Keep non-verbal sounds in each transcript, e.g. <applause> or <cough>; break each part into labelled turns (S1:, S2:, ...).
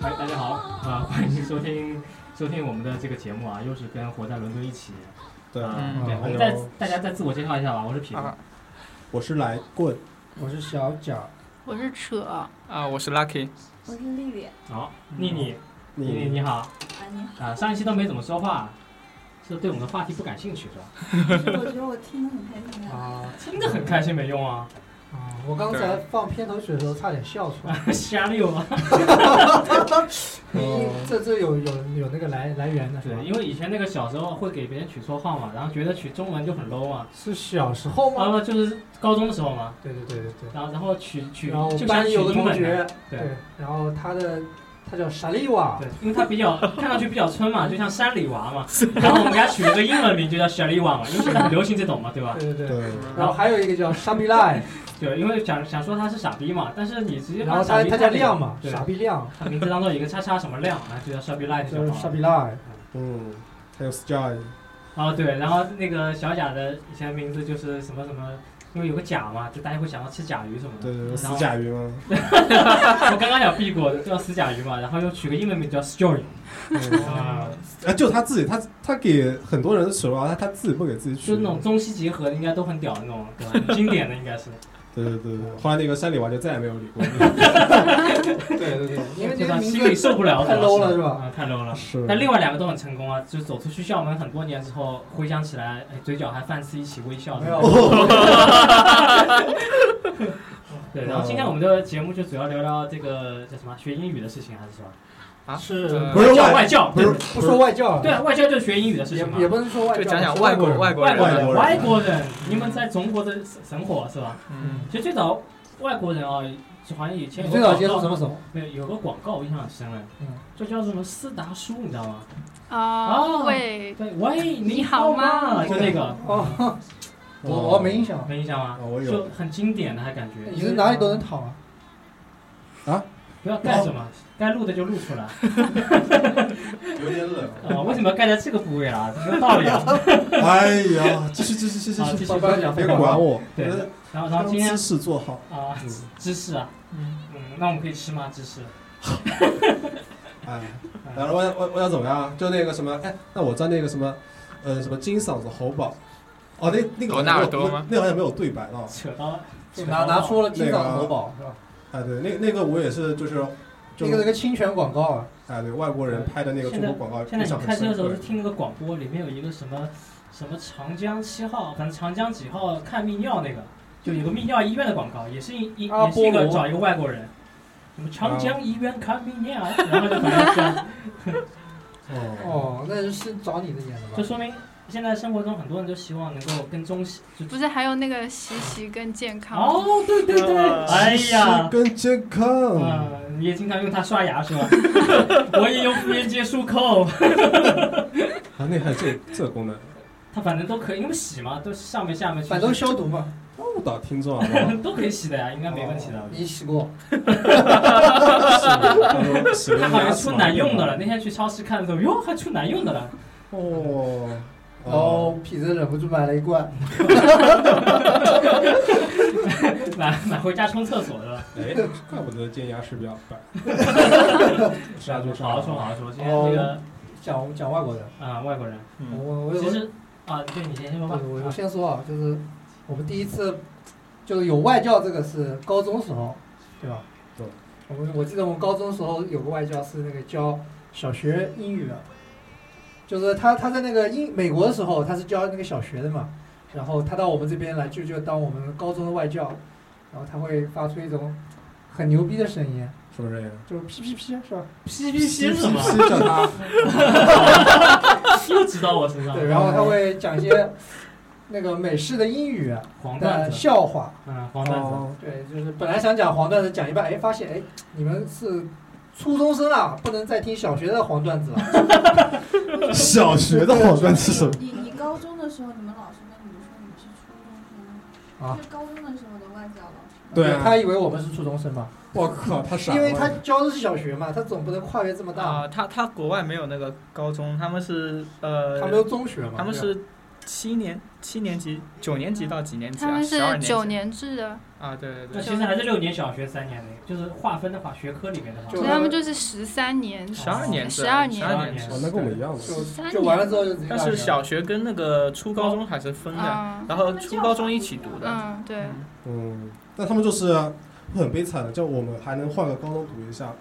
S1: 啊， <laughs> 欢迎收听收听我们的这个节目啊，又是跟活在伦敦一起。
S2: 对，
S1: 啊
S3: 嗯
S1: 对，我
S2: 还
S1: 们
S2: 有
S1: 再大家再自我介绍一下吧，我是皮子。
S3: 啊
S2: 我是来棍，
S4: 我是小脚，
S5: 我是扯，
S3: 啊！我是 Lucky，
S6: 我是丽丽啊，
S1: 好，
S4: 嗯
S1: 妮妮，妮妮
S2: 你
S1: 你好
S6: 你好。
S1: 啊，上一期都没怎么说话，是对我们的话题不感兴趣是吧？
S6: 我觉得我听得很开心啊。
S4: 啊
S1: 听得很开心没用啊，
S4: 啊！我刚才放片头曲的时候差点笑出
S1: <laughs>
S4: 来。
S1: <laughs> 瞎溜啊。
S2: 哦
S4: 这这有有有那个来来源的是吧
S1: 对，？因为以前那个小时候会给别人取绰号嘛，然后觉得取中文就很 low 嘛，
S4: 是小时候
S1: 啊
S4: 吗？
S1: 不就是高中的时候嘛，
S4: 对对对对对。
S1: 然后然后取取
S4: 然后我
S1: 就把
S4: 班
S1: 它
S4: 里
S1: 取
S4: 有个
S1: 英
S4: 同
S1: 文啊
S4: 学
S1: 的，，对
S4: 对，然后他的他叫沙利瓦，
S1: 对，因为他比较看上去比较村嘛，就像山里娃嘛，然后我们给他取了个英文名就叫 s h a l i w a 嘛，因为现在很流行这种嘛，对吧？
S4: 对对对。
S2: 对，
S4: 然后还有一个叫沙比赖，
S1: 对，因为想想说他是傻逼嘛，但是你直接
S4: 然后
S1: 把傻
S4: 他
S1: 逼
S4: 他叫
S1: 看那个
S4: 亮嘛，
S1: 对
S4: 傻，逼亮，
S1: 他名字当中有一个叉叉什么亮，啊，就叫 s h a b i l i
S4: 就
S1: 就是好
S4: 沙
S1: 了。<laughs>
S4: 比赖，
S2: 嗯，还有 Sky，
S1: 哦，对，然后那个小贾的以前名字就是什么什么，因为有个甲嘛，就大家会想到吃甲鱼什么的。
S2: 对对对，
S1: 然
S2: 死
S1: 后
S2: 甲鱼吗？
S1: <laughs> 我刚刚讲避过叫死甲鱼嘛，然后又取个英文名叫 Story 啊、
S2: 啊，就他自己，他他给很多人取啊，他他自己不给自己取，
S1: 就是那种中西结合的，应该都很屌的那种，对吧？很经典的应该是。
S2: 对对对对，后来那个山里娃就再也没有理过，
S4: 对对对，因为这
S1: 就
S4: 个
S1: 他
S4: 名
S1: 心里
S4: 字
S1: 受不了，
S4: 太 low 了是吧
S1: 啊、太 low 了。
S2: 是，
S1: 但另外两个都很成功啊，就是走出去校门很多年之后，回想起来，哎，嘴角还泛起一起微笑。
S4: 没
S1: 对吧
S4: 有，
S1: <laughs> 对，然后今天我们的节目就主要聊聊这个叫什么学英语的事情，还是什么？
S3: 啊
S4: 是
S3: 呃
S2: 不是
S1: 教
S2: 外
S1: 外教，
S2: 不是
S1: 对
S4: 不说外教了，
S1: 对啊，外教就是学英语的事
S4: 也
S1: 情嘛
S4: 也。不能说外教，
S3: <laughs> 就讲讲
S4: 是
S3: 外
S4: 外
S3: 国人，
S4: 人，
S3: 国人，
S2: 外
S1: 人，
S2: 国人
S1: 外国人，你们在中国的神神火是吧？
S3: 嗯，
S1: 其实最早外国人啊，就好像以前
S4: 你
S1: 有
S4: 最
S1: 个
S4: 早
S1: 广
S4: 接触什
S1: 告，
S4: 么手？
S1: 没有有个广告我印象很深了
S4: 嗯，
S1: 就叫什么斯达叔，你知道吗？
S5: 啊，
S1: 哦
S5: 喂，
S1: 对，喂，
S5: 你好
S1: 好
S5: 吗
S1: 就那个，
S4: 哦，我我没印象，
S1: 没印象吗？
S2: 哦，我有
S1: 就，很经典的，还感觉
S4: 你是哪里都能躺啊？
S1: 不要干什么，该录的就录出来啊、 <laughs> 呃
S2: 有点冷，
S1: 为什么要盖在这个部位啊？ <laughs> 没有道理
S4: <laughs>
S1: 啊。
S2: 哎呀，继续继续继续
S1: 啊继
S2: 继续，
S1: 续啊
S4: 不要讲
S2: 别管我，
S1: 对
S2: 我的
S1: 然后，然后今天
S2: 姿势做好，
S1: 啊、
S2: 嗯
S1: 芝士啊，嗯，那我们可以吃吗？芝士？嗯
S2: 哎。然后我想我我想怎么样啊？就那个什么，哎，那我知道那个什么，呃，什么金嗓子喉宝，哦，那那个好
S3: 罗纳尔
S2: 像没有
S3: 多吗
S2: 那个好像没有对白的啊。
S1: 扯到了，扯
S4: 拿
S1: 到
S4: 拿
S1: 了
S4: 出了金掌国宝是吧？
S2: 哎，对，那那个我也是，就是就
S4: 那个那个侵权广告啊，
S2: 哎，对外国人拍的那个中国广告
S1: 现在
S2: 印象
S1: 你
S2: 很
S1: 开车
S2: 深
S1: 的时候
S2: 刻
S1: 是。听那个广播，里面有一个什么什么长江七号，反正长江几号看泌尿那个，就有个泌尿医院的广告，也是一一、
S4: 啊
S1: 也是一
S4: 菠
S1: 个
S4: 萝
S1: 找一个外国人，什么长江医院看泌尿， <laughs> 然后就反正这样，
S2: 哦，
S4: 哦，那是找你的演的
S1: 就
S4: 吧？
S1: 说明现在生活中很多人都希望能够跟中西就
S5: 不是还有那个习习更健康？
S1: 哦，对对对，
S3: 啊
S1: 哎呀。
S2: 跟健康，
S1: 嗯，你也经常用它刷牙是吧？我也用妇炎洁漱口，
S2: 啊，那还有这这功能，
S1: 它反正都可以，因为洗嘛，都是上面下面去
S4: 反正消毒嘛，哦
S2: 误导听众
S1: <laughs>
S2: 啊好不好？
S1: 都可以洗的呀，应该没问题的。
S4: 你洗过？
S1: <laughs>
S2: 是
S1: 它好像出男用
S4: <laughs>
S1: 的了。那天去超市看的时候，哟，还出男用的了。
S2: 哦
S4: 然后痞子忍不住买了一罐，
S1: 买买回家冲厕所的了。
S2: 哎，怪不得尖牙是比较白。
S1: 好
S4: 啊
S2: <laughs> 杀
S1: 好
S2: 猪
S1: 说
S2: 杀
S1: 好好说，好好说。今天那个
S4: 讲讲外国的。
S1: 啊，外国人，
S4: 我
S3: 嗯
S4: 哦我我
S1: 其
S4: 我
S1: 实啊，对你先先说吧。
S4: 我
S1: <laughs>
S4: 我先说啊，就是我们第一次就是有外教，这个是高中时候，对吧？
S2: 对。
S4: 我们我记得我们高中时候有个外教是那个教小学英语的，就是他他在那个英美国的时候他是教那个小学的嘛，然后他到我们这边来就就当我们高中的外教，然后他会发出一种很牛逼的声音，
S2: 什么声音？
S4: 就是噼噼噼是吧？
S1: P P P 是什么？
S2: 叫他
S1: 又指到我身上
S4: 对，。然后他会讲一些那个美式的英语
S1: 黄
S4: 的
S1: 段子，
S4: 笑话。
S1: 嗯，黄段子。
S4: 对，就是本来想讲黄段子，讲一半，哎，发现哎，你们是初中生啊，不能再听小学的黄段子了。
S2: 小学的黄段是什么？
S6: 你你高中的时候，你们老师跟你们说你是初中生，
S4: 啊
S6: 是高中的时候的外教老师。
S2: 对啊
S4: 他以为我们是初中生嘛，
S2: 我靠，他傻了，
S4: 因为他教的是小学嘛，他总不能跨越这
S1: 啊
S4: 么大，
S3: 啊，他他国外没有那个高中，他们是呃
S4: 他，们都中学嘛，
S3: 他们
S4: 对吧
S3: 是七年七年级九年级到几年级
S5: 他
S3: 啊？
S5: 们是
S3: 十二年
S5: 九
S3: 级
S5: 年制的，
S3: 啊，对对
S1: 那
S3: 对，
S1: 其实还是六年小学三年那个，就是划分的话，学科里面的话，
S5: 所
S4: 就
S5: 以他们就是十三年。
S3: 十二年制，
S5: 十二
S3: 年，
S5: 年
S3: 十二年制
S2: 哦，那跟我们一。样的。
S4: 就
S5: 三
S4: 就完了
S5: 年
S4: 之后就直接
S3: 但
S4: 大学
S3: 是小学跟那个初高中还是分的，
S5: 嗯
S3: 然后初高中一起读的。
S5: 嗯，对，
S3: 嗯
S2: 嗯，但他们就是会很悲惨的，叫我们还能换个高中读一下，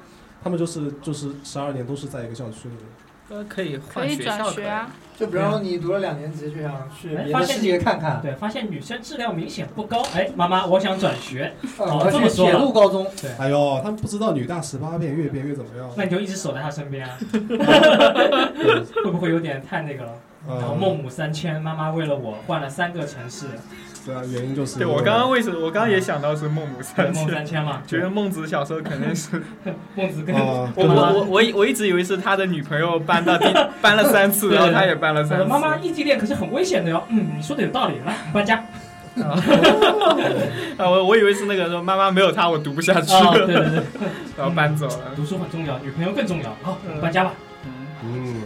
S2: 他们就是就是十二年都是在一个校区里面。
S3: 呃，可以
S5: 可
S3: 换
S5: 以
S3: 学
S5: 转
S3: 校，
S5: 学啊。
S4: 就比方说你读了两年级就想去
S1: 哎
S4: 别
S1: 发
S4: 的
S1: 现
S4: 世界看看，
S1: 对，发现女生质量明显不高，哎，妈妈，我想转学，
S4: 嗯
S1: 哦
S4: 我
S1: 这么
S4: 去
S1: 说
S4: 铁路高中，
S2: 哎呦，他们不知道女大十八变，越变越怎么样。
S1: 那你就一直守在她身边啊， <laughs>
S2: 嗯
S1: 会不会有点太那个了？
S2: 哎
S1: 然后孟母三迁，妈妈为了我换了三个城市，
S2: 对啊，原因就是
S3: 对我刚刚为什么我刚刚也想到是孟母
S1: 对
S3: 三
S1: 孟
S3: 迁，
S1: 三迁嘛，
S3: 觉得孟子小时候肯定 <laughs> 是
S1: 孟子跟
S2: 啊，
S3: 我
S2: 跟
S3: 我我我我一直以为是他的女朋友搬 <laughs> 到第搬了三次，然后他也搬了
S1: 我
S3: 三
S1: 的
S3: 次。
S1: 妈妈异地恋可是很危险的哟。嗯，你说的有道理，来搬家。
S3: 啊，我我以为是那个说妈妈没有他我读不下去
S1: 啊，对
S3: 了，
S1: 对对，
S3: <laughs> 然后搬走了。
S1: 读书很重要，女朋友更重要。好，
S3: 嗯
S1: 搬家吧。
S3: 嗯
S2: 嗯，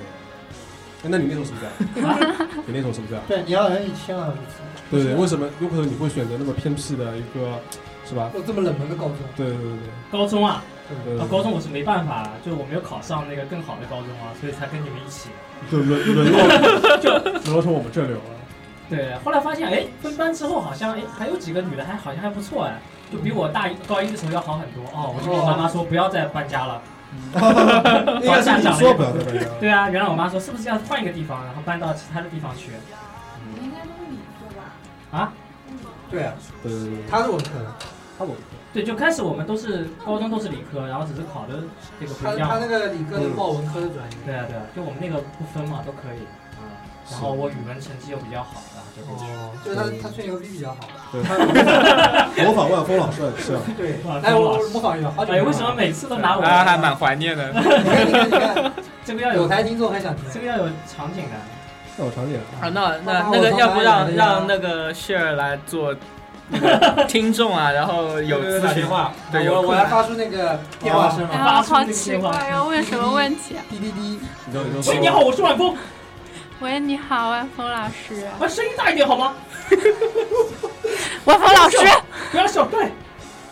S2: 哎那你那时候是 <laughs> 不是这样？你那时候是不是这样？
S4: 对，你要人一千啊，我
S2: 对对，为什么有可能你会选择那么偏僻的一个，是吧？
S4: 这么冷门的高中，
S2: 对对对
S1: 高中啊，
S2: 对，
S1: 啊
S2: 对
S1: 高中我是没办法，就我没有考上那个更好的高中啊，所以才跟你们一起。
S2: 就沦沦落就沦落成我们这流了。
S1: 对，后来发现，哎，分班之后好像，哎，还有几个女的还好像还不错哎，就比我大一高一的时候要好很多哦。我就跟我妈妈说不要再搬家了。哎
S2: 应该是你说不了的人。
S1: <laughs> 对啊，原来我妈说是不是要换一个地方，然后搬到其他的地方去？
S6: 你应该都是你对吧？
S1: 啊？
S4: 对啊，
S2: 对对对，
S4: 他是我的课，
S2: 他我
S1: 对，就开始我们都是高中都是理科，然后只是考的这个不
S4: 他
S1: 一
S4: 他
S1: 样。
S4: 那个理科是报文科的专业，
S1: 对啊对啊，就我们那个不分嘛，都可以。嗯然后我语文成绩又比较好，然后就过 <laughs> 去。
S4: 哦，就是他他吹牛逼比较好，
S2: 对他模仿万峰老师很像。
S4: 对
S1: 哇，
S4: 哎，
S1: 这
S4: 我
S1: 么
S4: 我模仿一下，好久
S1: 哎，
S4: 没有
S1: 为什么每次都拿我？
S3: 大啊家还蛮怀念 <laughs> 的。
S4: 你看你看你看，
S1: 这个要
S4: <laughs> 有
S1: 有
S4: 台听众很想听，
S1: 这个要有场景的。
S2: 那我常点，
S3: 啊，那
S4: 那
S3: 那
S4: 我
S3: 那个
S4: 从
S3: 要
S4: 哪
S3: 不
S4: 里来
S3: 让
S4: 的呀
S3: 让那个 share 来做那个听众 <laughs> 啊，然后有
S4: 对对对
S3: 咨
S4: 打
S3: 询
S4: 电话，
S3: 对有
S4: 啊我
S3: 困
S4: 我来
S3: 难
S4: 发出那个电
S1: 啊
S4: 话声
S5: 哎
S4: 嘛，
S5: 呀，
S1: 发出
S5: 好
S1: 那个
S5: 奇
S1: 电话
S5: 怪，要问什么问题啊？
S4: 滴滴滴，
S2: 你知道你
S1: 喂，你好，，我是万峰，
S5: 喂，你好，万峰老师。
S1: 把声音大一点好吗？
S5: <laughs> 万峰老师，
S1: 不要笑，对，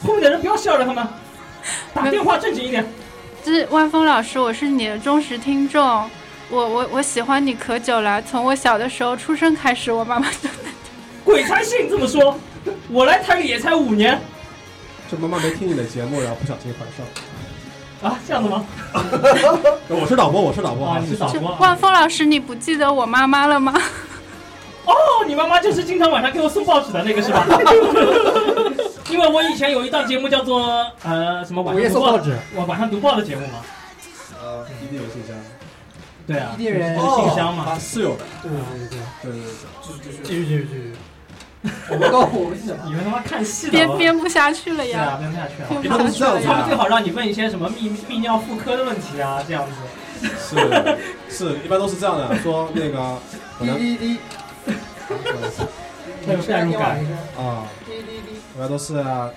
S1: 后面的人不要笑着他们，打电话正经一点。
S5: <laughs> 就是万峰老师，我是你的忠实听众，我我我喜欢你可久了，从我小的时候出生开始，我妈妈就
S1: 鬼才信这么说，我来台里也才五年
S2: 这妈妈没听你的节目，然后不小心怀上。
S1: 啊，这样子吗？
S2: 我是导播，我是导播
S1: 啊，你是导
S5: 就
S1: 播啊
S5: 万？峰老师，你不记得我妈妈了吗？
S1: 哦，你妈妈就是经常晚上给我送报纸的那个
S5: <laughs>
S1: 是吧？因为我以前有一档节目叫做呃什么晚
S4: 午夜
S1: 上
S4: 送
S1: 读
S4: 报
S1: 报，
S4: 纸，
S1: 我晚上读报的节目嘛。
S2: 呃，一定有信箱，
S1: 对啊，
S4: 异地人
S1: 就是信箱嘛。
S2: 啊，是有的。
S4: 对对对对，
S2: 对对对，
S4: 继续继续继续，我们告 <laughs> 我们是什
S2: 哦
S4: 么？
S1: 你们他妈看戏的
S5: 编
S1: 好吧？
S5: 编不下去了
S1: 对
S5: 哎呀，
S1: 啊，编不下去
S5: 编
S1: 了。
S5: 不下
S2: 他们是
S5: 去
S2: 这样
S5: 了
S2: 子
S1: 他
S5: 呀。
S1: 们最好让你问一些什么泌泌尿妇科的问题啊，这样子。
S2: 是是，一般都是这样的，说那个
S1: <laughs>
S2: 可能
S4: 滴滴滴，
S1: 那有代入感
S4: 你看电话铃声，
S2: 啊，
S4: 滴滴滴，
S2: 一般都是啊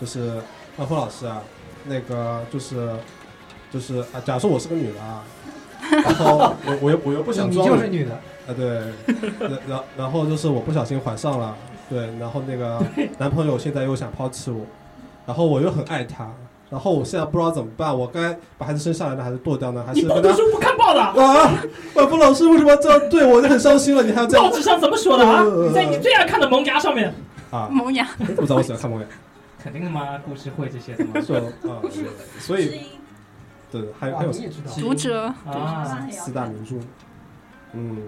S2: 就是万峰老师啊，那个就是就是啊，假如说我是个女的
S4: <laughs>
S2: 啊，然后我我又我又不想
S4: 你
S2: 装
S4: 就是女的，
S2: 啊，对，然然然后就是我不小心怀上了，对，然后
S4: <laughs>
S2: 那个男朋友现在又想抛弃我，然后我又很爱他，然后我现在不知道怎么办，我该把孩子生下来呢，还是剁掉呢，还
S1: 你
S2: 是
S1: 不
S4: <laughs>
S2: 跟
S1: 读
S2: 他
S1: 书不看报的，
S2: 啊？万峰老师为什么要这样对我？我就很伤心了，你还要这
S1: 报
S2: 样
S1: 纸上怎么说的啊？
S2: 呃
S1: 你在你最爱看的《萌芽》上面，
S2: 啊？
S5: 萌芽，
S2: 我知道我喜欢看蒙眼，
S1: 肯定他妈故事会这些
S4: <laughs>
S1: 的嘛。
S2: <laughs> 是吧啊，所以对，还有
S4: 哇，
S2: 还有
S4: 你也知道，
S5: 读者，
S1: 啊，
S2: 四大名著，嗯，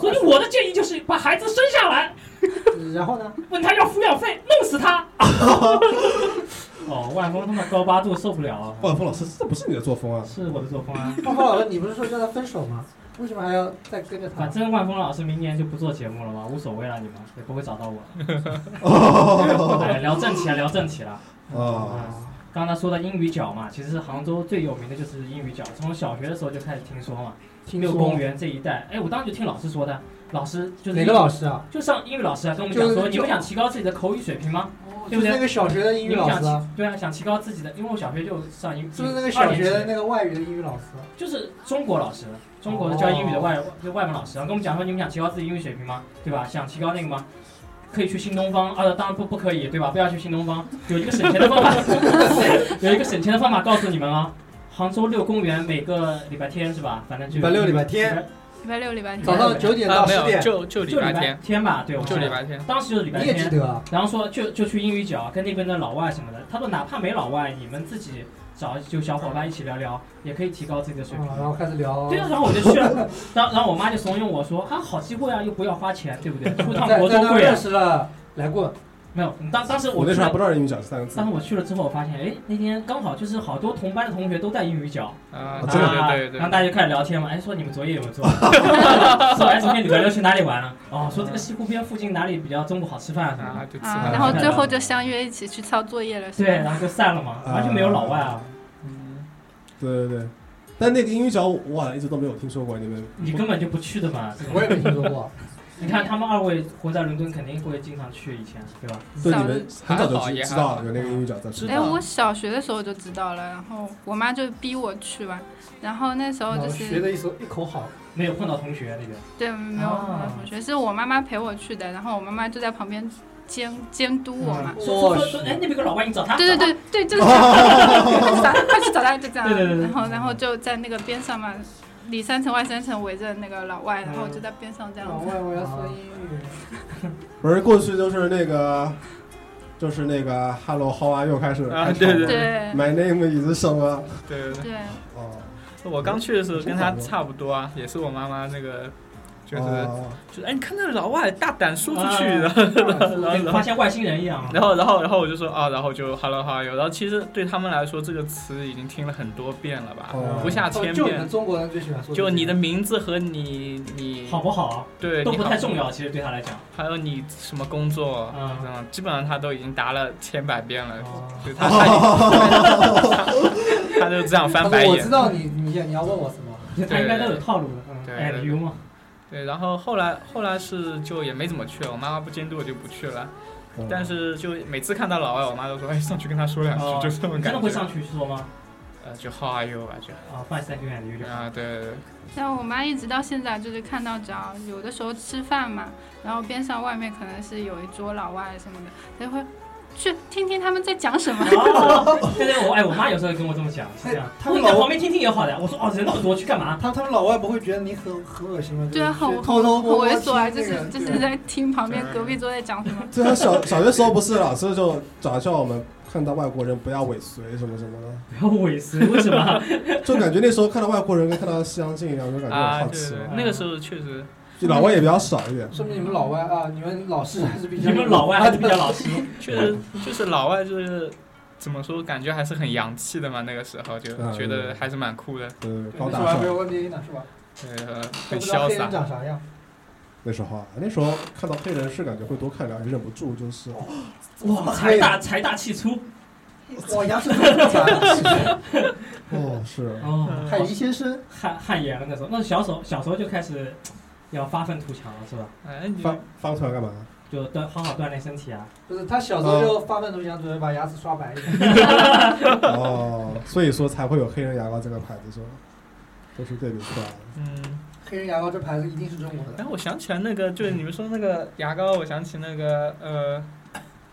S1: 所以我的建议就是把孩子生下来，
S4: 然后呢？
S1: 问他要抚养费，弄死他。哦，万峰他妈高八度受不了啊！
S2: 万峰老师这不是你的作风啊，
S1: 是我的作风啊。
S4: 花花老师，你不是说叫他分手吗？为什么还要再跟着他
S1: 反？正万峰老师明年就不做节目了嘛，无所谓了，你们也不会找到
S4: <laughs>
S1: 我。 <laughs> 哎，聊正题啊，聊正题了。
S2: 哦啊，
S1: 刚才说的英语角嘛，其实杭州最有名的就是英语角，从小学的时候就开始听说嘛。
S4: 听
S1: 六
S4: 说
S1: 公园这一带，哎，我当时就听老师说的，老师就是
S4: 哪个老师啊？
S1: 就上英语老师啊，跟我们讲
S4: 就
S1: 说，
S4: 是
S1: 你们想提高自己的口语水平吗？
S4: 我
S1: 对
S4: 就
S1: 不
S4: 是
S1: 对
S4: 那个小学的英
S1: 你
S4: 语
S1: 们
S4: 老
S1: 想
S4: 师啊，
S1: 提对啊，想提高自己的，因为我小学就上英，
S4: 是不是那个
S1: 二
S4: 小
S1: 年级
S4: 学的那个外语的英语老师啊？
S1: 就是中国老师，啊中国的教英语的外、
S4: 哦
S1: 就外文老师，啊然后跟我们讲说你们想提高自己英语水平吗？对吧？想提高那个吗？可以去新东方啊，当然不不可以，对吧？不要去新东方，有一个省钱的方法，
S4: <laughs>
S1: 有一个省钱的方法告诉你们啊。杭州六公园每个礼拜天是吧？反正就
S4: 礼拜六礼拜天，
S5: 礼拜六、礼拜
S4: 早
S5: 天，
S4: 上九点
S3: 啊
S4: 到
S3: 没
S4: 十
S3: 有，
S4: 点，
S3: 就就礼
S1: 就
S3: 拜
S1: 礼
S3: 天，
S1: 天吧，对，我
S3: 就
S1: 记
S3: 礼
S1: 得
S3: 拜天。
S1: 当时就是礼拜
S4: 你也记
S1: 天，
S4: 得啊？
S1: 然后说就就去英语角跟那边的老外什么的，他说哪怕没老外，你们自己找就小伙伴一起聊聊，也可以提高自己的水平。
S4: 啊然后开始
S3: 哦
S4: 聊
S1: 对，啊，然后我就去了， <laughs> 然后然后我妈就怂恿我说啊，好机会啊，又不要花钱，对不对？出趟
S4: 在
S1: 国
S4: 在
S1: 多
S4: 那
S1: 贵啊
S4: 认！识了，来过，
S1: 没有，嗯当当时
S2: 我
S1: 我
S2: 那
S1: 去
S2: 时候
S1: 了
S2: 还不知道英语角三个字
S1: 当，时我去了之后，我发现哎，那天刚好就是好多同班的同学都在英语角，
S3: 啊，
S2: 哦
S3: 对
S2: 这个
S1: 啊
S3: 对对
S1: 然后
S3: 对，
S1: 大家就开始聊天嘛，哎，说你们作业有没有
S3: <laughs>
S1: 做？ <laughs> 说哎，昨天礼拜六去哪里玩了？哦，说这个西湖边附近哪里比较中午好吃饭啊什么
S3: 啊
S1: 的。
S3: 就吃
S5: 啊，
S3: 饭
S5: 然后最后就相约一起去抄作业了，是吧
S1: 对，啊然后就散了嘛，完全没有老外啊。
S3: 嗯
S2: 对对对。但那个英语角我好像一直都没有听说过，你们
S1: 你根本就不去的嘛。这种
S4: 我也没听说过。
S1: 你看他们二位活在伦敦，肯定会经常去，以前对吧？
S2: 对你
S5: 小
S2: 们很早就
S3: 还好
S2: 知
S3: 也
S2: 知
S3: 还
S2: 道
S3: 好
S2: 有那个英语角在
S3: 知
S5: 哎，
S3: 道
S5: 我小学的时候就知道了，然后我妈就逼我去吧， <laughs> 然后那时候
S4: 然
S5: 就
S4: 后学
S5: 是
S4: 的一手一口好，
S1: 没有碰到同学那个。
S5: 对没有
S1: 啊
S5: 同学，是我妈妈陪我去的，然后我妈妈就在旁边监监督我嘛。
S1: 说说说，哎，那边有个老外，你找他。
S5: 对对
S1: 找
S5: 对对，就是快去快去找他，就这样。
S1: 对对对对
S5: 然后然后就在那个边上嘛，里三层外三层围着那个老外，然后我就在边上这样子。
S4: 外我要说英 <laughs> 语，
S2: 不是过去就是那个，就是那个 Hello How are you 开始
S3: 啊
S2: 开始
S3: 对对
S5: 对
S2: My name is 什么？
S3: 对对对。
S5: 对，
S2: 哦，
S3: 我刚去的时候跟他差不多啊，也是我妈妈那个，就是、
S2: 哦
S3: 就是哎，你看那个老外大胆说出去，
S1: 啊
S3: 然后
S1: 他发现外星人一样。
S3: 然后然后然后我就说啊，然后就 hello hello，然后其实对他们来说这个词已经听了很多遍了吧，
S2: 哦
S3: 不下千
S4: 就你们
S3: 遍。
S4: 中国人最喜欢说，
S3: 就你的名字和你你
S1: 好不好
S3: 对
S1: 都
S3: 你
S1: 不
S3: 好
S1: 太重要，其实对他来讲。
S3: 还有你什么工作，
S1: 嗯
S3: 嗯，基本上他都已经答了千百遍了，
S1: 哦
S3: 就他他他就这样翻白
S4: 我
S3: 眼
S4: 知。道你你你要问我什么，
S1: 他应该都有套路的。
S3: 对
S1: 哎
S3: 对对
S1: ，you 嘛，
S3: 对，然后后来后来是就也没怎么去了，我妈妈不监督我就不去了。
S2: 哦
S3: 但是就每次看到老外，我妈都说哎上去跟他说两句，
S1: 哦
S3: 就这种
S1: 你真
S3: 感
S1: 的
S3: 觉。
S1: 会上去说吗？
S3: 呃，就 How are you 啊，
S1: 啊，fine thank you and you
S3: 就 <laughs> 啊
S2: <laughs>
S3: 对对对，
S5: 但我妈一直到现在就是看到只要有的时候吃饭嘛，然后边上外面可能是有一桌老外什么的，她就会去听听他们在讲什么。
S1: 哦对对，我哎，我妈有时候跟我这么讲，是这样。
S4: 他
S1: 我
S4: 们
S1: 你在
S4: 老
S1: 旁边听听也好的。我说哦，人那么多，去干嘛？ <laughs>
S4: 他他们老外不会觉得你很很恶心吗？
S5: 对啊，
S4: 就
S5: 很
S4: 是偷偷
S5: 很
S4: 摸摸
S5: 猥琐啊，
S4: 亲
S5: 就
S4: 那个
S5: 是就是在听旁边隔壁桌在讲什么。
S2: 对啊，小小学时候不是老师就早教我们看到外国人不要尾随什么什么的，
S1: 不要尾随，为什么？
S2: 就感觉那时候看到外国人跟看到西洋镜一样，就感觉很
S3: 啊
S2: 好
S3: 对对
S2: 奇
S3: 对
S1: 嗯
S2: 嘛。，
S3: 那个时候确实
S2: 就老外也比较少一点，
S4: 说明你们老外啊，你们老师还是比
S1: <laughs> 你
S4: 较
S1: 们老外还是比较老实。
S3: 确实就是老外就是怎么说，感觉还是很洋气的嘛，那个时候就
S2: 嗯
S3: 觉得还是蛮酷的，
S4: <laughs>
S2: 嗯，
S4: 对
S2: 高
S4: 那时
S2: 大
S4: 候还
S2: 上
S4: 没。有 NBA 呢，是吧？
S1: 嗯
S3: 呃，
S4: 都
S3: 很
S4: 不知道
S3: 潇
S4: 黑人
S3: 洒。
S4: 长啥样，
S2: 那时候啊，那时候看到黑人是感觉会多看两眼，忍不住就是
S1: 哇，财大财大气粗。
S4: 哇，牙齿这么 <laughs> 长，
S2: 哦是，
S1: 哦，
S4: 海怡先生，
S1: 汗汗颜了那时候，那小时候小时候就开始要发愤图强了，是吧？
S3: 哎，你
S2: 翻翻出来干嘛？
S1: 就锻好好锻炼身体啊。
S4: 不是他小时候就发愤图强，准备把牙齿刷白一点。
S2: 哦，所以说才会有黑人牙膏这个牌子是吧？都是对比出来的。
S3: 嗯，
S4: <laughs> 黑人牙膏这牌子一定是中国的
S3: 哎，，我想起来那个，就是你们说那个牙膏，我想起那个呃，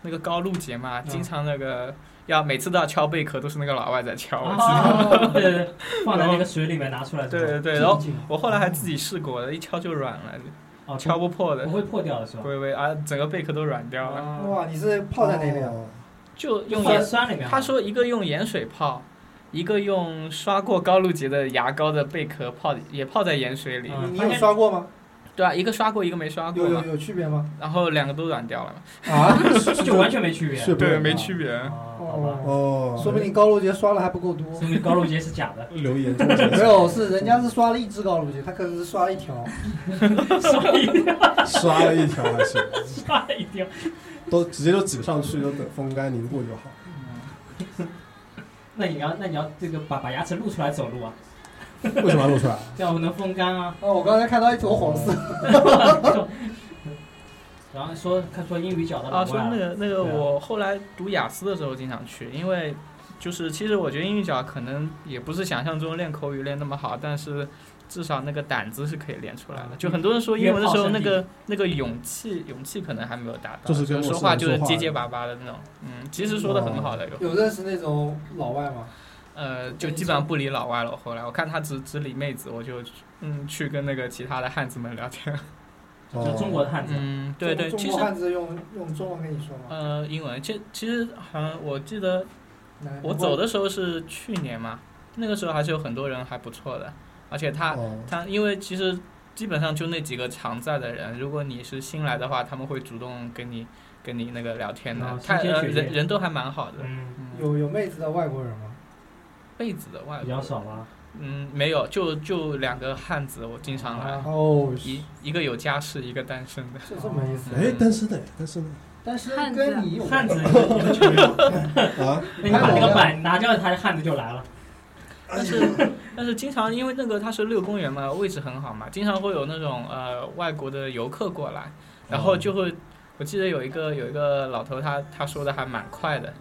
S3: 那个高露洁嘛，
S1: 嗯
S3: 经常那个要每次都要敲贝壳，都是那个老外在敲。我记得
S1: 哦，对对对，放在那个水里面拿出来。
S3: 对
S1: 是吧
S3: 对对，然后我后来还自己试过的，一敲就软了，
S1: 哦，
S3: 敲不破的
S1: 不，会破掉的是吧？
S3: 微微啊，整个贝壳都软掉了。
S1: 哇，
S4: 哇，你是泡在哪里啊？
S2: 哦
S3: 就用
S1: 用
S3: 盐
S1: 盐，酸里面啊。
S3: 他说一个用盐水泡，一个用刷过高露洁的牙膏的贝壳泡，也泡在盐水里。
S1: 嗯
S4: 你你有刷过吗？
S3: 对啊，一个刷过，一个没刷过
S4: 有有
S3: 嘛，
S4: 有区别吗？
S3: 然后两个都软掉了嘛。
S4: 啊，
S1: 就完全没区别。啊
S2: 是不是
S3: 对，没区别。
S1: 哦好吧，
S4: <laughs>
S2: 哦，，
S4: 说明你高露洁刷了还不够多。
S1: 说明高露洁是假的 <laughs>
S2: 留言终结
S4: 没有，是人家是刷了一只高露洁，他可能是刷了一条。
S1: 刷一定
S2: 刷了一条还行，
S1: 刷一定。
S2: 都直接就挤上去，就等风干凝固就
S1: <laughs>
S2: 好。
S1: 那你要那你要这个把把牙齿露出来走路啊，
S2: 为什么要露出来？
S4: 哦
S1: 这样能风干啊。
S3: <laughs>
S4: 啊，我刚才看到一坨黄色。
S1: 然后说看说英语角的老
S3: 啊，说
S1: 外
S3: 那
S1: 了，
S3: 个那个，
S1: 对啊
S3: 我后来读雅思的时候经常去，因为就是其实我觉得英语角可能也不是想象中练口语练那么好，但是至少那个胆子是可以练出来的。就很多人说
S1: 嗯
S3: 英文的时候，
S1: 约炮圣
S3: 那
S1: 地
S3: 个那个勇气勇气可能还没有达到，
S2: 就是跟
S3: 可能
S2: 陌
S3: 说
S2: 生
S3: 话
S2: 人
S3: 就是
S2: 说话哦
S3: 结结巴巴的那种。嗯，其实说的很好的有，
S4: 有认识那种老外吗？
S3: 呃，就基本上不理老外了。后来我看他只只理妹子，我就嗯去跟那个其他的汉子们聊天。
S2: 哦
S1: 就中国的汉子，
S3: 嗯，对对，
S4: 中
S3: 其
S4: 中
S3: 实
S4: 国汉子用用中文跟你说吗？
S3: 呃英文，其其实好像我记得
S4: 男
S3: 我走的时候是去年嘛，那个时候还是有很多人还不错的，而且他、
S2: 哦
S3: 他因为其实基本上就那几个常在的人，如果你是新来的话，他们会主动跟你跟你那个聊天的，
S1: 啊
S3: 他
S1: 新鲜
S3: 呃
S1: 血液
S3: 人人都还蛮好的。
S1: 嗯，
S3: 嗯，
S4: 有有妹子的外国人吗？
S3: 被子的外
S1: 比较
S3: 国，
S1: 少啊吧。
S3: 嗯，没有，就就两个汉子，我经常来，
S4: 哦，
S3: 一一个有家室，一个单身的。
S4: 就这么意思。
S2: 哎，单身的，单身
S1: <laughs>
S2: 的
S4: 但是
S5: 汉子
S4: 跟你有
S1: 汉子你们你们去没有？
S2: 啊，
S1: 那你把那个板拿掉，他的汉子就来了。<laughs>
S3: 但是但是经常因为那个它是六公园嘛，位置很好嘛，经常会有那种呃外国的游客过来，然后就会我记得有一个有一个老头他他说的还蛮快的。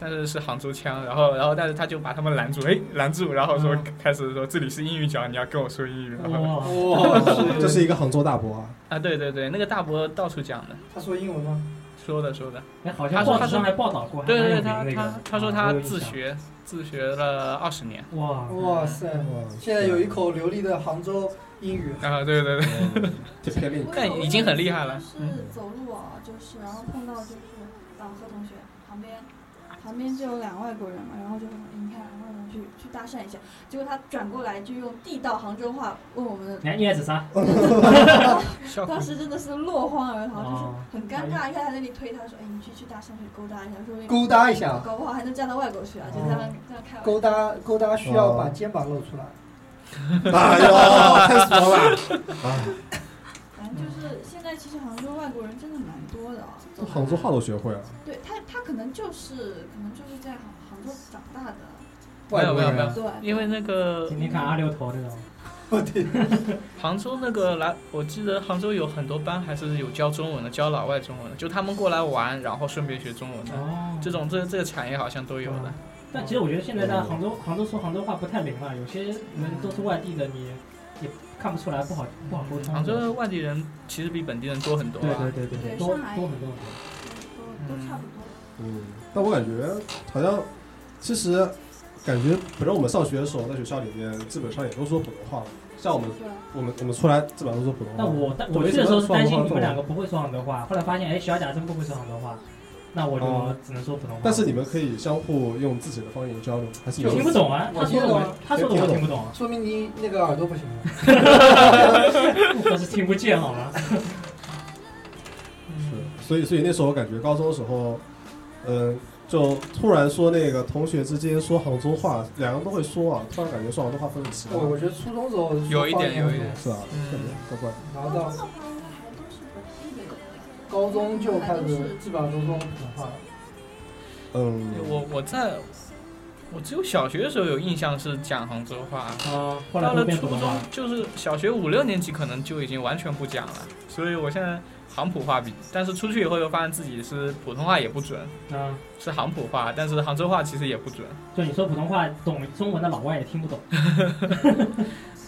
S3: 但是是杭州腔，然后，然后，但是他就把他们拦住，哎，拦住，然后说、
S1: 嗯
S3: 开始说这里是英语角，你要跟我说英语，然后
S1: 哇，
S4: <laughs> 哇，
S2: 这是一个杭州大伯啊，
S3: 啊，对对对，那个大伯到处讲的，
S4: 他说英文吗？
S3: 说的说的，
S1: 哎，好像报纸上还报道过，
S3: 对对，
S1: 还
S3: 他
S1: 蛮有名的那
S3: 他
S1: 个
S3: 他说
S1: 啊
S3: 他
S1: 我有印
S3: 自
S1: 象
S3: 学自学了二十年，
S1: 哇，
S4: 哇塞！
S2: 哇
S4: 现在有一口流利的杭州英语，
S3: 啊，对
S2: <laughs>
S3: 对对，
S2: 嗯这偏令
S6: 我
S3: 但
S6: 有
S3: 已
S6: 一
S3: 经
S6: 次
S3: 很厉害了
S6: 是走路啊，就是然后碰到就是老何同学旁边，旁边就有两个外国人嘛，然后就说哎你看，然后我们去去搭讪一下，结果他转过来就用地道杭州话问我们，
S1: 你哎看你也指啥？
S3: 笑哭
S6: 当时真的是落荒而逃，啊就是
S1: 哦
S6: 很尴尬，一下在那里推他说，哎你去去搭讪去勾搭一下，说不定
S4: 勾搭一下，
S6: 搞不好还能站到外国去啊，就在那在那开玩笑
S4: 勾。搭勾搭需要把肩膀露出
S6: 哦
S4: 来。
S2: <laughs> 哎呦，太俗了啊！
S6: 反正就是现在，其实杭州外国人真的蛮多的啊。
S2: 这杭州话都学会了，
S6: 对他，他可能就是可能就是在杭杭州长大的。
S4: 外国
S3: 没有没有没
S4: 人
S3: 有，
S6: 对，
S3: 因为那个
S1: 哦天天看阿六头那种，
S4: 我 <laughs> 天，
S3: 杭州那个来，我记得杭州有很多班还是有教中文的，教老外中文的，就他们过来玩，然后顺便学中文的，
S1: 哦
S3: 嗯这种这这个产业好像都有的。
S1: 但其实我觉得现在在杭州，杭州说杭州话不太灵了，有些人都是外地的，你也看不出来，不好不好沟通。
S3: 杭州的外地人其实比本地人多很多、啊。哦
S1: 对对对对
S6: 对
S1: 多
S6: 上海
S1: 多很多很多。
S6: 都都差不多。
S2: 嗯，但我感觉好像其实感觉，反正我们上学的时候在学校里面基本上也都说普通话了，像我们
S6: 对，
S2: 我们我们出来基本上都说普通话。
S1: 但我但
S2: 对
S1: 我去的时候
S2: 为
S1: 是
S2: 什么
S1: 担心
S2: 说
S1: 你
S2: 不好
S1: 们两个不会说杭州话，后来发现哎，小贾真不会说杭州话，那我就
S2: 哦
S1: 只能说普通话。
S2: 但是你们可以相互用自己的方言交流，还是
S1: 我
S2: 有
S1: 听不懂啊，他
S4: 我
S1: 说
S4: 听
S1: 的
S4: 不懂
S1: 我他说的我听不懂啊，
S4: 说明你那个耳朵不行了。
S1: 我是听不见好吗？
S2: 是，所以所以那时候我感觉高中的时候，嗯，就突然说那个同学之间说杭州话，两个都会说啊，突然感觉说杭州话分很奇怪
S4: 我，
S1: 嗯
S4: 我觉得初中时候说
S3: 有一点
S4: 方言很
S3: 有一点
S2: 是啊，
S3: 嗯
S2: 特别怪怪。
S4: 然后
S6: 高中的
S4: 到
S6: 话应该还都是本地的人。
S4: 高中就开
S6: 还都
S4: 始
S6: 是
S4: 基本上都说普通话了。
S2: 嗯，
S3: 我我在，我只有小学的时候有印象是讲杭州话，
S1: <laughs> 啊，后来
S3: 到
S1: 都
S3: 了
S1: 变
S3: 初
S1: 普通话
S3: 中。就是小学五六年级可能就已经完全不讲了，所以我现在杭普话比，但是出去以后又发现自己是普通话也不准，
S1: 嗯，
S3: 是杭普话，但是杭州话其实也不准。
S1: 就你说普通话懂中文的老外也听不懂，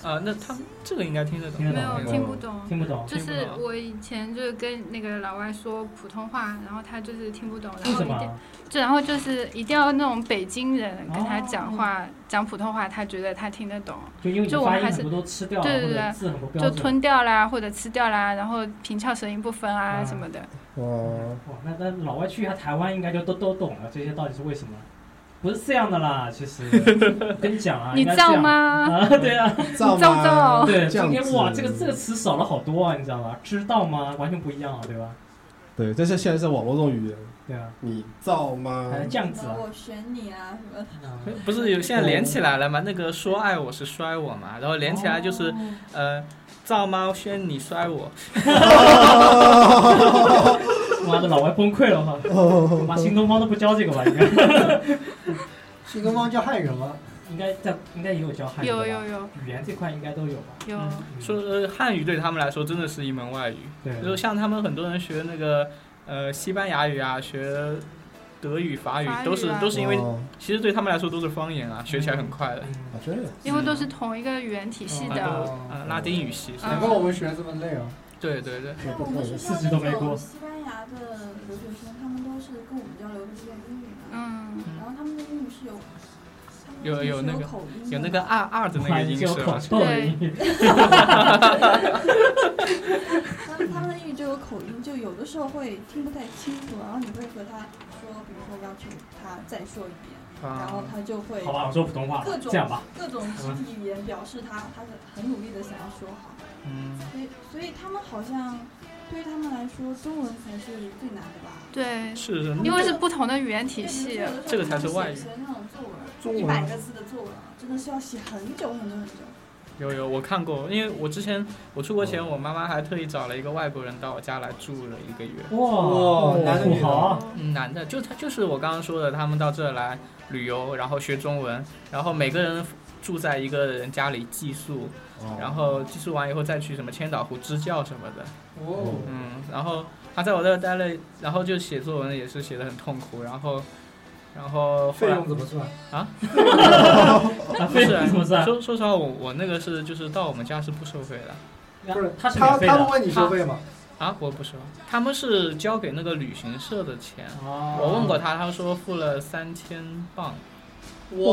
S3: 啊，那他们这个应该听得懂，
S1: 听得
S5: 没
S1: 懂
S5: 有听不懂。
S1: 听不懂。
S5: 就是我以前就是跟那个老外说普通话，然后他就是听不懂，
S1: 为
S5: 然后
S1: 什
S5: 一定
S1: 么？
S5: 就然后就是一定要那种北京人跟他讲话、讲普通话，他觉得他听得懂，
S1: 就因为你
S5: 就我们
S1: 发音
S5: 还是
S1: 很多都吃掉了，啊
S5: 对对
S1: 或者
S5: 对
S1: 字很不标
S5: 就
S1: 准。
S5: 吞掉啦或者吃掉啦，然后平翘舌音不分啊
S1: 啊
S5: 什么的。
S2: 哦，
S1: 哇，那那老外去一下台湾，应该就都都懂了，这些到底是为什么？不是这样的啦，其
S5: <laughs>
S1: 实跟你讲啊，
S5: 你
S1: 应该这
S5: 造
S1: 样？
S5: 吗？哦
S1: 啊，对啊，
S2: 呃造
S5: 造
S2: 吗？
S5: 造
S1: 对，啊
S2: 这
S1: 今
S2: 样
S1: 天哇，这个
S2: 子
S1: 这个词少了好多啊，你知道吗？知道吗？完全不一样啊，对吧？
S2: 对，但是现在是网络这种语言，
S1: 对啊，
S2: 你造吗？
S3: 哎
S1: 还是这样子
S6: 什么
S1: 啊，
S6: 我选你啊什么的，
S3: 不是有现在连起来了吗？那个说爱我是摔我嘛，然后连起来就是、
S5: 哦
S3: 呃，造猫轩你摔我，
S1: 妈的，老外崩溃
S2: 哦
S1: 了哈！把新东方都不教这个吧，应该。
S4: 新东方叫汉语人吗？
S1: 应该在应该也有教汉语的吧
S5: 有有有
S1: 语言这块应该都有吧？
S5: 有，
S3: 嗯说呃汉语对他们来说真的是一门外语，
S1: 对，
S3: 就像他们很多人学那个呃西班牙语啊，学德语、法语
S5: 法语
S3: 都是
S5: 啊嗯
S3: 都是因为
S2: 哦
S3: 其实对他们来说都是方言啊，学起来很快的。
S1: 嗯
S2: 啊，这样
S5: 因为都是同一个语言体系
S3: 啊
S5: 的。
S3: 都啊拉丁语系，
S5: 啊
S4: 难怪我们学得这么累啊！
S3: 对对对，
S6: 像我们学校
S1: 四级都没
S6: 那
S1: 过
S6: 种西班牙的留学生，他们都是跟我们交流的是用英语嘛，
S5: 嗯，
S6: 然后他们的英语是有，他们的
S3: 有
S6: 英语
S3: 有
S6: 是
S3: 那个
S6: 口音
S3: 有那
S6: 的
S3: 个二二的那个音
S1: 是有
S3: 是
S1: 口
S3: 吧？
S1: 臭的音，
S6: 他们他们的英语就有口音，就有的时候会听不太清楚，然后你会和他说，比如说要求他再说一遍，然后
S3: 啊，
S6: 他就会
S1: 好吧，我说普通话吧
S6: 各，
S1: 这
S6: 种
S1: 样吧，
S6: 各种肢体语言表示他他是很努力的想要说好，
S3: 嗯，
S6: 所以所以他们好像对于他们来说，中文才是最难的吧？
S5: 对，
S3: 是是，
S5: 因为是不同的语言体系。啊
S3: 这个才是外语
S6: 写那种作文，
S4: 中
S6: 一
S4: 文
S6: 百个字的作文，真的是要写很久很久很久。
S3: 有有，我看过，因为我之前我出国
S4: 哦
S3: 前，我妈妈还特意找了一个外国人到我家来住了一个月。
S1: 哇，
S4: 男的
S1: 土
S4: 女的
S1: 豪，
S3: 嗯，男的，就他就是我刚刚说的，他们到这来旅游，然后学中文，然后每个人住在一个人家里寄宿，
S2: 哦
S3: 然后寄宿完以后再去什么千岛湖支教什么的，
S4: 哦，
S3: 嗯，然后他在我这儿待了，然后就写作文也是写的很痛苦，然后，然后后
S4: 费
S3: 来
S4: 用怎么算？
S1: 啊，
S3: 不
S1: 非
S3: 是
S1: 什么事啊？
S3: 说说实话，我我那个是就是到我们家是不收费的
S4: 不是
S1: 他是
S4: 他
S1: 免费
S4: 他们
S1: 的，
S4: 问你收费吗？
S3: 啊，我不收，他们是交给那个旅行社的钱，
S1: 哦
S3: 我问过他，他说付了三千镑。
S1: 哇，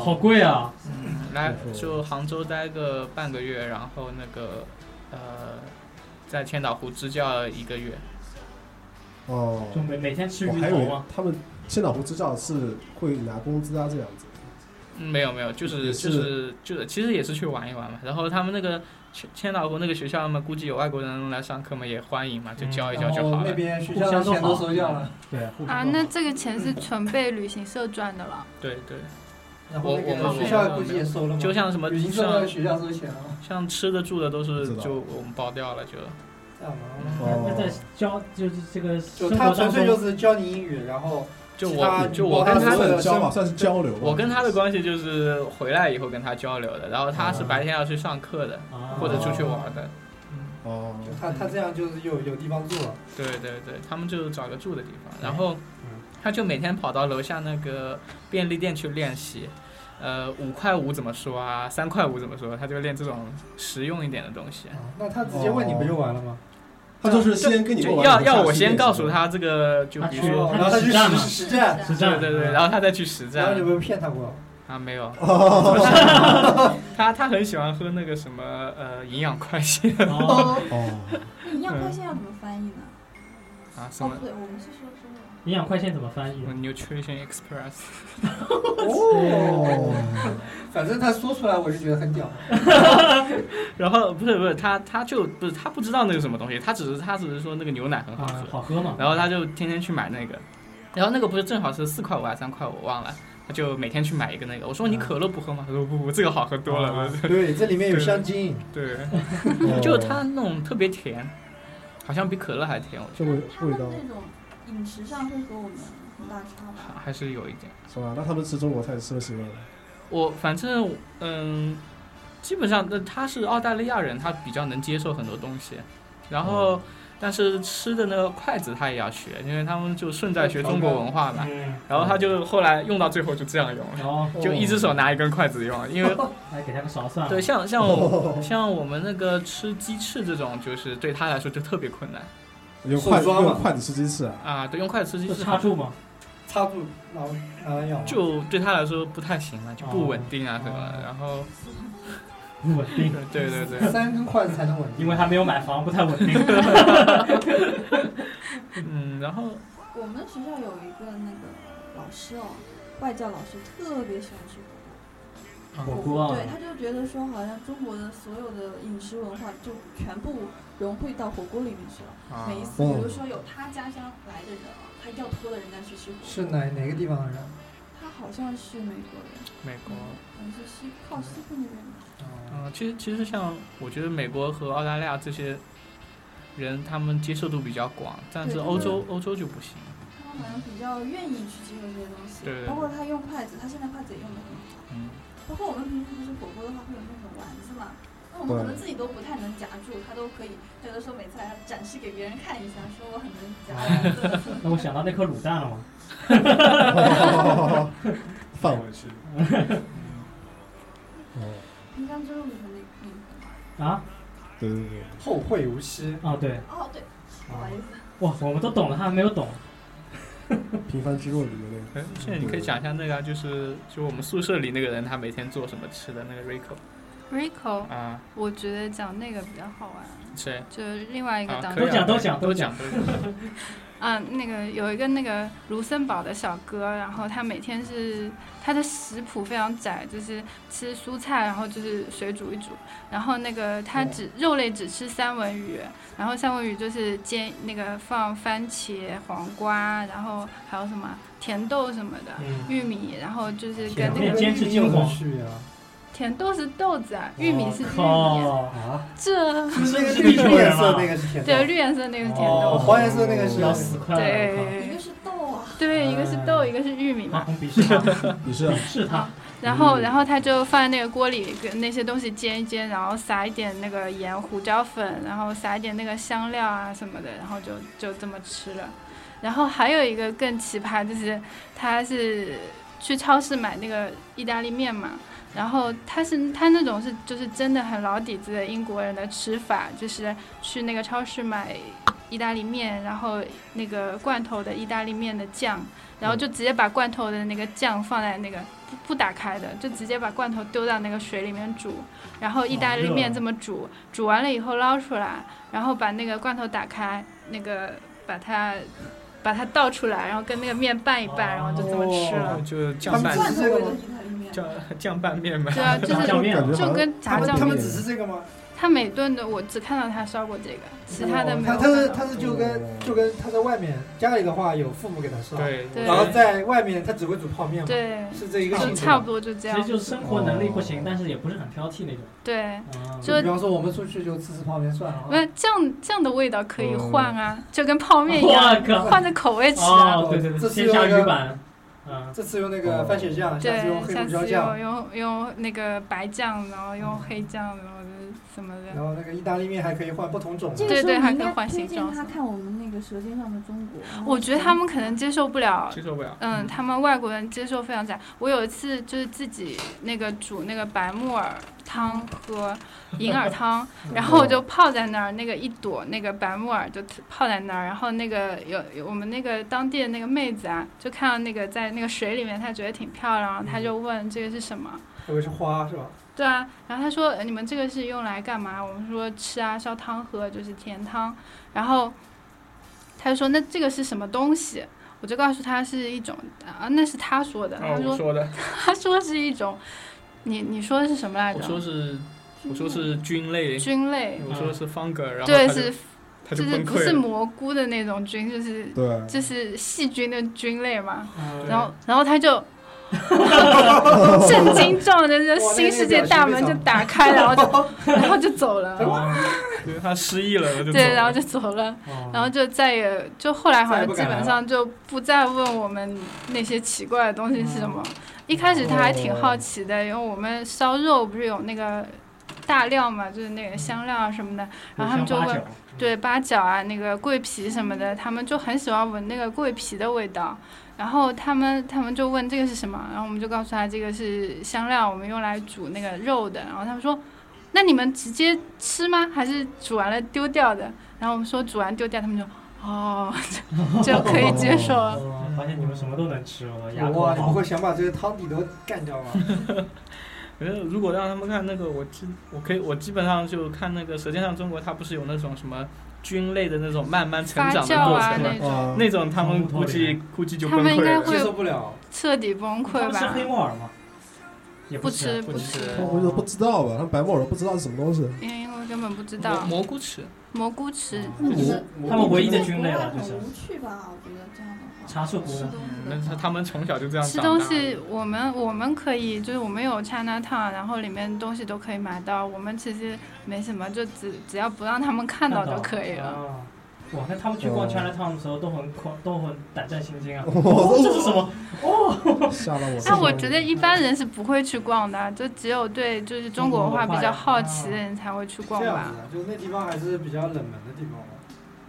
S1: 好贵啊！
S3: 嗯，来
S2: 就是
S3: 就杭州待个半个月，然后那个呃，在千岛湖支教一个月。
S2: 哦，
S1: 就每每天吃
S2: 我
S1: 鱼
S2: 还以
S1: 头
S2: 为
S1: 吗？
S2: 他们千岛湖支教是会拿工资啊这样子。
S3: 嗯没有没有，就是
S2: 也
S3: 就是是就是，其实也是去玩一玩嘛。然后他们那个千千岛湖那个学校嘛，估计有外国人来上课嘛，也欢迎嘛，就
S1: 嗯
S3: 教一教
S4: 然
S3: 就
S4: 后
S3: 好了
S4: 哦那。边学校的钱都收掉了，
S1: 对，互
S5: 啊，
S1: 相
S5: 那这个钱是纯被旅行社赚的了。
S3: 对对，
S4: 然后
S3: 我
S4: 那
S3: 我
S4: 个
S3: 们
S4: 学校估计也收了嘛。
S3: 就像什么
S4: 旅行社
S3: 像
S4: 学校收钱了啊嘛，
S3: 像吃的住的都
S2: 不
S3: 是
S2: 知道
S3: 就我们包掉了就。
S4: 这样
S1: 那 <laughs>
S4: 吗？
S1: 那在教就是这个
S4: 就
S1: 生
S4: 他
S1: 活
S4: 纯
S1: 当
S4: 粹就
S1: 中，
S4: 是教你英语，然后
S3: 就
S4: 其他
S3: 我
S4: 你
S3: 就
S4: 包
S3: 我
S4: 他
S3: 跟
S4: 的
S3: 他
S4: 所有
S3: 的
S2: 算交吧，算是交流吧。
S3: 我跟他的关系就是回来以后跟他交流的，然后他是白天要去上课的
S1: 啊
S3: 或者出去玩的。
S2: 哦，
S4: 就他
S1: 嗯
S4: 他这样就是有有地方住了。
S3: 对对对，他们就找个住的地方，
S2: 哎
S3: 然后
S2: 嗯
S3: 他就每天跑到楼下那个便利店去练习，呃，五块五怎么说啊，三块五怎么说，他就练这种实用一点的东
S1: 嗯
S3: 西。
S4: 啊那他直接问你不就完了
S1: 哦
S4: 吗？
S2: 他就是先跟你
S3: 就
S2: 问完
S3: 要
S2: 你
S3: 要我
S2: 下次
S3: 先
S2: 练
S3: 告
S2: 习
S3: 诉
S2: 吧。
S3: 他这个，就比如
S1: 去
S3: 说，
S4: 哦然后他去
S1: 实战嘛
S4: 实实战，
S1: 实
S3: 对
S1: 战
S3: 对对，
S1: 嗯
S3: 然后他再去实
S4: 然后
S3: 战
S4: 你有没有骗
S1: <laughs>
S4: 他过？
S3: 啊，没有，
S2: 哦
S3: <laughs> 他他很喜欢喝那个什么呃营养快线
S1: 哦
S2: 哦，
S6: 那一样快线要怎么翻译呢？
S3: 啊什
S6: 哦，
S3: 么
S6: 不对，我们是说中文。
S1: 营养快线怎么翻译
S3: 什么？nutrition express，
S4: 哦，
S1: 嗯
S4: <laughs> 反正他说出来我就觉得很屌。
S3: <laughs> 然后不是不是他他就不是他不知道那个什么东西，他只是他只是说那个牛奶很好喝
S1: 啊，，好喝吗？
S3: 然后他就天天去买那个，然后那个不是正好是四块五还是三块五，我忘了，他就每天去买一个那个。我说你可乐不喝吗？他说不不，这个好喝多了。
S1: 啊
S4: 对，这里面有香精，
S3: 对，
S2: 哦
S3: <laughs> 就它那种特别甜，好像比可乐还甜，我觉
S2: 这味
S6: 他
S2: 味
S6: 们
S2: 道
S6: 那种饮食上会和我们很大差吧？
S3: 得还是有一点。
S2: 是吧？那他们吃中国菜吃的习惯吗？
S3: 我反正嗯，基本上那他是澳大利亚人，他比较能接受很多东西，然后。
S1: 嗯
S3: 但是吃的那个筷子他也要学，因为他们就顺带学中国文化嘛。
S1: 嗯，哦
S3: 然后他就后来用到最后就这样用了，
S1: 然后
S3: 就一只手拿一根筷子用，
S1: <laughs>
S3: 因为
S1: 来给他个勺算了。
S3: 对，像像我像我们那个吃鸡翅这种，就是对他来说就特别困难
S2: 哦用筷
S4: 手
S2: 子
S4: 抓嘛
S2: 用筷子吃鸡
S3: <laughs>
S2: 翅啊？
S3: 啊。对，用筷子吃鸡
S1: 就
S3: 翅
S1: 插住嘛，
S4: 插住，然后拿来咬。
S3: 就对他来说不太行了，就不稳定啊什么
S1: 哦
S3: 的。然后
S1: 不稳
S3: <laughs>
S1: 定，
S3: 对对
S1: <laughs>
S3: 对，
S4: 三根筷子才能稳定。
S1: 因为还没有买房，不太稳定。
S3: 嗯，然后
S6: 我们学校有一个那个老师哦，外教老师特别喜欢吃
S1: 火
S6: 火
S1: 锅
S6: 锅，
S1: 啊
S6: 对，，他就觉得说好像中国的所有的饮食文化就全部融汇到火锅里面去了。
S3: 啊
S6: 每一
S4: 嗯
S6: 次，比如说有他家乡来的人啊，他一定要拖着人家去吃火锅。
S4: 是哪哪个地方的人？
S6: 他好像是美国人，
S3: 美国，
S6: 好像是西靠西部那边的。
S4: 哦
S3: 嗯，其实其实像我觉得美国和澳大利亚这些人，他们接受度比较广，但是
S6: 对
S3: 欧洲欧洲就不行。
S6: 他可能比较愿意去接受这些东西，
S3: 对对对
S6: 包括他用筷子，他现在筷子也用的很好。
S3: 嗯，
S6: 包括我们平时不是火锅的话会有那种丸子嘛，那我们可能自己都不太能夹住，他都可以，有的时候每次还要展示给别人看一下，说我很能夹
S4: 啊
S6: 丸子。
S1: 那我想到那颗卤蛋了嘛，
S2: 哦放回去。哦，
S6: <laughs> 平常之路你们你
S1: 啊
S2: 对对对，
S4: 后会无期。
S1: 啊对，
S6: 哦对，不好意
S4: 啊
S6: 思，
S1: 哇，我们都懂了，他还没有懂。
S2: 平凡之路里面那
S3: 哎现在你可以讲一下那个啊，就是就我们宿舍里那个人，他每天做什么吃的那个 Rico
S5: Rico，
S3: 啊，
S5: 我觉得讲那个比较好玩，
S3: 谁？
S5: 就是另外一个
S3: 啊
S5: 当
S3: 可以
S5: 中
S3: 啊
S1: 都讲都讲
S3: 都
S1: 都讲
S3: 讲，都讲
S5: 啊，那个有一个那个卢森堡的小哥，然后他每天是他的食谱非常窄，就是吃蔬菜，然后就是水煮一煮，然后那个他
S1: 嗯
S5: 只肉类只吃三文鱼，然后三文鱼就是煎那个放番茄、黄瓜，然后还有什么甜豆什么的，
S1: 嗯，
S5: 玉米，然后就是
S1: 甜
S5: 跟
S1: 豆
S5: 那
S1: 也
S5: 个
S1: 坚持进化
S4: 去啊！
S5: 甜豆是豆子啊，玉米是玉米，
S1: 哦靠，
S4: 啊，
S5: <laughs> 这
S4: 是那个
S1: 是
S4: 绿
S1: 地球人
S4: 颜色
S1: 吗
S4: 那个是甜
S5: 对
S4: 的，
S5: 绿颜色那个是甜
S1: 哦
S5: 豆，
S4: 黄颜色那个是
S1: 要死快了，
S6: 一个
S5: 对
S6: 是豆
S4: <laughs>
S6: 啊，
S5: 对，一个是豆，一个是玉米
S1: 我
S5: 嘛
S1: 靠，。红鄙视
S5: <laughs>
S1: 他，
S2: 你是
S3: <laughs>
S2: 啊
S1: 鄙视他，
S5: 然后，
S2: 嗯
S5: 然后他就放那个锅里，跟那些东西煎一煎，然后撒一点那个盐、胡椒粉，然后撒一点那个香料啊什么的，然后就就这么吃了。然后还有一个更奇葩，就是他是去超市买那个意大利面嘛，然后他是他那种是就是真的很老底子的英国人的吃法，就是去那个超市买意大利面，然后那个罐头的意大利面的酱，然后就直接把罐头的那个酱放在那个不不打开的，就直接把罐头丢到那个水里面煮，然后意大利面这么煮，煮完了以后捞出来，然后把那个罐头打开，那个把它把它倒出来，然后跟那个面拌一拌，然后就这么吃了。
S3: 就酱
S4: 他们
S3: 拌
S6: 罐头味的意大利面，
S3: 酱酱拌面呗。
S5: 对啊，就
S1: 炸
S5: 是
S1: 酱面
S2: 感觉
S5: 就跟
S4: 他
S5: 炸
S4: 们
S5: 酱
S4: 他
S5: 面
S4: 们，只是这个吗？
S5: 他每顿的我只看到他烧过这个，其他的没
S4: 他
S5: 有
S4: 哦他是
S5: 看
S4: 他
S5: 到。
S4: 是就跟就跟他在外面家里的话有父母给他烧，
S3: 对，
S5: 对
S4: 然后在外面他只会煮泡面嘛，
S5: 对，
S4: 是这一个
S5: 就
S4: 性质
S5: 差
S4: 吗。
S5: 不多就这
S1: 其
S5: 样
S1: 实。就是生活能力不行，但是也不是很挑剔那种。
S5: 对，
S1: 嗯
S5: 就
S4: 比方说我们出去就吃吃泡面算了
S1: 哦
S4: 啊。
S5: 那酱酱的味道可以换啊，就跟泡面一样，
S1: 我嗯靠，
S5: 换着口味吃啊。
S1: 哦，对对对，
S4: 这是
S1: 鲜
S4: 有
S1: 虾
S4: 一个
S1: 鱼板，嗯，
S4: 这次用那个番茄酱，啊下次
S5: 对
S4: 用，黑
S5: 下
S4: 胡椒
S5: 次
S4: 酱
S5: 用，用用那个白酱，然后用黑酱，然后就是什么
S4: 然
S5: 的。
S4: 后那个意大利面还可以换不同种的
S6: 这。个
S5: 对
S6: 时候
S5: 对还
S6: 你
S5: 可
S6: 应
S5: 以
S6: 该
S5: 换
S6: 推
S5: 形
S6: 荐
S5: 状
S6: 他
S5: 什么
S6: 看我们那个《舌尖上的中国》，
S5: 我觉得他们可能接受不了
S3: 接受不了。
S5: 嗯，他们外国人接受非常窄。我有一次就是自己那个煮那个白木耳汤喝银耳汤，然后我就泡在那儿，那个一朵那个白木耳就泡在那儿，然后那个有有我们那个当地的那个妹子啊，就看到那个在那个水里面，她觉得挺漂亮，她就问这个是什么。
S4: 这个是花是吧？
S5: 对啊，然后他说呃你们这个是用来干嘛？我们说吃啊，烧汤喝，就是甜汤。然后他就说那这个是什么东西？我就告诉他是一种啊，那是他说的。
S3: 啊，
S5: 他
S3: 我
S5: 说
S3: 说的，
S5: 他说是一种，你你说的是什么来着
S3: 我？说是，我说是菌类，
S5: 菌类，
S3: 我说是方格，然后
S5: 对，
S3: 他就是他
S5: 就
S3: 就是崩
S5: 不
S3: 溃
S5: 是
S3: 了。
S5: 蘑菇的那种菌，就是
S2: 对，啊
S5: 就是细菌的菌类嘛。
S1: 嗯
S5: 然后然后他就震惊撞着这新世界大门就打开，然后就然后就走
S3: <laughs>
S5: 了。
S3: 对，他失忆了，就走
S5: 对，然后
S3: 了
S5: 就走了，
S1: 哦
S5: 然后就再也就后来好
S4: 再也
S5: 像
S4: 不
S5: 基
S4: 敢来
S5: 本上就不再问我们那些奇怪的东西是什么。一开始他还挺好
S3: 哦
S5: 奇的，因为我们烧肉不是有那个大料嘛，就是那个香料啊什么的，然后他们就问，对八角啊、那个桂皮什么的，他们就很喜欢闻那个桂皮的味道。然后他们他们就问这个是什么，然后我们就告诉他这个是香料，我们用来煮那个肉的。然后他们说，那你们直接吃吗？还是煮完了丢掉的？然后我们说煮完丢掉，他们就哦，就就可以接受
S1: 我
S3: <laughs>
S5: 了。
S1: 哦发现你们什么都能吃，我牙口
S4: 哇，你们
S1: 好
S4: 会。想把这个汤底都干掉吗？
S3: 可是如果让他们看那个，我基我可以我基本上就看那个《舌尖上中国》，它不是有那种什么菌类的那种慢慢成
S5: 发
S3: 长的
S5: 酵
S3: 过
S5: 啊
S3: 程吗？
S5: 那
S2: 啊，
S3: 那种他们估计估计就崩
S5: 他们应
S3: 溃
S5: 该
S3: 了。
S5: 会
S4: 接受不了，
S5: 彻底崩
S1: 他
S5: 溃
S1: 们吃
S5: 吧
S1: 黑？木耳吗？也
S5: 不吃，
S1: 吃
S3: 不
S5: 不
S3: 吃
S5: 吃，
S2: 我就不知道吧，他们白木耳不知道是什么东西。
S5: 因为我根本不知
S3: 蘑
S5: 道
S3: 蘑菇吃，
S5: 蘑菇吃
S6: 那你们
S1: 他们唯一的
S6: 在
S1: 菌
S6: 国
S1: 类
S6: 外
S1: 了，就
S6: 很
S1: 是
S6: 无趣吧？我觉得这样的话，
S1: 茶啊树菇
S6: 吃
S1: 呢
S6: 东西的
S3: 嗯那
S6: 话
S3: 他他们从小就这样
S5: 吃
S3: 长
S5: 东
S3: 大
S5: 西，我们我们可以就是我们有 China Town，然后里面东西都可以买到。我们其实没什么，就只只要不让他们看到就可以了。
S1: 啊哇，那他们去逛 China Town 的时候都很恐，都很胆战心惊啊！哦，这
S2: 我
S1: 是什么？
S2: 吓到我。
S5: 但我觉得一般人是不会去逛的，啊就只有对就是中国文化比较好奇的人才会去逛
S4: 这样
S5: 吧
S4: 子。的，啊就是那地方还是比较冷门的地方嘛。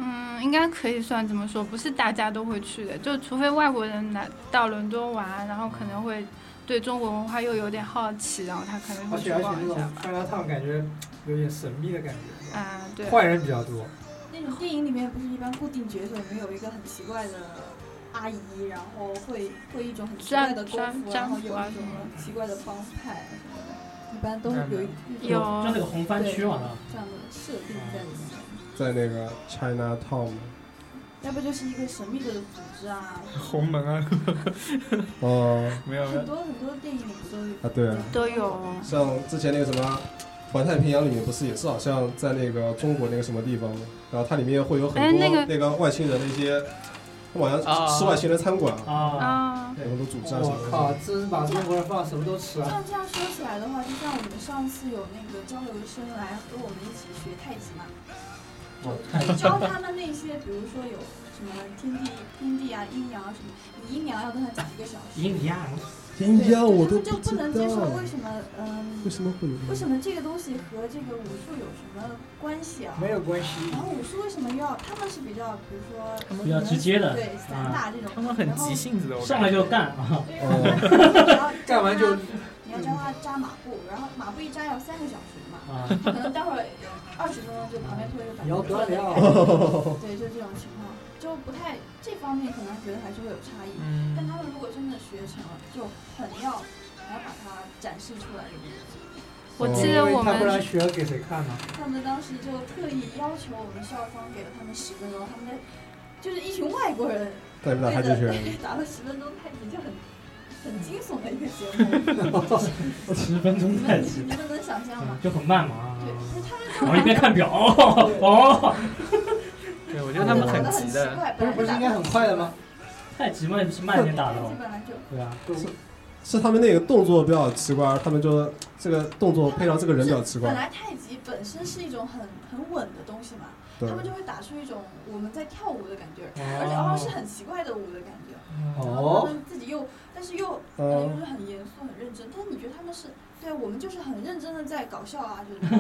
S5: 嗯，应该可以算这么说，不是大家都会去的，就除非外国人来到伦敦玩，啊然后可能会对中国文化又有点好奇，然后他可能
S4: 而
S5: 会去
S4: 且而且
S5: 逛
S4: 那
S5: 一下
S4: 种
S5: 吧。
S4: 穿插烫感觉有点神秘的感觉，
S5: 啊，对，
S4: 坏人比较多。
S6: 那种电影里面不是一般固定角色里面有一个很奇怪的阿姨，然后会会一种很奇怪的功夫，然
S5: 占
S6: 后
S5: 占
S6: 有一
S5: 卜啊
S6: 种
S5: 什么
S6: 奇怪的帮派什么的，一般都是有一一
S5: 有
S6: 种
S1: 就那个红番区嘛，啊
S6: 这样的设定在里面。
S2: 在那个 China Town，
S6: 要不就是一个神秘的组织啊，
S3: 红门啊，
S2: 哦、
S3: 没有没有
S6: 很，多很多电影里都有。
S2: 啊对啊，
S5: 都有。
S2: 像之前那个什么《环太平洋》里面不是也是好像在那个中国那个什么地方吗？然后它里面会有很
S5: 哎
S2: 多
S5: 那个
S2: 外星人的一些，他们好
S3: 啊
S2: 像吃外星人餐馆，
S1: 啊，
S5: 啊，
S2: 有很多主战什么
S4: 我
S2: 的。
S4: 靠，真是把中国人放什么都吃
S6: 这
S4: 了。
S6: 样这样说起来的话，就像我们上次有那个交流生来和我们一起学太极嘛，
S1: 我看一下
S6: 教他们那些，比如说有什么天地天地啊、阴阳啊什么，你阴阳要跟他讲一个小时。
S1: 伊利亚
S6: 对
S2: 阴阳我
S6: 就
S2: 都
S6: 是就不
S2: 知道
S6: 能接受为什么，嗯、
S2: 为什么会有？
S6: 为什么这个东西和这个武术有什么关系啊？
S4: 没有关系
S6: 然，后武术为什么要他们是比较，比如说
S1: 比较直接的，啊
S6: 对散打这种，
S3: 他们很急性子的，我
S1: 上来就干啊！
S6: 对，然后
S2: 哦，
S4: 干完就
S6: 你要教他扎马步，然后马步一扎要三个小时嘛，
S1: 啊，
S6: 可能待会儿二十分钟就旁边推着板
S4: 你要
S6: 凳
S4: 不要
S6: 坐在
S4: 脸
S6: 那
S4: 啊？
S6: 边对，就这种情况，就不太这方面可能觉得还是会有差异。但
S3: 嗯，
S6: 他们如果真的学成了，就很要还要把它展示出来的意思。
S5: 我
S2: 哦
S5: 记得我
S4: 他不
S5: 们
S4: 然学了给谁看呢？
S6: 他们当时就特意要求我们校方给了他们十分钟，他们在就是一群外国人
S2: 在不打太极拳？
S6: 对打了十分钟太极，就很很惊悚的一个节
S4: <laughs>
S6: 目，
S1: 十分钟太
S6: 你
S1: 急，
S6: 们能想象吗
S1: 嗯？就很慢嘛。啊
S6: 对，就是他们就
S1: 然后一边看
S5: <laughs>
S1: 表，哦哦，
S3: 对，我觉得他们
S6: 打
S3: 很
S6: 得很
S3: 急
S6: 奇
S3: 的，
S6: 怪，
S4: 不是不是应该很快的吗？
S1: 太急嘛，是慢一点打的
S6: 太
S1: 哦
S6: 极。本来就
S1: 对啊，
S2: 是他们那个动作比较奇怪，他们就这个动作配上这个人比较奇
S6: 本
S2: 怪。
S6: 来太极本身是一种很很稳的东西嘛，
S2: 对
S6: 他，们就会打出一种我们在跳舞的感觉，而且哦
S1: 哦
S6: 是很奇怪的舞的感觉。然后他
S4: 哦，
S6: 们自己又，但是又呃又
S2: 嗯，
S6: 是很严肃、很认真，但是你觉得他们是对我们就是很认真的在搞笑啊，就是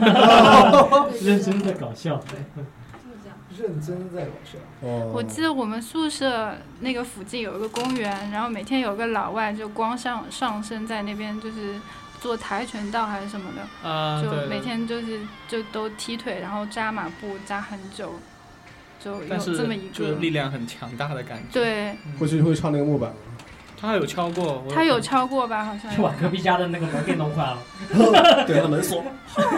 S6: 对
S1: 认真的搞笑。
S6: 就是这样。
S4: 认真在搞笑。
S2: 哦，
S5: 我记得我们宿舍那个附近有一个公园，然后每天有个老外就光上上身在那边就是做跆拳道还是什么的，
S3: 啊，
S5: 嗯就
S3: 对，
S5: 每天就是就都踢腿，然后扎马步扎很久，就有
S3: 但是
S5: 这么一
S3: 就是
S5: 个。
S3: 力量很强大的感觉。，
S5: 对
S2: 回去会唱那个木板。
S3: 他有敲过，我
S5: 他有敲过吧？好像
S1: 去把隔壁家的那个门给弄坏了。
S2: 对，他 <laughs> 门锁。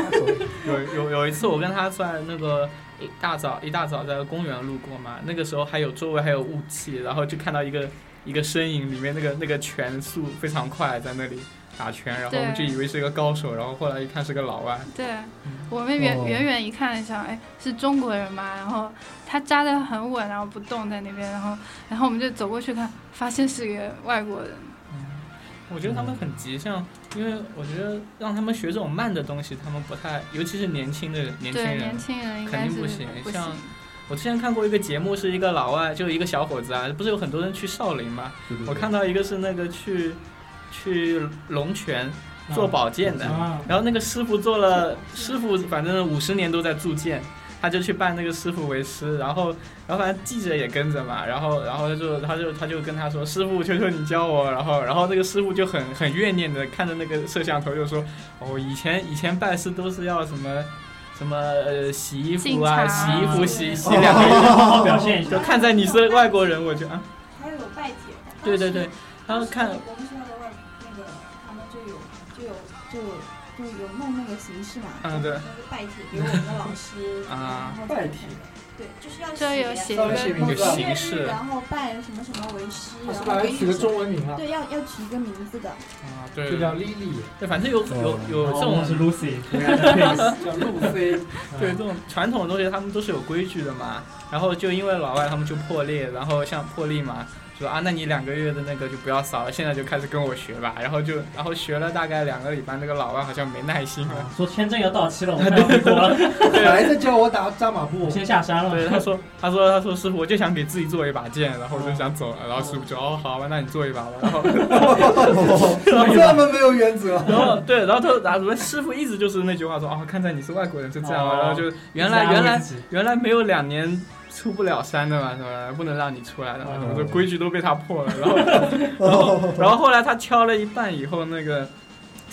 S3: <laughs> 有有有一次，我跟他在那个一大早一大早在公园路过嘛，那个时候还有周围还有雾气，然后就看到一个一个身影，里面那个那个拳速非常快，在那里打拳，然后我们就
S5: 对
S3: 以为是一个高手，然后后来一看是个老外，
S5: 对，
S3: 嗯
S5: 我们远
S2: 哦
S5: 远远一看，想哎是中国人吗？然后他扎得很稳，然后不动在那边，然后然后我们就走过去看，发现是个外国人。
S3: 我觉得他们很急，像因为我觉得让他们学这种慢的东西，他们不太，尤其是年轻的年轻
S5: 对，
S3: 人
S5: 年，轻人应
S3: 肯
S5: 该
S3: 定
S5: 是
S3: 不行像我之前看过一个节目，是一个老外，就一个小伙子啊，不是有很多人去少林嘛？我看到一个是那个去去龙泉做保健的，
S1: 啊，
S3: 然后那个师傅做了，师傅反正五十年都在铸剑，他就去拜那个师傅为师，然后然后反正记者也跟着嘛，然后然后他就他就他就跟他说师傅求求你教我，然后然后那个师傅就很很怨念的看着那个摄像头就说，哦以前以前拜师都是要什么什么呃洗衣服啊，
S5: 敬茶
S3: 洗衣服洗洗
S1: 你
S3: 两
S1: 两
S3: 个
S1: 个
S3: 月，
S1: 人哦好好表现一
S3: 就
S1: 下。
S3: 看在你是外国人，我就啊
S6: 还有有拜解的，
S3: 对对对，然后
S6: 当时
S3: 看
S6: 我们学校的外那个他们就有就有就有就有弄那个形式嘛，
S3: 嗯对
S6: 那个拜帖给我们的老师
S3: 啊，
S6: 然后
S4: 拜帖
S6: 对，就是要
S5: 这有写一
S4: 稍微写
S5: 个
S4: 名字啊
S3: 有，形式
S6: 然后拜什么什么为师，
S4: 我
S6: 然
S4: 是
S6: 后
S4: 把它
S6: 给
S4: 取
S6: 你
S4: 个中文名啊，
S6: 对，要要取一个名字的，
S3: 啊
S4: 就
S3: 对，
S4: 叫 Lily，
S3: 对反正有有有这
S1: 我
S3: 种
S1: 哦是 Lucy，对
S4: 叫路飞。
S1: 嗯
S3: 对这种传统的东西，他们都是有规矩的嘛。然后就因为老外他们就破例，然后像破例嘛，说啊，那你两个月的那个就不要扫了，现在就开始跟我学吧。然后就然后学了大概两个礼拜，那个老外好像没耐心了，
S1: 说签证要到期了，我们要回国了，
S4: 本来在教我打扎马步
S1: 我，先下山
S3: 对，
S1: 了。
S3: 他说，他说，他说，师傅，我就想给自己做一把剑，然后我就想走了，然后师傅就，哦，好吧，那你做一把吧。然后，
S4: 这么没有原则。
S3: 然后对，然后他，然后师傅一直就是那句话说，哦，看在你是外国人就这样吧。
S1: 哦
S3: 然后就原
S1: 一直
S3: 来
S1: 安慰
S3: 原来
S1: 自己
S3: 原来没有两年出不了山的嘛，什么不能让你出来的嘛，什么的规矩都被他破了。然后，然后， <laughs> 然后后来他敲了一半以后，那个。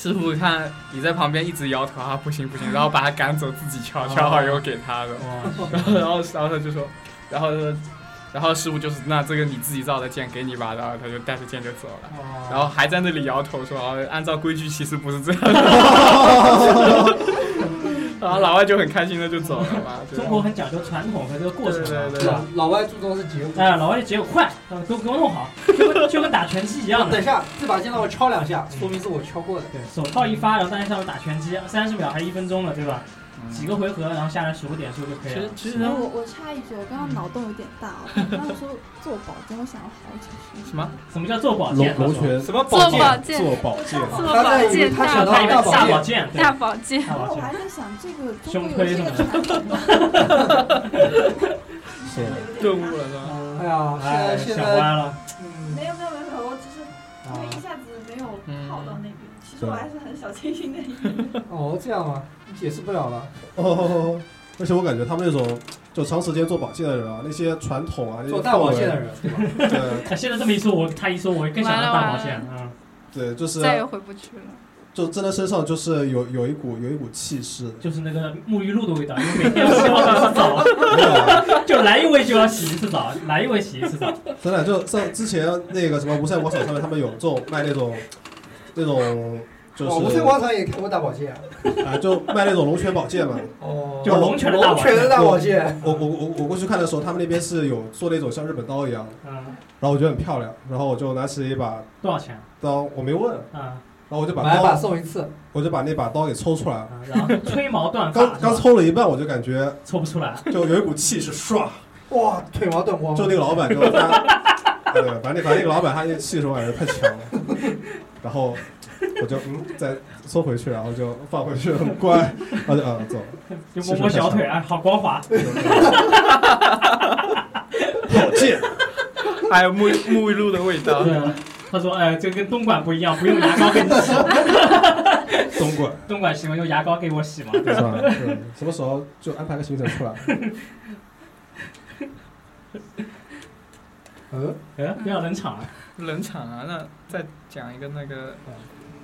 S3: 师傅看你在旁边一直摇头啊，不行不 <laughs> 行，然后把他赶走，自己敲敲好以后给他的。
S1: 哇，
S3: 然 <laughs> 后然后然后他就说，然后然后师傅就是那这个你自己造的剑给你吧，然后他就带着剑就走了，
S1: 哦
S3: 然后还在那里摇头说，哦，按照规矩其实不是这样的。 <laughs> 然后老外就很开心的就走了嘛，对
S1: 中国很讲究传统和这个过程嘛，
S3: 对对
S1: 是
S3: 对
S1: 吧？
S4: 老外注重是结果。
S1: 哎，老外就结果快，嗯给我给我弄好，就跟就跟打拳击一样
S4: 等
S1: 的
S4: 一。下，这把剑让我敲两下，说明是我敲过的。
S1: 对，手套一发，然后大家上面打拳击，三十秒还是一分钟了，对吧？几
S3: 嗯
S1: 个回合，然后下来十五点数就可
S3: 其
S1: 以了
S3: 实。其实
S6: 哎，我我插一句，我刚刚脑洞有点大哦，我刚刚说做保健，我想了好久。
S3: 什么？
S1: 什么叫做保
S2: 龙
S1: 健？
S2: 龙拳
S3: 什么
S5: 做
S3: 宝
S5: 保
S3: 剑？
S5: 健，
S2: 做保健，
S5: 做
S4: 他在
S5: 保
S4: 以为
S5: 健
S4: 他
S5: 大
S4: 想到
S1: 他以为大
S4: 大保
S1: 保
S4: 健，
S1: 健，对
S5: 大，保
S4: <laughs>
S5: 健，
S1: 大
S6: 然后
S1: 保
S6: 我还
S1: 健。
S6: 在想，这个
S1: 胸
S6: 中国
S1: 推
S6: 有这
S1: 什
S6: 个
S1: 么
S6: 传
S1: 的
S6: 统吗，
S2: 是
S3: 顿悟了是 <laughs> 吧？
S4: 哎呀，现
S1: 哎，
S4: 在现
S1: 想
S4: 在，
S1: 歪了。
S4: 嗯，
S6: 没有没有没有没有，我只是
S1: 啊
S6: 因为一下子没有靠到那边，其实我还是很小清新的一个人。
S4: 哦，这样吗？解释不了了。
S2: 哦， <laughs> 而且我感觉他们那种就长时间做保健的人啊，那些传统啊，那些
S4: 做大保健
S2: 氛
S4: 的
S2: 围
S4: 人，对吧？
S2: 对
S1: 他现在这么一说，我他一说，我更想要大保健。嗯，
S2: 对， <laughs>
S4: 啊
S2: 就是
S5: 再也回不去了。
S2: 就真的身上就是有有一股有一股气势，
S1: 就是那个沐浴露的味道，因为每天要洗好几次澡，
S2: 啊
S1: 就来一位就要洗一次澡，来一位洗一次澡。
S3: 哦
S2: 真的就像之前那个什么无线广场上面，他们有这种卖那种那种就是
S4: 哦，无锡广场也开过大保健啊。
S2: 啊、 <laughs> 就卖那种龙泉宝剑嘛。
S4: 哦，
S1: 就龙泉的大保
S4: 龙
S1: 健
S4: 泉的大保健。
S2: 我我我我过去看的时候，他们那边是有做那种像日本刀一样的，
S1: 嗯，
S2: 然后我觉得很漂亮，然后我就拿起一把
S1: 多少钱？
S2: 刀，我没问，
S1: 嗯，
S2: 然后我就把
S4: 买一把
S2: 刀，
S4: 送一次，
S2: 我就把那把刀给抽出来了。
S1: 嗯然后吹毛断发，
S2: 刚刚
S1: 是吧
S2: 抽了一半，我就感觉
S1: 哎抽不出来。
S2: 就有一股气势唰，
S4: 哇，腿毛断光
S2: 就。那个老板就他，对，反正那反正那个老板他那气势我感觉太强了，然后我就嗯再缩回去，然后就放回去，很乖，然后就啊走了。
S1: 就摸摸小腿啊，好光滑。
S2: 好贱，
S3: 还有哎沐沐浴露的味道。
S1: 对，他说，哎，这跟东莞不一样，不用牙膏给你 <laughs> 洗，
S2: <laughs> 东莞
S1: 东莞喜欢用牙膏给我洗嘛。
S2: 是 <laughs> 吧？嗯什么时候就安排个行程出来？
S4: 嗯，
S1: 哎，不要冷场啊。
S3: 冷场啊，那再讲一个那个，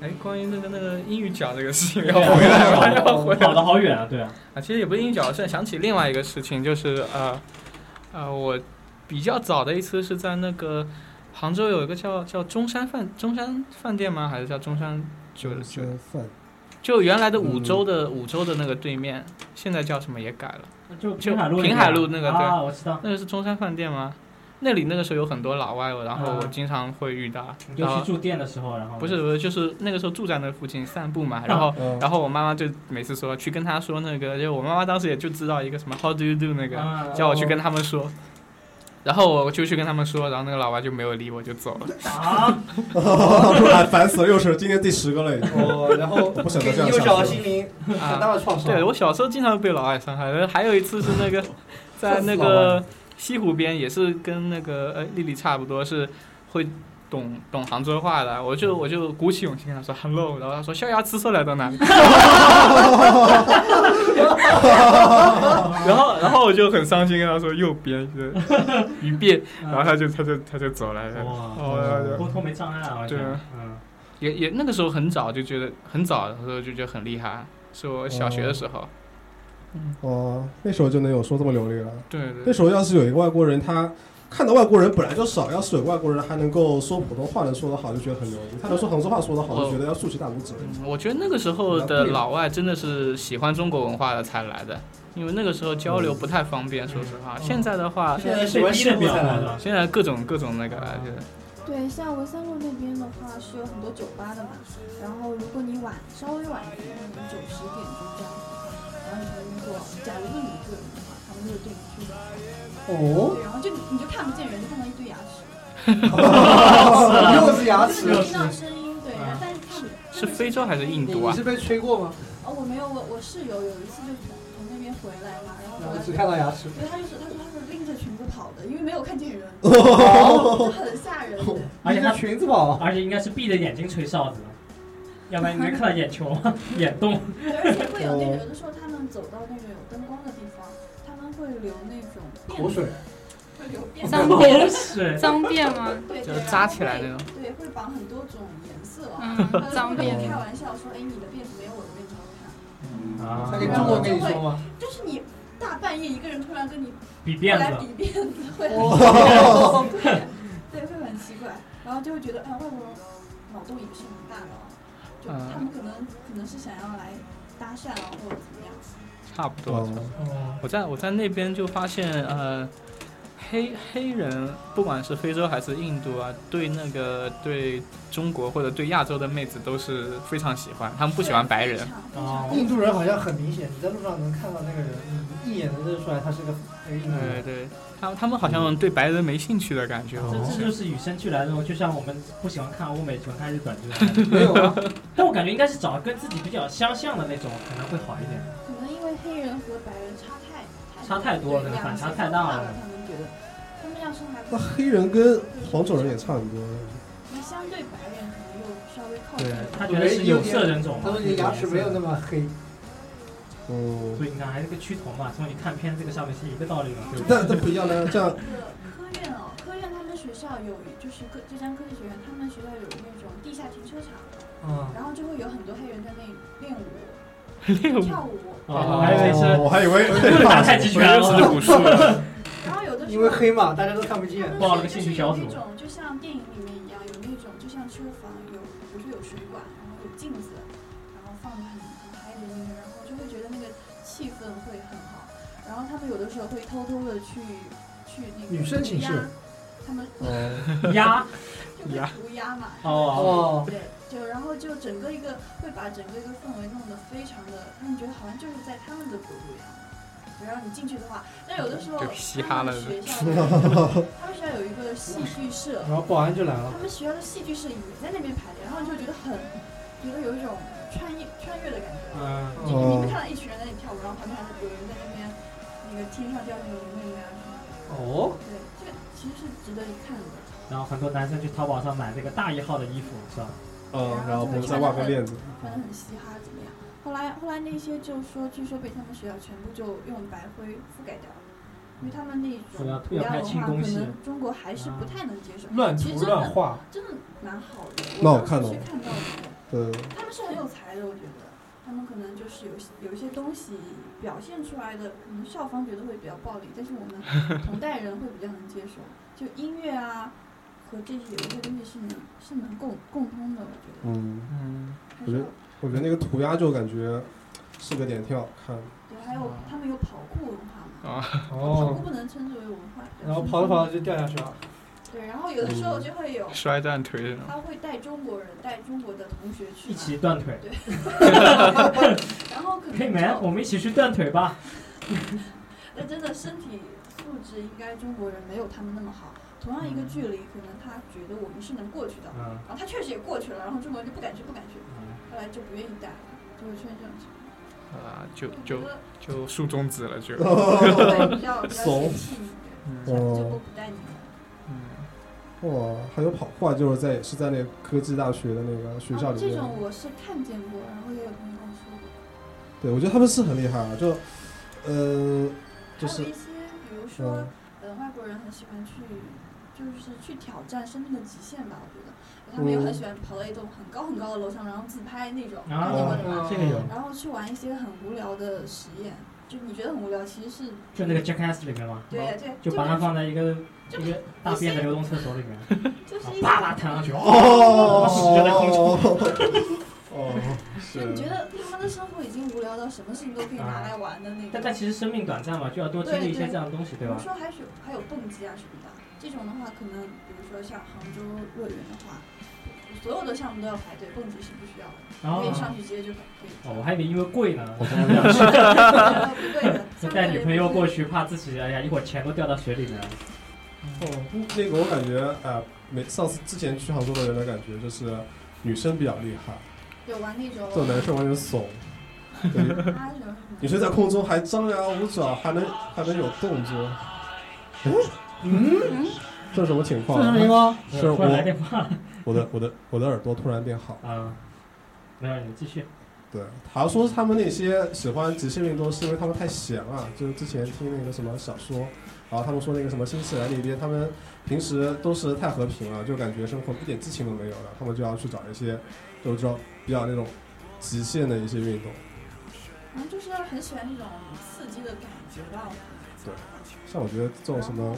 S3: 哎，关于那个那个英语角这个事情要回来吗？要 <laughs> 回来
S1: 跑得好远啊，对啊，
S3: 啊，其实也不是硬角，是想起另外一个事情，就是呃，呃，我比较早的一次是在那个杭州有一个叫叫中山饭中山饭店吗？还是叫中山酒酒？
S2: 吃饭，
S3: 就原来的五洲的、五洲的那个对面，现在叫什么也改了，
S1: 就平海路那边啊，
S3: 平海路那个对
S1: 啊，我知道，
S3: 那个是中山饭店吗？那里那个时候有很多老外，然后我
S1: 啊
S3: 经常会遇到，
S1: 你就
S3: 然后
S1: 去住店的时候，然后
S3: 不是不是，就是那个时候住在那附近散步嘛，然后
S2: 嗯，
S3: 然后我妈妈就每次说去跟她说那个，就我妈妈当时也就知道一个什么 How do you do 那个，
S1: 啊
S3: 叫我去跟他们说，然后我就去跟他们说，然后那个老外就没有理我就走
S1: <laughs>
S3: 了。
S1: 啊，
S2: 哎，烦死了，又是今天第十个了已经。
S4: 哦，然后
S2: <laughs> 我不想再
S4: 给
S2: 这
S4: 你幼
S2: 样下
S4: 小的
S2: 去了
S4: 心灵很大
S3: 啊，
S4: 的创伤。
S3: 对我小时候经常被老外伤害，还有一次是那个在那个西湖边，也是跟那个呃丽丽差不多是会。懂懂杭州话的，我就我就鼓起勇气跟她说 hello，然后她说小牙吃出来到哪里？ <laughs> 然后然后我就很伤心跟她说右边就是一遍，然后他就他就他就走了，
S1: 哇，
S3: 哦，
S1: 沟通没障碍啊，好像
S3: 对啊
S1: 嗯，
S3: 也也那个时候很早就觉得很早的时候就觉得很厉害，是我小学的时候，
S2: 哦，那时候就能有说这么流利了。
S3: 对
S2: 那
S3: 对
S2: 时候要是有一个外国人，他看到外国人本来就少，要是有外国人还能够说普通话能说得好，就觉得很牛逼；他能说杭州话说得好，就觉得要竖起大拇指。
S3: 嗯我觉得那个时候的老外真的是喜欢中国文化的才来的，因为那个时候交流不太方便，说实话。现在的话，
S4: 现在喜
S1: 最
S4: 欢
S1: 低
S4: 西
S1: 的
S4: 部
S1: 表
S4: 才
S1: 达
S4: 来
S1: 的
S4: 的，
S3: 现在各种各种那个了，就是
S6: 对，像文山路那边的话是有很多酒吧的嘛，然后如果你晚稍微晚一点，可能九十点钟这样子的话，然后你如果假如是你一个人的话，他们就会对你说，
S4: 哦，
S6: 对，然后就你就看不见人，就看到一堆牙齿，
S4: 哦 <laughs> 又是牙齿
S6: 就，是听到声音，对，然后但是看不
S3: 啊是非洲还是印
S4: 你
S3: 度
S4: 你
S3: 啊
S4: 是？被吹过吗？
S6: 哦，我没有，我我室友有一次就是从那边回来嘛，然后
S4: 然后
S6: 回来
S4: 只看到牙齿。
S6: 对，他就是他说他是拎着裙子跑的，因为没有看见人，
S4: 哦，
S6: 就很吓人。
S1: 而且
S4: 你的
S1: 他
S4: 裙子跑，
S1: 而且应该是闭着眼睛吹哨子，要不然你能看到眼球吗？眼动。
S6: 对而且会有
S4: 哦
S6: 那种，有的时候他们走到那个有灯光的地方，他们会流那种便
S4: 口水，
S6: 会流便
S5: 脏辫，<laughs>
S4: <laughs>
S6: 便
S1: 是，
S5: 脏辫吗？
S6: 对，
S3: 就
S6: 对
S3: 是扎起来那。
S6: 然后
S3: 种
S6: 会对，会绑很多种颜色。
S5: 嗯
S6: 他，就
S5: 脏
S6: 会
S5: 辫
S6: 跟我开玩笑说：“哎，你的辫子没有我的辫子好看。
S1: 啊
S4: 他跟中国跟你说吗？”
S6: 就是你大半夜一个人突然跟你
S1: 比
S6: 过
S1: 辫
S6: 来
S1: 子。
S6: 比辫
S3: <laughs>
S6: 子，会很
S4: 哦，
S6: 对，对，会很奇怪，然后就会觉得，啊，外国人脑洞也不是很大的哦，就
S3: 嗯
S6: 他们可能可能是想要来搭讪啊，或者怎么样。
S3: 差不多。
S4: 嗯
S2: 哦，
S3: 我在我在那边就发现，呃，黑黑人不管是非洲还是印度啊，对那个对中国或者对亚洲的妹子都是非常喜欢，他们不喜欢白人
S6: 非。常。
S1: 哦
S6: 非
S4: 印度人好像很明显，你在路上能看到那个人，你一眼能认出来他是个那个印度
S3: 对
S4: 人。。
S3: 对，他他们好像对白人没兴趣的感觉。哦
S1: 这 <laughs>
S3: 我
S1: 这就是与生俱来的那种，就像我们不喜欢看欧美，喜欢看日本，就是
S4: 没有啊，
S1: <laughs> 但我感觉应该是找跟自己比较相像的那种，可能会好一点。
S6: 常可能因为黑人和白人差太
S1: 差太多了
S6: 对
S1: 反差
S6: 两
S1: 太
S6: 极分
S1: 大
S6: 化
S1: 了
S6: 了，他们觉得他们要是还
S2: 那黑人跟黄种人也差很多。
S6: 那相对白人可能又稍微靠近
S2: 对
S6: 一
S1: 他觉
S6: 点。
S1: 得是有色人种嘛，
S4: 他说你的牙齿没有那
S1: 么。
S4: 么黑，
S2: 嗯，
S1: 所以你看，还是个趋同嘛，从你看片这个上面是一个道理嘛，对不对？
S2: 但但不一样呢，这样
S6: 科院哦，科院他们学校有，就是科浙江科技学院，他们学校有那种地下停车场，
S1: 嗯
S4: <laughs> 啊，
S6: 然后就会有很多黑人在那里练舞、
S3: 练舞，
S6: 跳舞，
S1: 哦，还有一
S2: 哦
S1: 次
S2: <laughs> 我还以 <laughs> 为
S1: 打太极
S4: <laughs>
S1: 拳哦
S3: 认识
S1: 了。
S3: 的武术了。
S6: 然后有的时
S4: 因
S6: 候
S4: 为黑嘛，大家都看不见。
S1: 报了个兴趣小组
S6: 就是有那种就像电影里面一样，有那种就像书房有，比如说有水管，然后有镜子，然后放着很很嗨的音乐，然后就会觉得那个气氛会很好。然后他们有的时候会偷偷的去去那个
S4: 女生寝室
S6: 涂鸦，他们
S3: 嗯
S2: 哦，
S1: 鸭
S6: <laughs> 就会
S3: 呀
S6: 涂鸦嘛。
S1: 哦，
S4: 哦，
S6: 对，就然后就整个一个会把整个一个氛围弄得非常的，让你觉得好像就是在他们的国度一样。只要你进去的话，但有的时候
S3: 就嘻哈
S6: 他
S3: 了
S6: 们学校有，他们学校有一个戏剧社，
S4: 然后保安就来
S6: 他
S4: 了。
S6: 们学校的戏剧社也在那边排练，然后你就觉得很，觉得有一种穿越穿越的感觉。
S1: 嗯，
S6: 你
S4: 哦，
S6: 你
S2: 哦
S6: 们看到一群人在那里跳舞，然后旁边还有人在那边那个天上掉那个铃铃啊什么的，
S4: 哦，
S6: 对，这个其实是值得一看的。
S1: 然后很多男生去淘宝上买这个大一号的衣服，是吧？
S2: 嗯，然后不是再挂个链子，
S6: 穿的很嘻哈怎么样？后来后来那些就说，据说被他们学校全部就用白灰覆盖掉了，因为他们那
S1: 说要
S6: 种涂
S1: 要
S6: 鸦
S1: 拍
S6: 文
S1: 清
S6: 化
S1: 宫
S6: 可
S1: 戏
S6: 能中国还是不太能接受，
S4: 乱
S6: 其
S4: 涂
S6: 实真
S4: 乱
S6: 的
S4: 画，
S6: 真的蛮好的。
S2: 那
S6: 我
S2: 我
S6: 当
S2: 看了
S6: 时去看到的。
S2: 嗯，
S6: 他们是很有才的，我觉得他们可能就是有有一些东西表现出来的，可能校方觉得会比较暴力，但是我们同代人会比较能接受。就音乐啊和这些有一些东西是能是能共共通的，我觉得
S2: 嗯，
S3: 嗯，
S6: 还是有
S2: 我觉得那个涂鸦就感觉是个点，挺好看的。
S6: 对，还有他们有跑酷文化嘛，跑
S4: 啊哦
S6: 酷，不能称之为文化，
S4: 然后跑着跑着就掉下去了。
S6: 对，然后有的时候就会有
S3: 摔断腿
S4: 嗯
S3: 了。
S6: 他会带中国人带中国的同学去
S1: 一
S6: 嘛，
S1: 起断腿，
S6: <laughs> 然后可能
S1: 黑妹，
S6: 就
S1: 啊我们一起去断腿吧。
S6: 那真的身体素质应该中国人没有他们那么好。同样
S2: 嗯
S6: 一个距离，可能他觉得我们是能过去的，
S1: 嗯，
S6: 然后他确实也过去了，然后中国人就不敢去，不敢去，
S2: 嗯
S6: 后来就不愿意带了，就会出现这种情况。
S3: 啊，就
S6: 我觉
S3: 就
S6: 得
S3: 就竖中指了，就。
S6: 对比较比较
S2: 怂
S6: 嫌弃你，
S3: 嗯
S6: 下次就不不带你了。
S3: 嗯，
S2: 哇，还有跑酷啊，就是在也是在那个科技大学的那个
S3: 嗯
S2: 学校
S6: 然后
S2: 里
S6: 哦这
S2: 面。
S6: 种我是看见过，然后也有朋友跟我说过，
S2: 对，我觉得他们是很厉害啊，就，呃，就
S6: 还
S2: 是
S6: 有一些比如说。
S2: 嗯，
S6: 呃，外国人很喜欢去，就是去挑战生命的极限吧，我觉得。他们又
S2: 嗯
S6: 很喜欢跑到一栋很高很高的楼上，然后自拍那种，看见过的吧
S1: 啊，这个有，
S6: 然后去玩一些很无聊的实验，就你觉得很无聊，其实是
S1: 就那个 Jackass 里面嘛，
S6: 对对，
S1: 就把它放在一个一个大便的流动厕所里面，
S6: 就
S1: 然
S6: 是
S1: 后
S6: 一
S1: 啪啪
S6: 种
S1: 弹上去，
S2: 哦，
S1: 就在空中。
S2: <laughs> 哦，是
S6: 就你觉得他们的生活已经无聊到什么事情都可以拿来玩的那
S1: 但
S6: 种
S1: 但。其实生命短暂嘛，就要多经历一些这样的东西，
S6: 比
S1: 对
S6: 如
S1: 吧？
S6: 说还是有还有蹦极啊什么的，这种的话可能，比如说像杭州乐园的话，所有的项目都要排队，蹦极是不需要的，
S1: 然后
S6: 可以上去直接就可以。
S1: 哦，我还以为因为贵呢，
S6: 不对的，
S1: 就带女朋友过去，怕自己哎呀一会儿钱都掉到水里面了。
S2: 哦，那个我感觉啊，每上次之前去杭州的人的感觉就是女生比较厉害，
S6: 有玩那种
S2: 这种男生完全怂。对
S6: 啊什么
S2: 女生在空中还张牙舞爪，还能还能有动作，
S5: 嗯，
S2: 这是什么情
S4: 这是什么情
S2: 况？
S4: 况？
S2: 哦是
S1: 呃突然来
S2: 我
S1: 电话了
S2: 我的我的我的耳朵突然变好。
S1: 啊，没有，你继续。
S2: 对，好像说他们那些喜欢极限运动是因为他们太闲了，就是之前听那个什么小说，然后他们说那个什么新西兰那边，他们平时都是太和平了，就感觉生活一点激情都没有了，他们就要去找一些，就知道比较那种极限的一些运动。
S6: 然后就是很喜欢那种刺激的感觉吧。
S2: 像我觉得这种什么，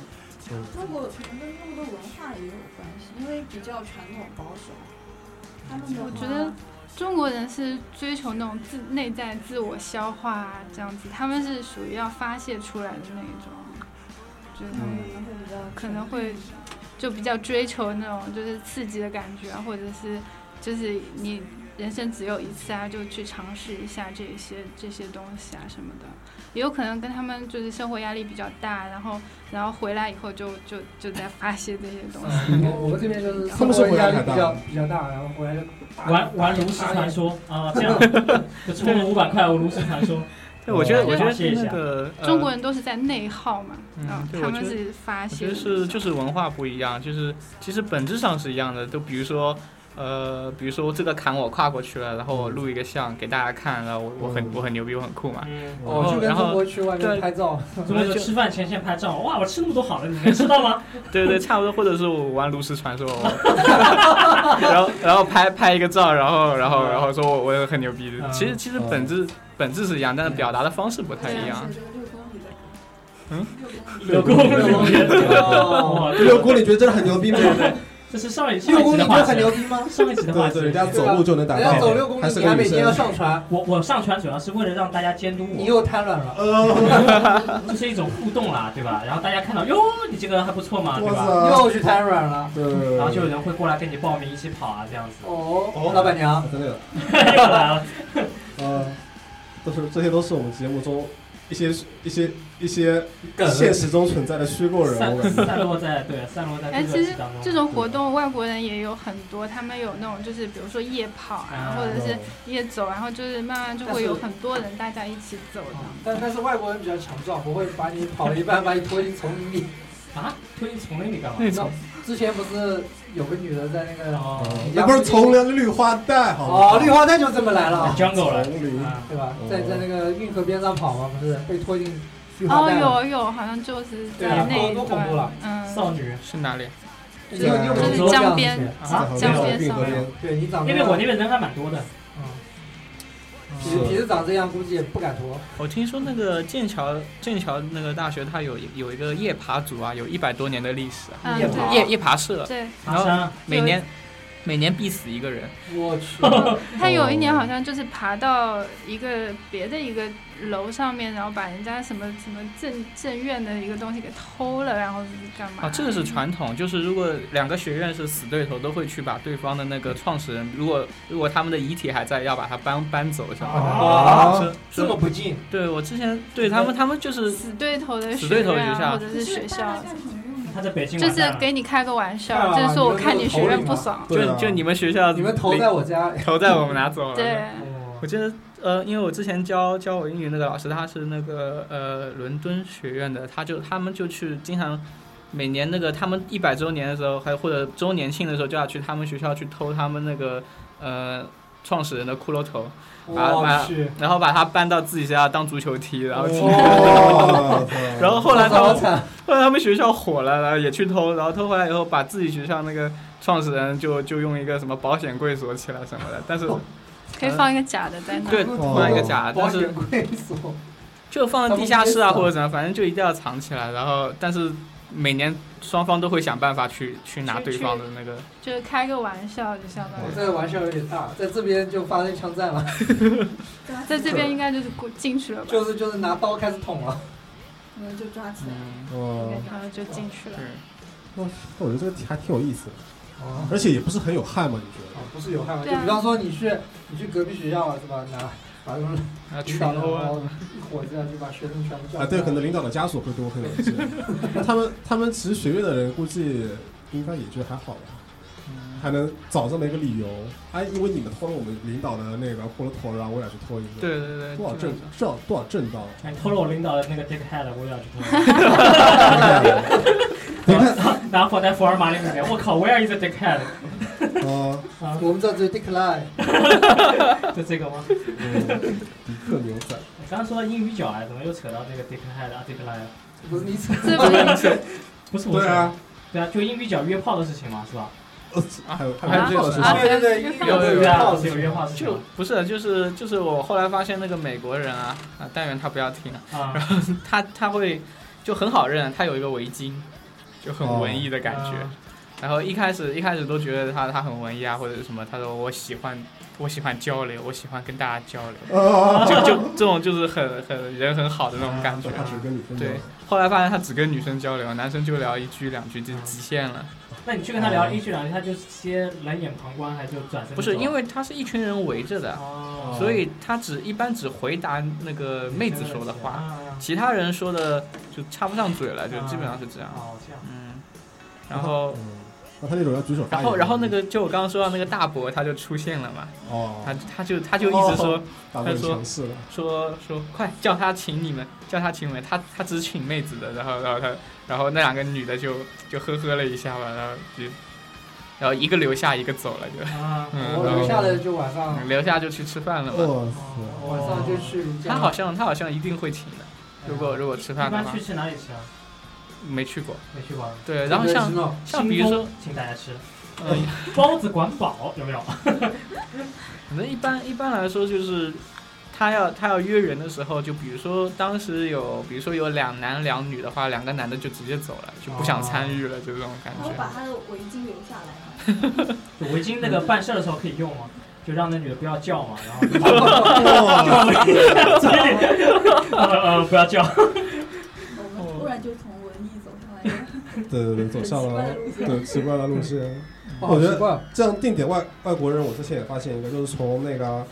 S2: 嗯，
S6: 中国可能跟中国的文化也有关系，因为比较传统保守，他们的
S5: 我
S6: 话
S5: 觉得中国人是追求那种自内在自我消化啊，这样子，他们是属于要发泄出来的那一种，觉得
S3: 嗯
S5: 他们
S4: 嗯
S6: 可能会
S5: 可能会
S6: 比较
S5: 就比较追求那种就是刺激的感觉啊，或者是就是你人生只有一次啊，就去尝试一下这一些这些东西啊什么的，也有可能跟他们就是生活压力比较大，然后然后回来以后就就就在发泄这些东西。
S3: 嗯
S4: 我我们这边就是
S2: 他们是
S4: 生活
S2: 回来
S4: 压力
S2: 太
S4: 比
S2: 大
S4: 较
S2: 了
S4: 比较大，然后回来就打
S1: 玩玩炉石传说啊，这样就充了五百块，我炉石传说。
S3: 对，我觉得
S1: 嗯
S3: 我觉得
S1: 谢谢
S3: 那个呃
S5: 中国人都是在内耗嘛，
S3: 嗯
S5: 啊
S3: 对
S5: 他
S3: 我
S5: 们
S3: 觉得
S5: 是发
S3: 我
S5: 泄的
S3: 觉得
S5: 那种，
S3: 是就是文化不一样，就是其实本质上是一样的。都比如说，呃，比如说这个坎我跨过去了，然后我录一个像给大家看，然后我我很我很牛逼，我很酷嘛。
S1: 嗯，
S2: 然后
S4: 哦，就跟
S3: 然后
S4: 中国去外面
S3: 对
S4: 拍照，
S1: 中国人吃饭前先拍照，哇，我吃那么多好的，你能吃到吗？
S3: 对对，差不多。或者是我玩炉石传说，我然后然后拍拍一个照，然后然后然后说我我很牛逼
S1: 嗯。
S3: 其实其实本质本质是一样，但是表达的方式不太一样。
S6: 这个六公里
S3: 嗯，
S6: 的，六
S1: 有公
S6: 公里
S1: 里
S2: 六公里
S4: 哦
S1: 哇，这
S2: <laughs> 六
S1: 个
S2: 公里觉得真的很牛逼吗？
S1: 这是上一上
S4: 六
S1: 一
S4: 公
S1: 集
S4: 里
S1: 的
S4: 就
S1: 话
S4: 很
S1: 题
S4: 牛，逼吗？
S1: 上一集的话
S2: 对
S1: 题
S2: 对，。人家走路就能达
S4: 人
S2: 到，
S4: 家走六公里，
S2: 还是
S4: 你
S2: 个
S4: 还
S2: 女
S4: 每天要
S2: 生。
S4: 上传，
S1: 我我上传主要是为了让大家监督
S4: 你
S1: 我，
S4: 又瘫软了。
S2: 呃，
S1: 这是一种互动啦，对吧？然后大家看到哟，你这个人还不错嘛，对
S2: 我
S1: 吧？
S2: 操，
S4: 又去瘫软了。
S2: 对，
S1: 然后就有人会过来跟你报名一起跑啊，这样子。
S4: 哦
S2: 哦，
S4: 老板娘，
S2: 真的有。
S1: 又来了，
S2: 呃，都是这些都是我们节目中一些一些一些
S4: 梗
S2: 现实中存在的虚构人物
S1: 散
S2: 感觉。
S1: 散落在对散落在
S5: 哎，
S1: 这
S5: 其
S1: 个
S5: 实
S1: 当中。
S5: 这种活动外国人也有很多，他们有那种就是比如说夜跑啊
S1: 啊，
S5: 或者是夜走，然后就是慢慢就会有很多人大家一起走的。
S4: 但但是外国人比较强壮，不会把你跑了一半把你拖进丛林里。
S1: 啊，推进丛林里干嘛？
S3: 那种
S4: 之前不是有个女的在那个
S1: 哦
S2: 嗯那不是丛林绿化带好吗？
S4: 哦，绿化带就这么来了，
S1: ，jungle 了
S2: 丛林
S1: 啊，
S4: 对吧
S2: 哦？
S4: 在在那个运河边上跑嘛，不是被拖进绿化
S5: 哦，
S4: 带了？
S5: 有有，好像就是
S4: 对
S5: 在
S4: 啊
S5: 那一
S4: 多恐怖
S5: 段
S4: 了，
S1: 少
S5: 嗯，
S1: 女
S3: 是哪里？
S4: 你有你有没有
S5: 就是
S4: 做过这样
S5: 江
S4: 的事
S5: 边
S4: 情？
S1: 啊，
S5: 江
S2: 边
S5: 边
S2: 并
S5: 上
S2: 河边，
S4: 对你长
S1: 因
S4: 这
S1: 为我
S4: 样
S1: 那，边人还蛮多的。
S4: 嗯
S2: 是
S4: 你平时长这样估计也不敢拖。
S3: 我听说那个剑桥剑桥那个大学，它有有一个夜爬组啊，有一百多年的历史啊，
S5: 嗯，
S4: 夜跑
S5: 对
S3: 夜夜爬社。
S5: 对，
S2: 啊
S1: 爬山，
S3: 每年每年必死一个人，
S4: 我去，
S5: 他有一年好像就是爬到一个别的一个楼上面，然后把人家什么什么政政院的一个东西给偷了，然后是干嘛？
S3: 啊，这个是传统，就是如果两个学院是死对头，都会去把对方的那个创始人，如果如果他们的遗体还在，要把它搬搬走什么
S4: 啊
S3: 的。
S4: <laughs> 这么不近，
S3: 对我之前对他们，他们就是
S5: 死对头的学
S3: 死对头
S5: 院
S3: 学
S5: 啊
S3: 校
S5: 或者是学校，
S6: 干什么用
S1: 他
S6: 的？
S1: 在北京
S5: 就
S1: 完
S5: 是
S1: 蛋了
S5: 给你开个玩笑，
S4: 啊
S5: 就是说
S4: 你
S5: 我
S4: 们
S5: 看
S4: 这个
S5: 你
S4: 头
S5: 学
S4: 里
S5: 院不
S4: 嘛
S5: 爽，
S2: 对
S3: 就
S2: 啊
S3: 就你们学校
S4: 你们头在我家，
S3: 投在我们拿走了。
S5: 对，
S3: 我记得，呃，因为我之前教教我英语那个老师，他是那个呃伦敦学院的，他就他们就去经常每年那个他们一百周年的时候，还有或者周年庆的时候，就要去他们学校去偷他们那个呃创始人的骷髅头，
S4: <laughs>
S3: <laughs>
S4: 我去，
S3: 然后把它搬到自己家当足球踢，然后踢。
S2: 哦，
S4: <laughs>
S3: 然后后来他
S4: 好
S3: 们
S4: 惨，
S3: 后来他们学校火了，然后也去偷，然后偷回来以后，把自己学校那个创始人就就用一个什么保险柜锁起来什么的，但是
S5: 可以放一个假的在那。
S3: 对
S2: 哦
S3: 放一个假，
S4: 保
S3: 但是
S4: 险柜锁。
S3: 就放在地下室啊，或者怎样，反正就一定要藏起来。然后，但是每年双方都会想办法去去拿对方的那个。
S5: 就是开个玩笑，就相当
S4: 我
S5: 于
S4: 这个玩笑有点大，在这边就发生枪战了，
S5: 在这边应该就是过进去了吧，
S4: 就是就是拿刀开始捅了。
S6: 我们就抓起来。
S3: 嗯，
S2: 哦，
S5: 然后就进去了
S3: 对。。
S2: 我觉得这个题还挺有意思的，
S4: 哦，
S2: 而且也不是很有害嘛，你觉
S4: 不是有害吗？就
S5: 对啊
S4: 嗯比方说你去你去隔壁学校了是吧？拿把他们
S3: 啊，
S4: 领
S3: 群
S4: 导的
S3: 殴
S4: 然后
S3: 啊，
S4: 一伙子啊就把学生全部叫
S2: 啊，对，
S4: 出来
S2: 可能领导的家属会多很点是。那他们他们其实学院的人估计应该也觉得还好吧，
S4: 嗯
S2: 还能找这么一个理由，哎，因为你们偷了我们领导的那个骷髅头，然后我也去偷一个，，
S3: 对对对，
S2: 多少
S3: 这
S2: 正
S3: 种
S2: 正多少正当，
S1: 哎，偷了我领导的那个 dick head，我也要去偷。
S2: <laughs> 你看
S1: 然后放在福尔马林里面，我靠，Where is the dick head？
S2: 啊，
S1: 啊，
S4: 我们这只 decline，
S1: 就这个吗？
S2: 嗯迪克牛仔，
S1: 你刚刚说到英语角哎，怎么又扯到这个 dick head 啊 dick line？了
S4: 不是你扯，
S5: 这不是
S1: 不是我
S2: 对
S1: 扯的
S2: 啊，，
S1: 对啊，就英语角约炮的事情嘛，是吧？
S2: 还有还
S3: 还
S2: 有
S3: 有这个
S2: 这个事
S5: 啊
S2: 情，
S4: 对对对，
S5: 有
S4: 一个
S3: 有有
S1: 对
S4: 约
S1: 啊
S4: 炮，是
S1: 有约炮的事情
S3: 就
S1: 嘛
S3: 不是，就是就是我后来发现那个美国人啊啊，但愿他不要听啊， <laughs>
S1: 啊，
S3: 他他会就很好认，他有一个围巾，就很文艺的感觉。
S1: 啊
S3: 然后一开始一开始都觉得他他很文艺啊，或者什么，他说我喜欢我喜欢交流，我喜欢跟大家交流，<laughs>
S2: 啊，
S3: 就就这种就是很很人很好的那种感觉。
S2: 他只跟你分享
S3: 对，后来发现他只跟女生交流，男生就聊一句两句就极限了。
S1: 那你去跟他聊一句两句，他就直接冷眼旁观，还是转身
S3: 不是因
S1: 为
S3: 为他是一群人围着的，
S1: 哦，
S3: 所以他只一般只回答那个妹子说的话，
S1: 啊
S3: 其他人说的就插不上嘴了，就基本上是这样。
S1: 哦，这样
S3: 嗯，然后
S2: 嗯，那他那种要举手发
S3: 然
S2: 言，
S3: 后然后那个就我刚刚说到那个大伯他就出现了嘛，
S2: 哦，
S3: 他他就他就一直说
S2: 大卫尝试了，
S3: 说说快叫他请你们，叫他请你们，他他只请妹子的，然后然后他然后那两个女的就就呵呵了一下吧，然后就然后一个留下一个走了就， <laughs>
S1: 啊，
S3: 嗯，
S4: 我
S3: 然
S4: 留
S3: 后
S4: 下来就晚上，
S3: 留下就去吃饭了嘛。
S2: 哇塞，
S1: 哦
S4: 晚上就去人家
S3: 他好像他好像一定会请的，如果如果吃
S1: 一
S3: 饭的
S1: 般
S3: 话
S1: 去吃哪里吃啊？
S3: 没去过，
S1: 没去过。啊
S3: 对，然后
S4: 真
S3: 像
S4: 的是那
S3: 像比如说
S1: 清风请大家吃
S3: 呃。
S1: 包子管饱，有没有？
S3: 反正一般一般来说就是，他要他要约人的时候，就比如说当时有，比如说有两男两女的话，两个男的就直接走了，就不
S1: 哦
S3: 想参与了，就这种感
S6: 然后把
S3: 觉。
S6: 他的围巾留下来，
S1: 就围巾那个办事的时候可以用吗？就让那女的不要叫嘛，然后就
S3: <laughs>
S2: 哇，
S1: <laughs> 呃呃不要
S3: <laughs>
S1: 叫，
S6: 我们突然就从文艺走上来一个
S2: 对对对，走
S6: 很奇
S2: 上
S6: 怪
S2: 了
S6: 的路线。
S2: 对奇怪的路线。
S4: 不好
S2: 我觉得
S4: 习惯，
S2: 这样定点外外国人，我之前也发现一个，就是从那个，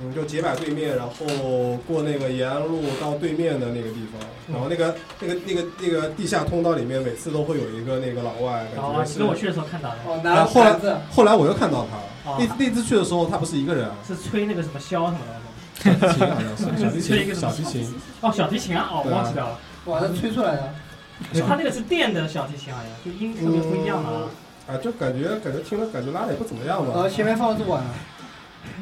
S2: 嗯，就杰百对面，然后过那个延安路到对面的那个地方，然后那个那个那个那个地下通道里面，每次都会有一个那个老外，
S1: 然后
S2: 感觉
S1: 你跟我
S2: 是。
S1: 去的时候看到的，
S4: 哦，
S2: 然
S4: 拿
S2: 后后来
S4: 篮子，
S2: 后来我又看到他，
S1: 哦
S2: 那那次去的时候他不是一个人啊，
S1: 是吹那个什么箫什么的。
S2: 小提琴好
S1: <laughs>
S2: 像是小提琴，小提
S6: <laughs>
S2: 琴，
S1: 哦，小提琴啊，哦，
S2: 对啊
S1: 忘记掉了，
S4: 哇，他吹出来的，
S2: 小
S1: 他那个是电的小提琴，好像就音特别不一样啊。呃
S2: 啊，就感觉感觉听了感觉拉的也不怎么样
S4: 然
S2: 吧
S4: 后，前面放的是碗，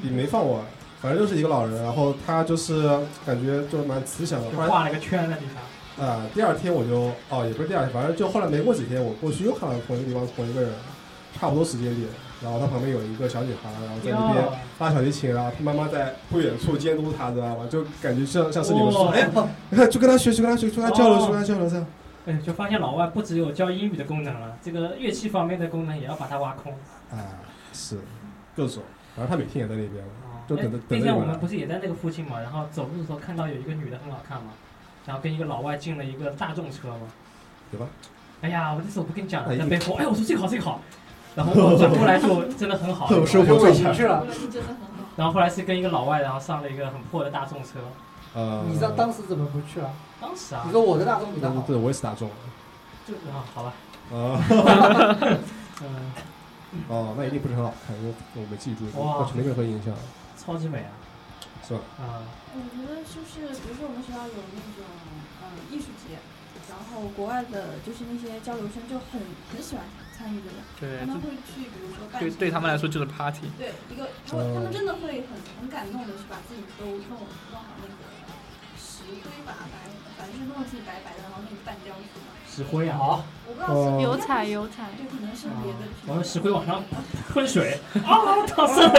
S2: 也没放我，反正就是一个老人，然后他就是感觉就蛮慈祥的，
S3: 嗯
S1: 就
S2: 后来
S1: 画了个圈在地上。
S2: 啊，第二天我就哦，也不是第二天，反正就后来没过几天，我过去又看到同一个地方同一个人，差不多时间点，然后他旁边有一个小女孩，然后在那边
S1: 哟
S2: 拉小提琴，然后他妈妈在不远处监督她，知道吧？就感觉像像是流
S1: 哦
S2: 说，哎，你看，就跟他学，就跟他学，就跟他交流，就跟他交流这样。
S1: 对，就发现老外不只有教英语的功能了，这个乐器方面的功能也要把它挖空。
S2: 啊，是各种，反正他每天也在那边，
S1: 哦
S2: 就等着
S1: 哎
S2: 等着
S1: 那
S2: 你
S1: 天我
S2: 们来
S1: 们不是也在那个附近嘛，然后走路的时候看到有一个女的很好看嘛，然后跟一个老外进了一个大众车嘛。
S2: 有吧？
S1: 哎呀，我那时候不跟你讲了，
S2: 哎。
S1: 在背后，哎，我说这个好，这个好。然后我转过来就真的很好
S2: <laughs> 生
S4: 就
S2: 活
S4: 尾
S2: 状
S4: 行
S2: 态。
S4: 去了。
S6: 文艺真的很好。
S1: 然后后来是跟一个老外，然后上了一个很破的大众车。
S2: 呃，
S4: 你知道当时怎么不去啊？
S1: 当时啊
S4: 你，说我的大众比他好，
S2: 对，我也是大众。
S1: 就啊，好吧，
S2: 啊
S1: 嗯，
S2: <laughs> 哦，那一定不是很好看，因为我没记住，
S1: 哇
S2: 我肯定没会印象，
S1: 超级美啊，
S2: 是吧？
S1: 啊，
S6: 我觉得就是，比如说我们学校有那种嗯艺术节，然后国外的就是那些交流生就很很喜欢参与这个，
S3: 对，
S6: 他们会去比如说办
S3: 对
S6: 什么
S3: 对他们来说就是 party。
S6: 对一个他们他们真的会很很感动的去把自己都弄弄好那个石灰吧白，反正是弄得自己白白的，然后那个半雕塑嘛。
S1: 石灰啊，
S4: 好，
S6: 我不知道是
S5: 油彩油彩，
S6: 对，可能是别的品牌。
S1: 我用石灰往上喷水，啊，淌色了，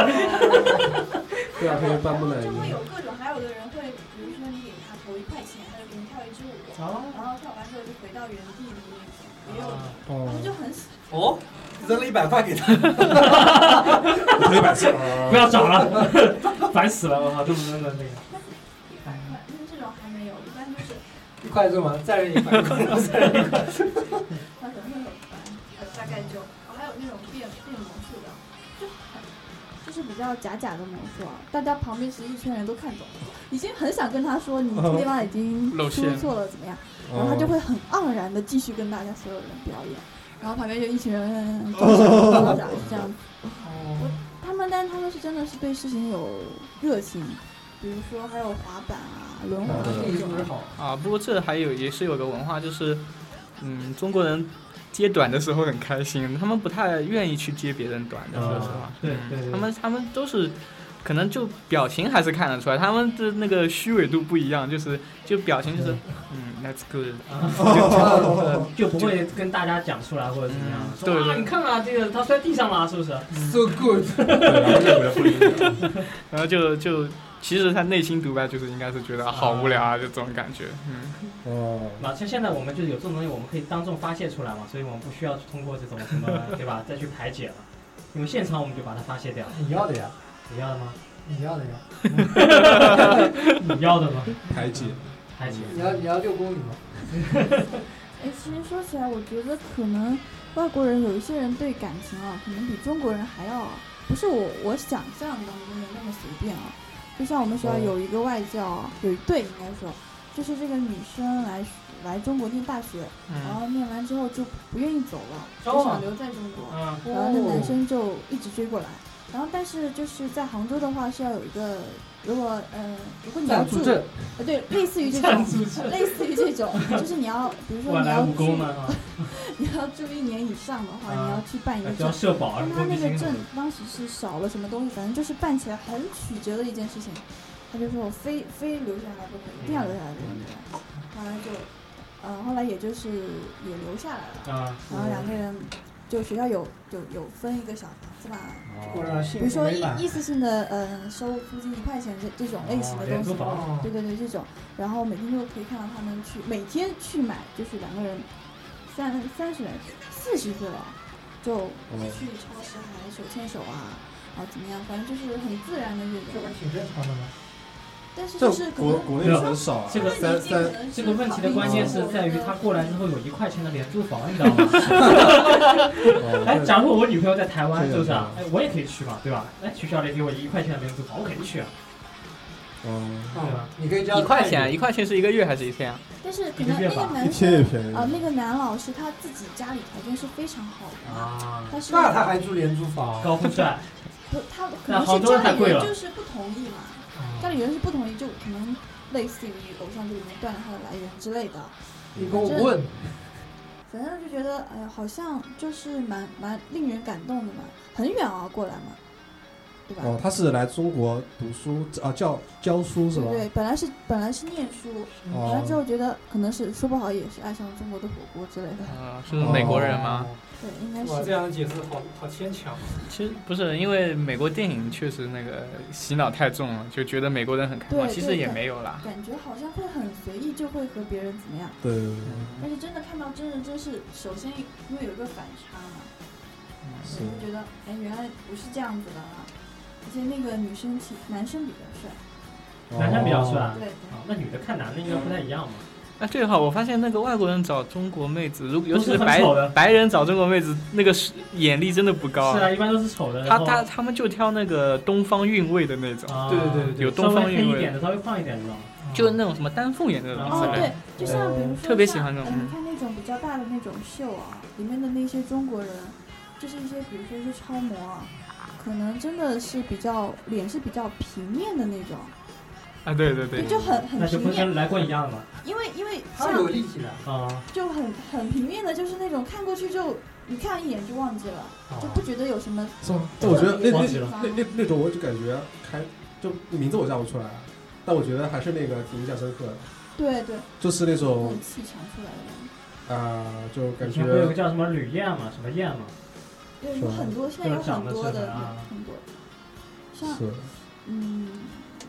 S2: 对啊，他们办
S6: 然
S2: 不
S6: 后
S2: 来
S6: 就
S2: 一
S6: 会
S2: 样
S6: 有各种，还有的人会，比如说你给他投一块钱，他就给你跳一支舞，
S1: 啊，
S6: 然后跳完之后就回到原地的那种，也有的。他
S2: 哦
S6: 们，就很喜
S4: 哦，扔了一百块给他，
S2: 可以百事。
S1: 不要找了，烦死了，我靠，这么真的那个，
S6: 欢，但是这种还没有，一般都是
S4: 一块扔完再扔一块，再扔一块。
S6: 换成那种班，呃，大概就，哦，还有那种变变魔术的，就很，就是比比较假假的魔术，啊，大家旁边其实一圈人都看懂了，已经很想跟他说你这个地方已经
S3: 露
S6: 出
S3: 馅了
S6: 错了怎么样，然后他就
S2: 哦，
S6: 会很盎然的继续跟大家所有人表演，然后旁边就一群人就是这样这样
S3: 哦，
S6: 他们，但他们是真的是对事情有热情，比如说还有滑板啊、轮滑
S2: 嗯
S6: 这
S1: 是
S6: 种
S1: 不。是好？
S3: 啊，不过这还有也是有个文化，就是，嗯，中国人接短的时候很开心，他们不太愿意去接别人短的，说实话
S1: 啊。对
S3: 嗯
S1: 对对
S3: 他们他们都是，可能就表情还是看得出来，他们的那个虚伪度不一样，就是就表情就是，嗯，That's good，
S1: 啊就不会跟大家讲出来或者怎么样
S3: 嗯。
S1: 说
S3: 对
S1: 啊，
S3: 对
S1: 你看啊，这个他摔地上了啊，是不是？
S4: So good，
S2: 对然后日本人不理你，
S3: 然后就就其实他内心独白就是应该是觉得啊好无聊啊，就这种感觉，嗯，
S2: 哦，
S1: 那像现在我们就是有这种东西，我们可以当众发泄出来嘛，所以我们不需要通过这种什么， <laughs> 对吧，再去排解了。因为现场我们就把它发泄掉，
S4: 你要的呀，
S1: 你要的吗？
S4: 你要的呀，
S1: 你要的吗？
S2: 排挤，
S1: 排解。
S4: 你要你要六公里吗？
S6: 哎，其实说起来，我觉得可能外国人有一些人对感情啊，可能比中国人还要不是我我想象当中的那么随便啊。就像我们学校
S2: 哦
S6: 有一个外教啊，有一对应该说，就是这个女生来来中国念大学，然
S3: 嗯
S6: 后念完之后就不愿意走了，
S1: 哦
S6: 就想留在中国。
S1: <laughs> 嗯，
S6: 然后那
S4: 哦
S6: 男生就一直追过来。然后，但是就是在杭州的话是要有一个，如果呃，如果你要
S4: 暂
S6: 住
S4: 住，证，
S6: 呃，对，类似于这
S1: 站
S6: 种，
S1: 住这，
S6: <laughs> 类似于这种，就是你要，比如说
S1: 我
S6: 你
S1: 来
S6: 要
S1: 武功
S6: 住，
S1: 呢啊，
S6: 你要住一年以上的话，
S1: 啊
S6: 你要去办一个
S1: 只要
S6: 证。
S1: 社保，
S6: 但
S1: 什
S6: 他
S1: 么
S6: 那个
S1: 明
S6: 证当时是少了什么东西，反正就是办起来很曲折的一件事情。他就说我非非留下来不可，一定要留下来，不可以。后来就，呃，后来也就是也留下来了。
S1: 啊，
S6: 然后两个人就学校有有有分一个小房子嘛，
S4: 或者
S6: 比
S4: 幸
S6: 如
S4: 福
S6: 说
S4: 美
S6: 一
S4: 满。
S6: 一次性的呃收租金一块钱这这种类型的东
S1: 租
S6: 西，
S1: 房，
S4: 哦
S6: 对对对这种，然后每天就可以看到他们去每天去买，就是两个人三三十来四十岁了，就
S1: 哦
S6: 去超市还手牵手啊。啊，怎么样？反正就是很自然的这
S4: 这
S6: 种
S4: 不，挺正常的吗？
S6: 但是
S2: 这
S6: 就是可
S2: 国
S6: 能
S2: 国内是很少啊，
S1: 这个
S2: 三三
S1: 这个问题的关键是在于他过来之后有一块钱的廉租房，你知道吗？哎，
S2: 哦，
S1: 假如我女朋友在台湾，
S2: 这
S1: 是
S2: 个
S1: 不是啊？哎，我也可以去嘛，对吧？哎，学校里给我一块钱的廉租房，我肯定去啊，
S2: 嗯，
S1: 对吧？
S4: 你可以这样
S3: 哦一块钱，一块钱是一个月还是一天啊？
S6: 但是可能那个
S2: 一
S6: 男
S2: 天也
S6: 生
S2: 便宜
S6: 啊、，那个男老师他自己家里条件是非常好的，
S1: 啊，
S6: 他是
S4: 那他还住廉租房？
S1: 高富帅，
S6: 不，他可
S1: 那
S6: 能
S1: 杭
S6: 是
S1: 州人
S6: 家
S1: 太
S6: 里
S1: 贵
S6: 人
S1: 了
S6: 就是不同意嘛，家
S4: 啊
S6: 里人是不同意，就可能类似于偶像剧里面断了他的来源之类的。
S4: 你跟我问，
S6: 反正就觉得，哎呀，好像就是蛮蛮令人感动的嘛，很远啊过来嘛，对吧？
S2: 哦，他是来中国读书啊，教教书是
S6: 对
S2: 吧？
S6: 对，本来是本来是念书，完了之
S2: 哦，
S6: 后觉得可能是说不好也是爱上了中国的火锅之类的，
S3: 嗯，是美国人吗？
S4: 哦
S6: 对，应该
S4: <laughs> 哇，这
S6: 是。
S4: 样的解释好好牵强。
S1: 哦
S3: 其实不是，因为美国电影确实那个洗脑太重了，就觉得美国人很开放，
S6: 对
S3: 其实
S6: 对
S3: 也
S6: 对
S3: 没有啦。
S6: 感觉好像会很随意，就会和别人怎么样，
S2: 对对对，
S6: 但是真的看到真人真事，首先因为有一个反差嘛，
S2: 是
S6: 我就觉得，哎，原来不是这样子的啊！而且那个女生挺，男生比较帅，
S1: 男生比较帅，
S6: 对对。
S1: 啊那女的看男的应该不太一样嘛。
S3: 啊，对哈，我发现那个外国人找中国妹子，如果尤其
S1: 都是很
S3: 白
S1: 丑的
S3: 白人找中国妹子，那个是眼力真的不高
S1: 是啊，一般都是丑的。
S3: 哦他
S1: 然后
S3: 他他们就挑那个东方韵味的那种，
S1: 啊
S4: 对对对对
S3: 有
S1: 稍
S3: 东
S1: 微
S3: 方
S1: 黑
S3: 韵
S1: 一
S3: 味
S1: 点
S3: 的，
S1: 的，稍微胖一点的那哦种。
S3: 就那种什么丹凤眼那种
S1: 哦
S3: 之
S6: 哦，
S3: 类
S6: 对
S3: 的。，
S6: 就像比如说像，
S3: 特别喜欢那种
S6: 呃
S3: 嗯
S6: 你看那种比较大的那种秀啊，里面的那些中国人，就是一些比如说一些超模啊，可能真的是比较脸是比较平面的那种，
S3: 啊，对对对
S6: 就很很
S1: 嗯那就
S6: 平
S1: 不是
S6: 面，
S1: 跟来过一样的嘛。
S6: 因为因为
S4: 他有
S6: 像
S4: 力气的，
S1: 啊，
S6: 就很很平面的，就是那种看过去就你看一眼就忘记了，就
S4: 啊
S6: 不觉得有什么
S2: 是吗？但我觉得那
S1: 忘记了
S2: 那那那那种，我就感觉开就名字我叫不出来，但我觉得还是那个挺印象深刻的，
S6: 对对，
S2: 就是
S1: 哦
S2: 那
S6: 那
S2: 种
S6: 种气场出来的感觉。
S2: 啊，就感
S1: 以前不是有个
S2: 觉
S1: 叫什么吕燕嘛，什么燕嘛？
S6: 对，
S2: 是
S6: 有
S2: 吧
S6: 很多，现在有很多的，有很多，像
S2: 啊是
S6: 嗯，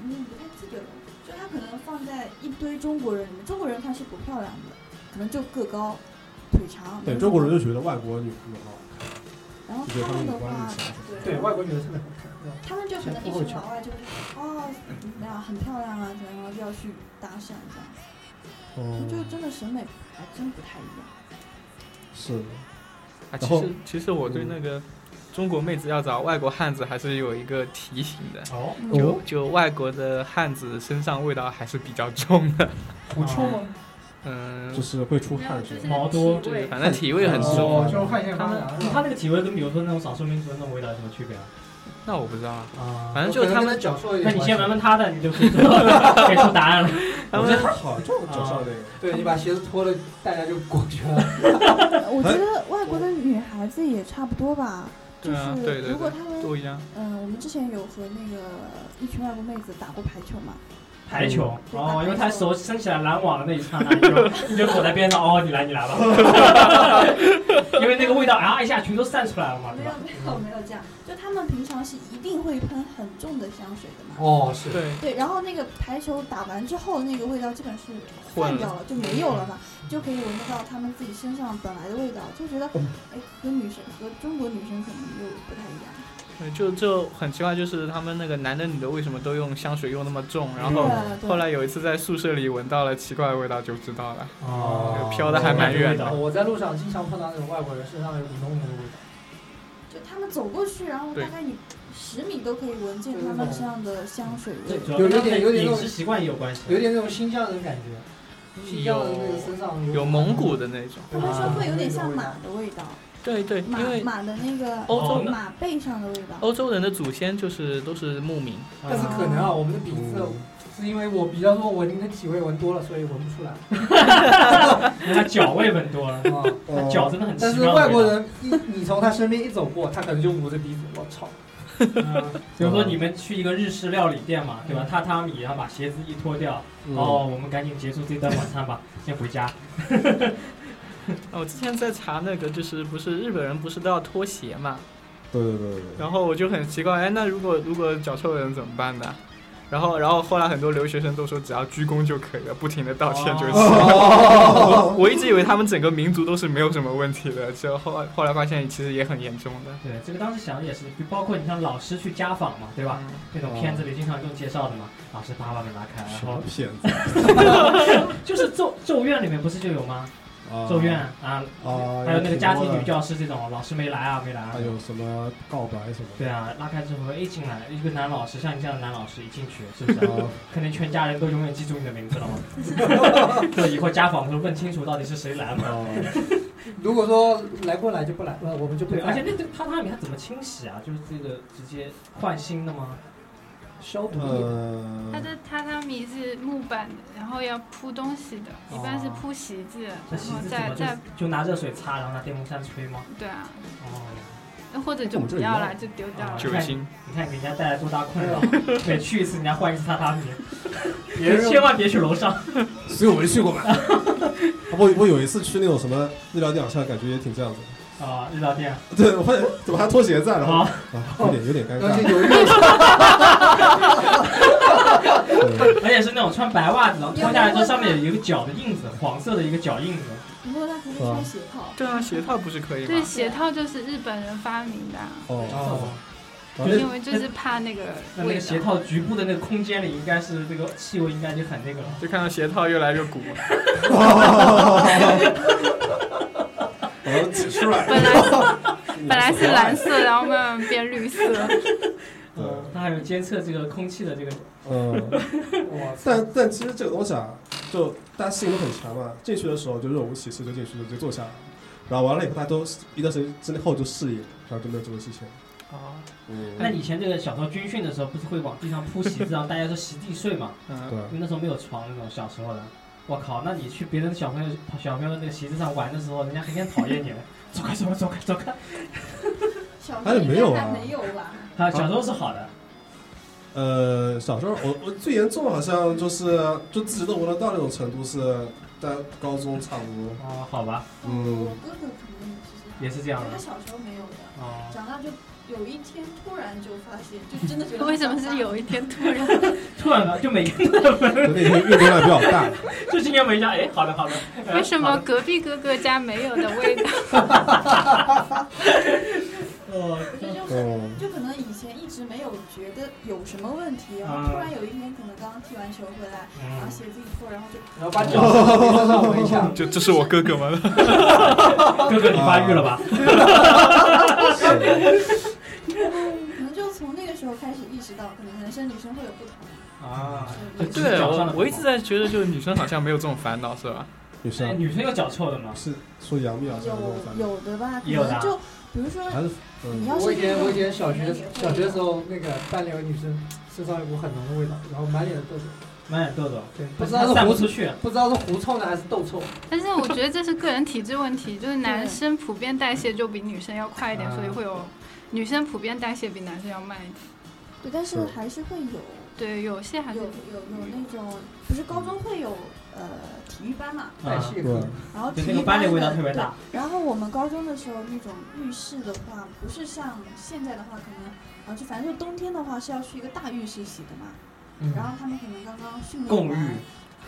S6: 嗯，不太记得了，就他可能放在一堆中国人里面，中国人看是不漂亮的，可能就个高，腿长，
S2: 对中国人就觉得外国女很好，
S6: 然后
S2: 就觉得
S6: 他
S2: 他们
S6: 们
S2: 五
S6: 的
S2: 官
S6: 话
S2: 很，强，
S4: 对外国女人特别好看。对吧
S6: 他们就可能一群老外就是哦，怎么样，很漂亮啊，怎么样，然后就要去搭讪这样，他们就
S2: 哦，
S6: 真的审美还真不太一样。
S2: 是的，
S3: 啊，
S2: 然
S3: 其
S1: 嗯
S2: 后
S3: 实其实我对那个中国妹子要找外国汉子还是有一个提醒的，
S2: 哦，
S3: 就就外国的汉子身上味道还是比较重的，
S4: 狐臭吗？
S3: 嗯
S2: 就，是会出
S5: 没有
S2: 汗
S5: 就是是
S1: 吧
S2: 吧？
S1: 毛多
S5: 体味
S3: 反正体味很重。啊
S4: 哦，就汗腺
S1: 他
S4: 发
S1: 们
S4: 达
S1: 他那个体味跟比如说那种少数民族的那种味道有什么区别啊？
S3: 那我不知道，啊，
S1: 啊，
S3: 反正就是他们
S4: 脚受，
S1: 那你先闻闻他的，你就可以说给出答案了。 <laughs>
S3: 他
S2: 我觉得
S3: 们
S2: 还好，就脚上那个，
S4: 对你把鞋子脱了，大家就过去
S3: <laughs>
S4: 了。
S7: 我觉
S2: 哎
S7: 得外国的女孩子也差不多吧，就
S3: 对啊，对
S7: 是
S3: 对
S7: 如果
S3: 对，
S7: 她们
S3: 都一样。
S7: 嗯，我们之前有和那个一群外国妹子打过排球嘛，
S1: 排球
S7: 嗯
S1: 哦，因为他手伸起来拦网的那一刹
S4: <laughs>
S1: 那，你就你就躲在边上，哦，你来你来吧，
S4: <laughs>
S1: 因为那个味道啊一下全都散出来了嘛，对
S6: 没有
S1: 吧？
S6: 没有没有这样，
S7: 就她们平常是一定会喷很重的香水的嘛。
S4: 哦，是，
S3: 对，
S7: 对，然后那个排球打完之后，那个味道基本是
S3: 混
S7: 散
S3: 了
S7: 掉了，就没有了嘛，就可以闻得到她们自己身上本来的味道，就觉得
S3: 嗯
S7: 哎，和女生和中国女生可能又不太一样。
S3: 对就就很奇怪，就是他们那个男的女的为什么都用香水用那么重？然后
S7: 对对
S3: 嗯后来有一次在宿舍里闻到了奇怪的味道，就知道了。
S4: 哦
S3: 飘得还蛮远
S1: 的
S4: 我在路上经常碰到那种外国人身上有股浓浓的味道，
S7: 就他们走过去，然后
S3: 对
S7: 大概你十米都可以闻见他们身上的香水
S1: 这
S7: 味。
S1: 主要跟
S4: 有一
S1: 他们
S4: 点有一点
S1: 饮食习惯也有关系。
S4: 有点那种新疆人感觉，新疆人那个身上啊
S3: 有蒙古的那种，
S7: 他们说会有点像马的味道，
S3: 对对，
S7: 马
S3: 因为
S7: 马的那个
S3: 欧
S1: 洲那
S7: 马背上的味道。
S3: 欧洲人的祖先就是都是牧民，
S4: 但是可能啊，我们的鼻
S1: 嗯
S4: 子
S2: 嗯
S4: 是因为我比较说我您的体味闻多了，所以闻
S1: <laughs>
S4: 不出来。
S1: 那他脚味闻多了，
S4: 啊
S1: 他脚真的很奇
S4: 但
S1: 妙。
S4: 是外国，人一你从他身边一走过，他可能就捂着鼻子，我操！
S1: 比如
S4: 嗯
S1: 说你们去一个日式料理店嘛，对吧？榻榻米，然后把鞋子一脱掉，
S2: 嗯
S4: 嗯
S1: 哦，我们赶紧结束这顿晚餐吧，先回家。
S3: 啊，我之前在查那个，就是不是日本人不是都要脱鞋嘛？
S2: 对对对对对，
S3: 然后我就很奇怪，哎，那如果如果脚臭的人怎么办呢？然后然后后来很多留学生都说只要鞠躬就可以了，不停的道歉就行。 <laughs> 我我一直以为他们整个民族都是没有什么问题的，就后来后来发现其实也很严重的。
S1: 对，这个当时想的也是，就包括你像老师去家访嘛，对吧？
S3: 嗯
S1: 那种片子
S4: 哦
S1: 里经常用介绍的嘛，老师把把门拉开，然
S2: 什
S1: 后
S2: 么骗子
S1: 就是咒咒怨里面不是就有吗？
S2: 啊？
S1: 咒怨啊，
S2: 啊，
S1: 还有那个家庭女
S2: 教，
S1: 教师这种，老师没来啊，没来啊
S2: 还。有什么告白什么
S1: 对啊，拉开之后一进来，一个男老师，像你这样的男老师一进去，是不 <laughs> 是
S2: 的，
S1: 啊？
S2: 啊
S1: 可能全家人都永远记住你的名字 <laughs> 了嘛。就以后家访的时候问清楚到底是谁来嘛。
S2: 啊，
S7: 嗯
S4: 如果说来过来就不来，呃，我们就不
S1: 对，而且
S4: 来。
S1: 那个榻榻米它怎么清洗啊？就是这个直接换新的吗？
S4: 消毒液，
S2: 呃
S5: 它，的榻榻米是木板的，然后要铺东西的，一般是
S1: 哦
S5: 铺席子，
S1: 这
S5: 然
S1: 洗
S5: 后
S1: 子怎
S5: 再
S1: 么就
S5: 再
S1: 就拿热水擦，然后拿电风扇吹吗？
S5: 对啊，
S1: 哦。
S5: 那或者就
S2: 跟我们
S5: 不
S2: 这儿一
S5: 要
S2: 样
S5: 了，就丢掉
S1: 啊
S5: 了。
S3: 酒精，
S1: 你看给人家带来多大
S4: <laughs>
S1: 困扰，每去一次人家换一次榻榻米，
S4: 别人
S1: 千万别去楼上。
S2: 所以我没去过嘛。我我有一次去那种什么日料店，好像感觉也挺这样子。
S1: 啊，日料店
S2: 对，我发现怎么还脱鞋在，然后
S1: 啊，
S2: 啊，有点有点尴
S4: 而且
S2: 尬。
S4: 有一个
S2: 对
S1: 而且是那种穿白袜子，然后脱下来之后上面有一个脚的印子，黄色的一个脚印子。
S7: 你说她可以穿鞋套，
S3: 对啊，鞋套不是可以
S5: 对，
S3: 吗？
S5: 鞋套就是日本人发明的啊，
S1: <laughs>
S2: 哦，
S1: 哦，
S2: 然后
S1: 对
S2: 那
S5: 因为就是怕那个
S1: 那那
S5: 味
S1: 个鞋
S5: 道。
S1: 套局部的那个空间里，应该是这个气味应该就很那个了。
S3: 就看到鞋套越来越鼓。
S2: 然后挤出来，
S5: 本来
S2: 呃
S5: 本来是蓝色，然后慢慢变绿色。
S2: 对
S1: 嗯，它还有监测这个空气的这个，
S2: 嗯。
S4: 我操，
S2: <laughs> 但但其实这个东西啊，就大家适应力很强嘛。进去的时候就若无其事就进去就就坐下了，然后完了以后大家都一段时间之后就适应，然后就没有这个事情。
S1: 啊
S3: 哦，
S1: 那
S2: 嗯，
S1: 以前这个小时候军训的时候，不是会往地上铺席子，让大家都席地睡嘛？
S3: 嗯，
S2: 对，
S1: 因为那时候没有床那种小时候的。我靠，那你去别人小朋友小朋友那个席子上玩的时候，人家肯定讨厌你了。走开，走开，走开，走开。
S6: 小时
S2: 哎
S6: 候应
S2: 没有
S6: 该还
S2: 啊
S6: 没有吧？
S1: 啊，小时候是好的，
S2: 呃，小时候我我最严重好像就是就自己都闻得到那种程度是在高中差不多。
S1: 哦，好吧，
S2: 嗯
S6: 我哥哥可能也是这样，
S1: 也是这样的。
S6: 他小时候没有的，
S1: 哦，
S6: 长大就有一天突然就发现，就真的觉
S5: <laughs>
S6: 得
S5: 为什么是有一天突然？
S1: 突然的就每个人都在
S2: 就
S1: 分，
S2: 那天运动量比较大，
S1: 就今天没家，哎，好的好的。呃
S5: 为什么
S1: 好的
S5: 隔壁哥哥家没有的味道？
S1: 呃，
S6: 我觉得就是
S2: 嗯，
S6: 就可能以前一直没有觉得有什么问题，然
S1: 嗯
S6: 后突然有一天可能刚踢完球回来，然后
S1: 嗯，
S6: 鞋子一脱，然后就
S4: 然后把脚身上闻一下，
S3: 就这是我哥哥吗？
S1: 哥哥你发育了吧？
S2: 是
S8: 生女生会有不同。
S1: 啊，
S8: 对
S1: 就是
S3: <laughs> 对，
S1: 脚上的
S3: 我
S1: 不
S3: 我一直在觉得就是女生好像没有这种烦恼，是吧？
S2: 女
S1: 哎
S2: 生
S1: 女生有脚臭的吗？
S2: 是说杨幂啊什么的反
S6: 有
S2: 正
S6: 有的吧，可
S1: 也有的啊
S6: 能就比如说
S2: 还是
S6: 你
S2: 嗯，
S6: 要
S4: 我
S6: 是
S4: 以前我以前小
S6: 可
S4: 学
S7: 嗯
S6: 能也会
S4: 小学
S6: 有
S4: 的时候，那个班里有女生身上有股很浓的味道，然后满脸的痘痘，
S1: 满眼痘痘，
S4: 对，不
S1: 它
S4: 知道是
S1: 散不
S4: 狐
S1: 出去。
S4: 不知道是狐臭呢还是痘
S1: 啊
S4: 臭。
S5: 但是我觉得这是个人体质问题，就是男生普遍代谢就比女生要快一点，
S1: 啊
S5: 所以会有女生普遍代谢比男生要慢一点。
S6: 对，但是
S2: 是
S6: 还是会有
S5: 对，有些还是
S6: 有有有那种，不是高中会有呃体育班嘛，
S4: 代
S1: 啊，
S4: 谢
S2: 对
S4: 可，
S6: 然后
S1: 就
S6: 体
S1: 那
S6: 育
S1: 个班里
S6: 的
S1: 味道特别大。
S6: 对然后我们高中的时候那种浴室的话，不是像现在的话可能。啊，就反正就冬天的话是要去一个大浴室洗的嘛，
S1: 嗯
S6: 然后他们可能刚刚训练
S1: 共浴
S6: 完，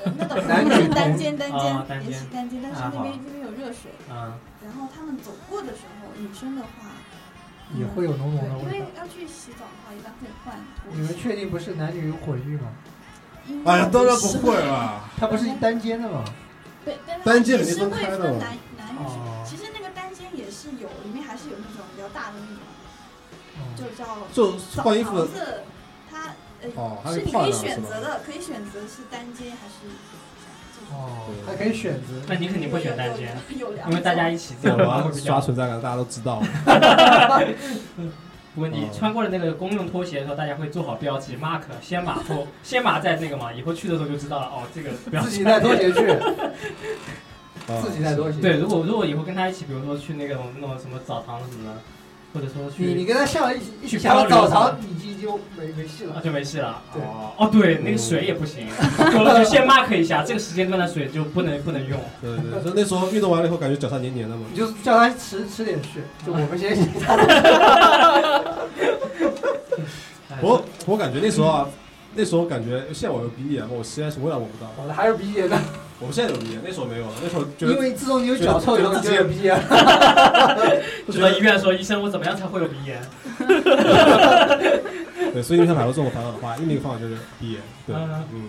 S6: 呃那倒不
S4: 男
S6: 是
S4: 女
S6: 单
S4: 同
S6: 间单
S1: 啊单
S6: 间也
S1: 间
S6: 洗单间，但是
S1: 啊
S6: 那边
S1: 好
S6: 那边有热水，
S1: 啊，
S6: 然后他们走过的时候，女生的话
S4: 也会有浓浓的
S6: 对，因
S4: 味
S6: 为
S4: 道。
S6: 要去洗澡的话，一般会换拖
S4: 你们
S6: 鞋。
S4: 确定不是男女混浴吗？
S6: 因为
S2: 哎呀，当然不会了，
S4: 它不是单间的吗？
S6: 对，但是
S2: 单间
S6: 也
S2: 肯定
S6: 是
S2: 分
S6: 会
S2: 开的
S6: 分
S2: 嘛
S6: 男男女生。
S4: 哦，
S6: 其实那个单间也是有，里面还是有那种比较大的那种，
S4: 哦
S6: 就叫
S2: 就
S6: 澡
S2: 换衣服
S6: 堂子，它呃
S2: 哦，还
S6: 是
S2: 有
S6: 你
S2: 跨
S6: 可以
S2: 栏是
S6: 选择
S2: 吧？
S6: 的，可以选择是单间还是
S4: 哦，还可以选 <laughs> 择。
S1: 那你肯定不选单间，，
S6: 有有两
S1: 因为大家
S6: 种
S1: 一起做
S2: 我
S1: 的话
S2: 要
S1: 会比较
S2: 刷存在感，大家都知道。
S1: 不过你穿过了那个公用拖鞋的时候，大家会做好标记，mark 先码拖， <laughs> 先码在那个嘛，以后去的时候就知道了。哦，这个
S4: <laughs>
S1: 不要
S4: <laughs> 自己带拖鞋去，
S2: 啊
S4: 自己带拖鞋。
S1: 对，，如果如果以后跟他一起，比如说去那个那种什么澡堂什么的，或者说
S4: 你你
S1: 去
S4: 跟他下了一起一起
S1: 去
S4: 下
S1: 漂
S4: 了
S1: 流
S4: 澡堂，你就就没没戏
S1: 啊
S4: 了。
S1: 就没事了。
S4: 对
S1: 哦哦，对，那个水也不 <laughs> 行，就就先 mark 一下，这个时间段的水就不能不能用。
S2: 对对，就那时候运动完了以后，感觉脚上黏黏的嘛
S4: 你。就叫他迟迟点去，就
S1: 啊
S4: 我们先一起
S1: 哎
S2: 我我感觉那时候啊，那时候感觉现在我有鼻炎嘛，我实在是我也闻不到。
S4: 好了，还有鼻炎呢，
S2: 我现在有鼻炎，那时候没有了，啊那时候觉
S4: 因
S2: 得
S4: 为自从你有脚臭以后，你就有鼻炎。
S1: 哎就到医院说，医生，我怎么样才会有鼻炎？
S2: 对，所以你想摆脱这种烦恼的话，另一个方法就是鼻炎。对，
S1: 嗯
S2: 嗯，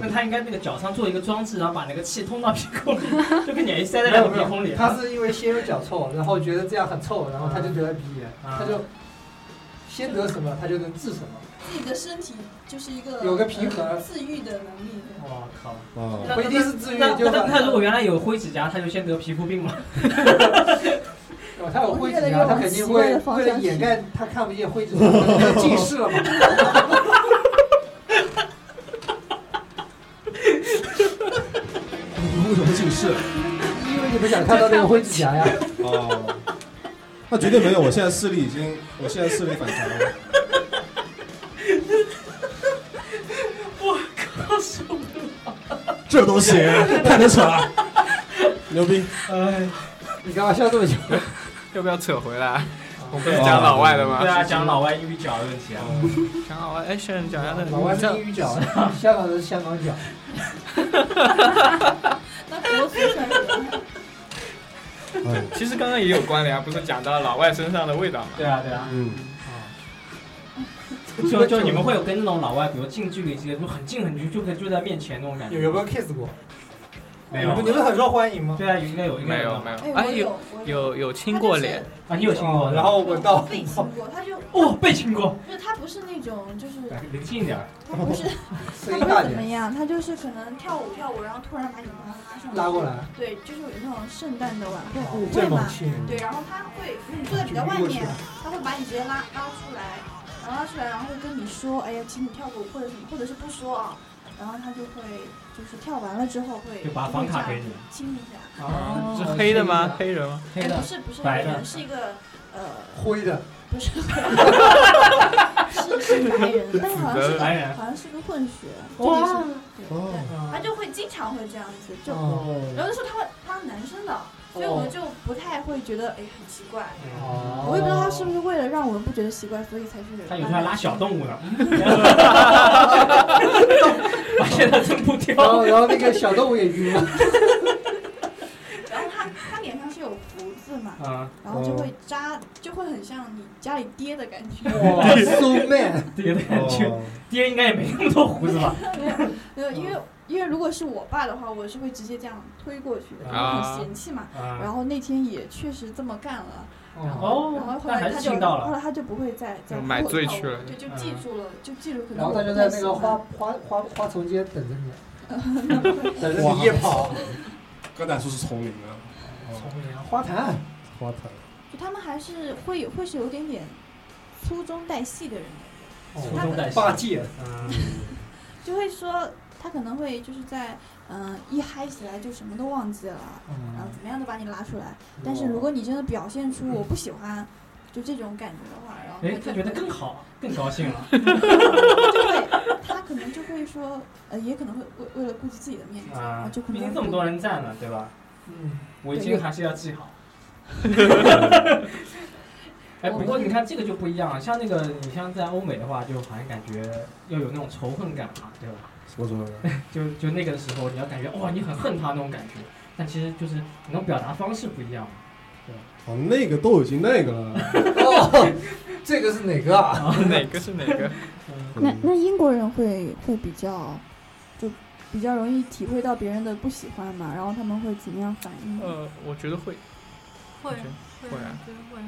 S1: 那他应该那个脚上做一个装置，然后把那个气通到鼻孔里， <laughs> 就跟你塞在
S4: 没
S1: 那
S4: 有
S1: 个
S4: 没
S1: 鼻孔里啊
S4: 有，。他是因为先有脚臭，然后觉得这样很臭，然后他就得了鼻炎，
S1: 啊
S4: 他就先得什么他就能治什么，
S6: 自己的身体就是一个
S4: 有个平衡
S6: 呃自愈的能力。
S1: 我靠！
S2: 啊，
S1: 那
S4: 不一定是治愈
S1: 那
S4: 就
S1: 那
S4: 反
S1: 他如果原来有灰指甲，他就先得皮肤病了。
S4: 哦他有灰指
S6: 越来
S4: 甲，
S6: 越
S4: 他肯定
S6: 往奇怪
S4: 会
S6: 的方
S4: 为
S6: 向
S4: 了掩盖他看不见灰指甲，他就近视了嘛。
S2: 你为什么近视？
S4: 因为你不想看到那个灰指甲呀。
S2: <laughs> 哦，那绝对没有，我现在视力已经，我现在视力反常了。我靠，这都行，太能扯了，牛逼！
S1: 哎，
S4: 你干嘛笑这么久？
S3: 要不要扯回来？ <laughs> 我不
S2: 对
S3: 是讲老外的吗？
S1: 哦对啊，讲老外英语脚的问题啊。
S3: 讲老外，哎，轩讲一下那个
S4: 老外是
S3: 这
S4: 英语角，香港人是香港脚。
S6: 那国足才是
S2: 哎，
S3: 其实刚刚也有关联啊，不是讲到老外身上的味道吗？
S1: 对啊，对啊。
S2: 嗯，
S1: 就就你们会有跟那种老外，比如近距离接触，很近很近，就可以就在面前那种感
S4: 有
S1: 觉。
S4: 有没有 kiss 过？
S1: 没
S4: 你们
S1: 有。
S4: 你们很受欢迎吗？
S1: 对啊，应该有，应该
S3: 没有没
S1: 有。
S3: 有，
S6: <laughs> 哎，
S3: 哎
S6: 我
S3: 有
S6: 有我
S3: 有有亲过脸，
S1: 啊，你有亲过？
S4: 哦然后闻到
S6: 被亲过，他就
S1: 哦，被亲过。
S6: 就他不是那种就是
S1: 离近哎一点。
S6: 他不是
S4: <laughs> 声
S6: 他
S4: 音
S6: 不
S4: 大
S6: 是怎么
S4: 点，
S6: 样，他就是可能跳舞跳舞，然后突然把你拉拉上
S4: 拉过来。啊
S6: 对，就是有那种圣诞的晚会
S4: 哦
S6: 舞
S4: 这
S6: 会
S4: 么
S6: 嘛，
S4: 亲，
S6: 对，然后他会你坐在比较外面，他会把你直接拉拉出来，然后拉出来，然后会跟你说，哎呀，请你跳个舞或者什么，或者是不说啊，然后他就会就是跳完了之后会
S1: 就把房卡给你，
S6: 亲一下，
S5: 哦
S1: 啊，
S3: 是黑的吗？
S4: 哦
S3: 黑人吗？
S1: 黑
S6: 哎，
S1: 的
S6: 不。是不是
S1: 白的
S6: 人，是一个呃
S4: 灰的，
S6: 不是，
S1: <laughs>
S6: 是是白人，但是好像是个
S1: 白人
S6: 好像是个混血，
S1: 哇
S6: 就是
S2: 哦，
S6: 他就会经常会这样子，啊就
S4: 啊哦，
S6: 有的时候他会拉男生的，所以我就不太会觉得哎很奇怪，
S4: 哦
S6: 我也不知道他是不是为了让我们不觉得奇怪，所以才去
S1: 他有时候还拉小动物 <laughs> 呢，发现他挣不
S4: 哦
S1: <laughs>
S4: 然
S1: 掉
S4: 后，然后那个小动物也晕
S6: <laughs>
S4: 了，
S6: 然后他他脸上是有胡子嘛，
S1: 啊，
S6: 然后
S4: 哦
S6: 就会扎，就会很像你家里爹的感觉， <laughs>
S4: 哇，so man，
S1: 爹的感觉，
S2: 哦
S1: 爹应该也没那么多胡子吧？
S6: 没呃有，因
S4: 哦
S6: 为因为如果是我爸的话，我是会直接这样推过去的，因为
S3: 啊
S6: 很嫌弃嘛。
S1: 啊，
S6: 然后那天也确实这么干了，
S1: 然
S4: 哦，
S1: 后
S6: 然后后
S1: 那
S6: 来
S1: 还
S6: 他
S1: 是
S6: 就
S1: 亲到
S6: 后
S1: 了，
S6: 来他就不会再再
S3: 买
S6: 过
S3: 醉
S6: 跳舞
S3: 去了
S6: 对，
S1: 嗯
S6: 就记住了，就记住可能
S4: 然后
S6: 我
S4: 他就
S6: 不
S4: 在
S6: 太
S4: 那
S6: 喜
S4: 个
S6: 欢
S4: 花花花花丛间等着你， <laughs> 等着
S2: 哇
S4: 你夜跑，
S2: 刚才说是丛林啊，
S4: 丛林花坛，
S2: 花坛。
S6: 就他们还是会有会是有点点粗中带细的人的，
S1: 粗中带细
S4: 霸界，
S1: 哦嗯，
S6: 就会说他可能会就是在嗯、呃一嗨起来就什么都忘记了，然后
S4: 嗯，
S6: 怎么样都把你拉出来。
S1: 哦
S6: 但是如果你真的表现出我不喜欢，就这种感觉的话，然后
S1: 哎，
S6: 他
S1: 他
S6: 就
S1: 觉得更好，更高兴了，
S6: 就会他可能就会说，呃，也可能会为为了顾及自己的面子，然后
S1: <laughs> 啊
S6: 就，可
S1: 毕
S6: 能
S1: 竟这么
S6: 不
S1: 多人赞了，对吧？
S4: 嗯，
S1: 围巾还是要系好。哎，
S6: 我
S1: 不过你看这个就不一样了，像那个你像在欧美的话，就好像感觉要有那种仇恨感嘛，对吧？
S2: 什么什么？
S1: 就就那个时候，你要感觉哇，你很恨他那种感觉，但其实就是你能表达方式不一样嘛。
S2: 哦，那个都已经那个了。
S4: 哦， <laughs> 这个是哪个啊？
S3: <laughs> 哪个是哪个？
S1: 嗯，
S6: 那那英国人会会比较，就比较容易体会到别人的不喜欢嘛，然后他们会怎么样反应？
S1: 哦
S3: 呃，我觉得会，
S5: 会
S3: 我觉得
S5: 会
S3: 会啊
S5: 觉得会。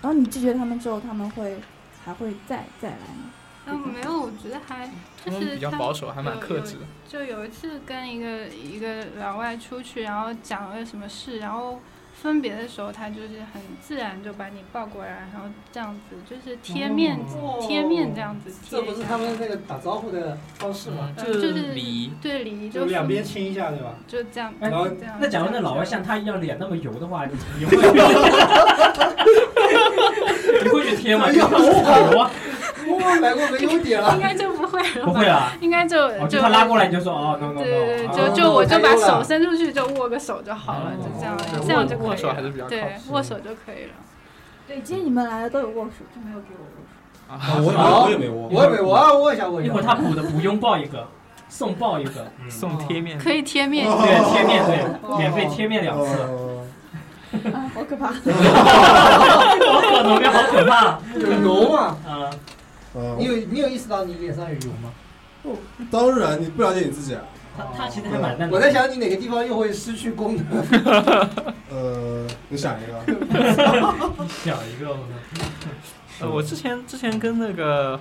S6: 然后你拒绝他们之后，他们会还会再再来吗？
S5: 嗯，没有，我觉得还
S3: 他
S5: 就
S3: 们
S5: 是
S3: 比较
S5: 他
S3: 保守，还蛮
S5: 有
S3: 克
S5: 有
S3: 制的。
S5: 就有一次跟一个一个老外出去，然后讲了什么事，然后分别的时候，他就是很自然就把你抱过来，然后这样子就是贴面、
S1: 哦
S5: 贴面这样子贴
S4: 这不
S5: 一
S4: 是
S5: 下
S4: 他们那个打招呼的方式吗？
S5: 呃
S3: 这
S5: 就是
S3: 礼仪
S5: 对礼仪
S4: 嗯就
S5: 就
S4: 两
S5: 分
S4: 边亲一下，对吧？
S5: 就这样，
S1: 哎
S5: 就这样。
S1: 那假如那老外
S5: 像
S1: 像他一样脸那么油的话，你
S5: <laughs>
S1: 你会你会去贴吗？
S4: 哎呀
S1: 好油啊，
S4: 哦，来过没优点了
S5: 应。该就不会了
S1: 不
S5: 吧？<laughs>
S1: 会啊，
S5: 应该就
S1: 哦，就
S5: 就
S1: 他拉过来你就说哦，no no no，
S5: 对对对，
S1: 啊
S4: 哦
S5: 就就我就把
S4: 太优了
S5: 手伸出去，就握个手就好了，就这样
S4: 哦，
S5: 这样就
S3: 握
S5: 可
S3: 握
S5: 以
S3: 手还是
S5: 了。
S3: 比较靠
S5: 对
S3: 谱。，
S5: 握手就可以了。
S6: 对，今天你们来了都有握手，就没有给我握
S2: 啊，我我也没握，
S4: 我也没，我啊要握一下，握一
S1: 一
S4: 下。
S1: 会儿他补的补佣报一个，送报一个，嗯
S3: 送贴面，
S5: 可以贴面，
S1: 对贴面
S5: 哦
S1: 对，免费贴面两次，
S2: 哦
S6: 手，啊，好可怕！
S4: 哦
S1: 我靠，农 <laughs> 民好可怕啊
S4: 有油吗？
S1: 啊！
S2: 呃
S4: 你有你有意识到你脸上有油吗？
S2: 当然，你不了解你自己啊。
S1: 他他其实还蛮淡的，
S4: 我在想你哪个地方又会失去功能？
S2: 呃，你想一个，
S1: 想一个，我靠
S3: 呃，我之前之前跟那个，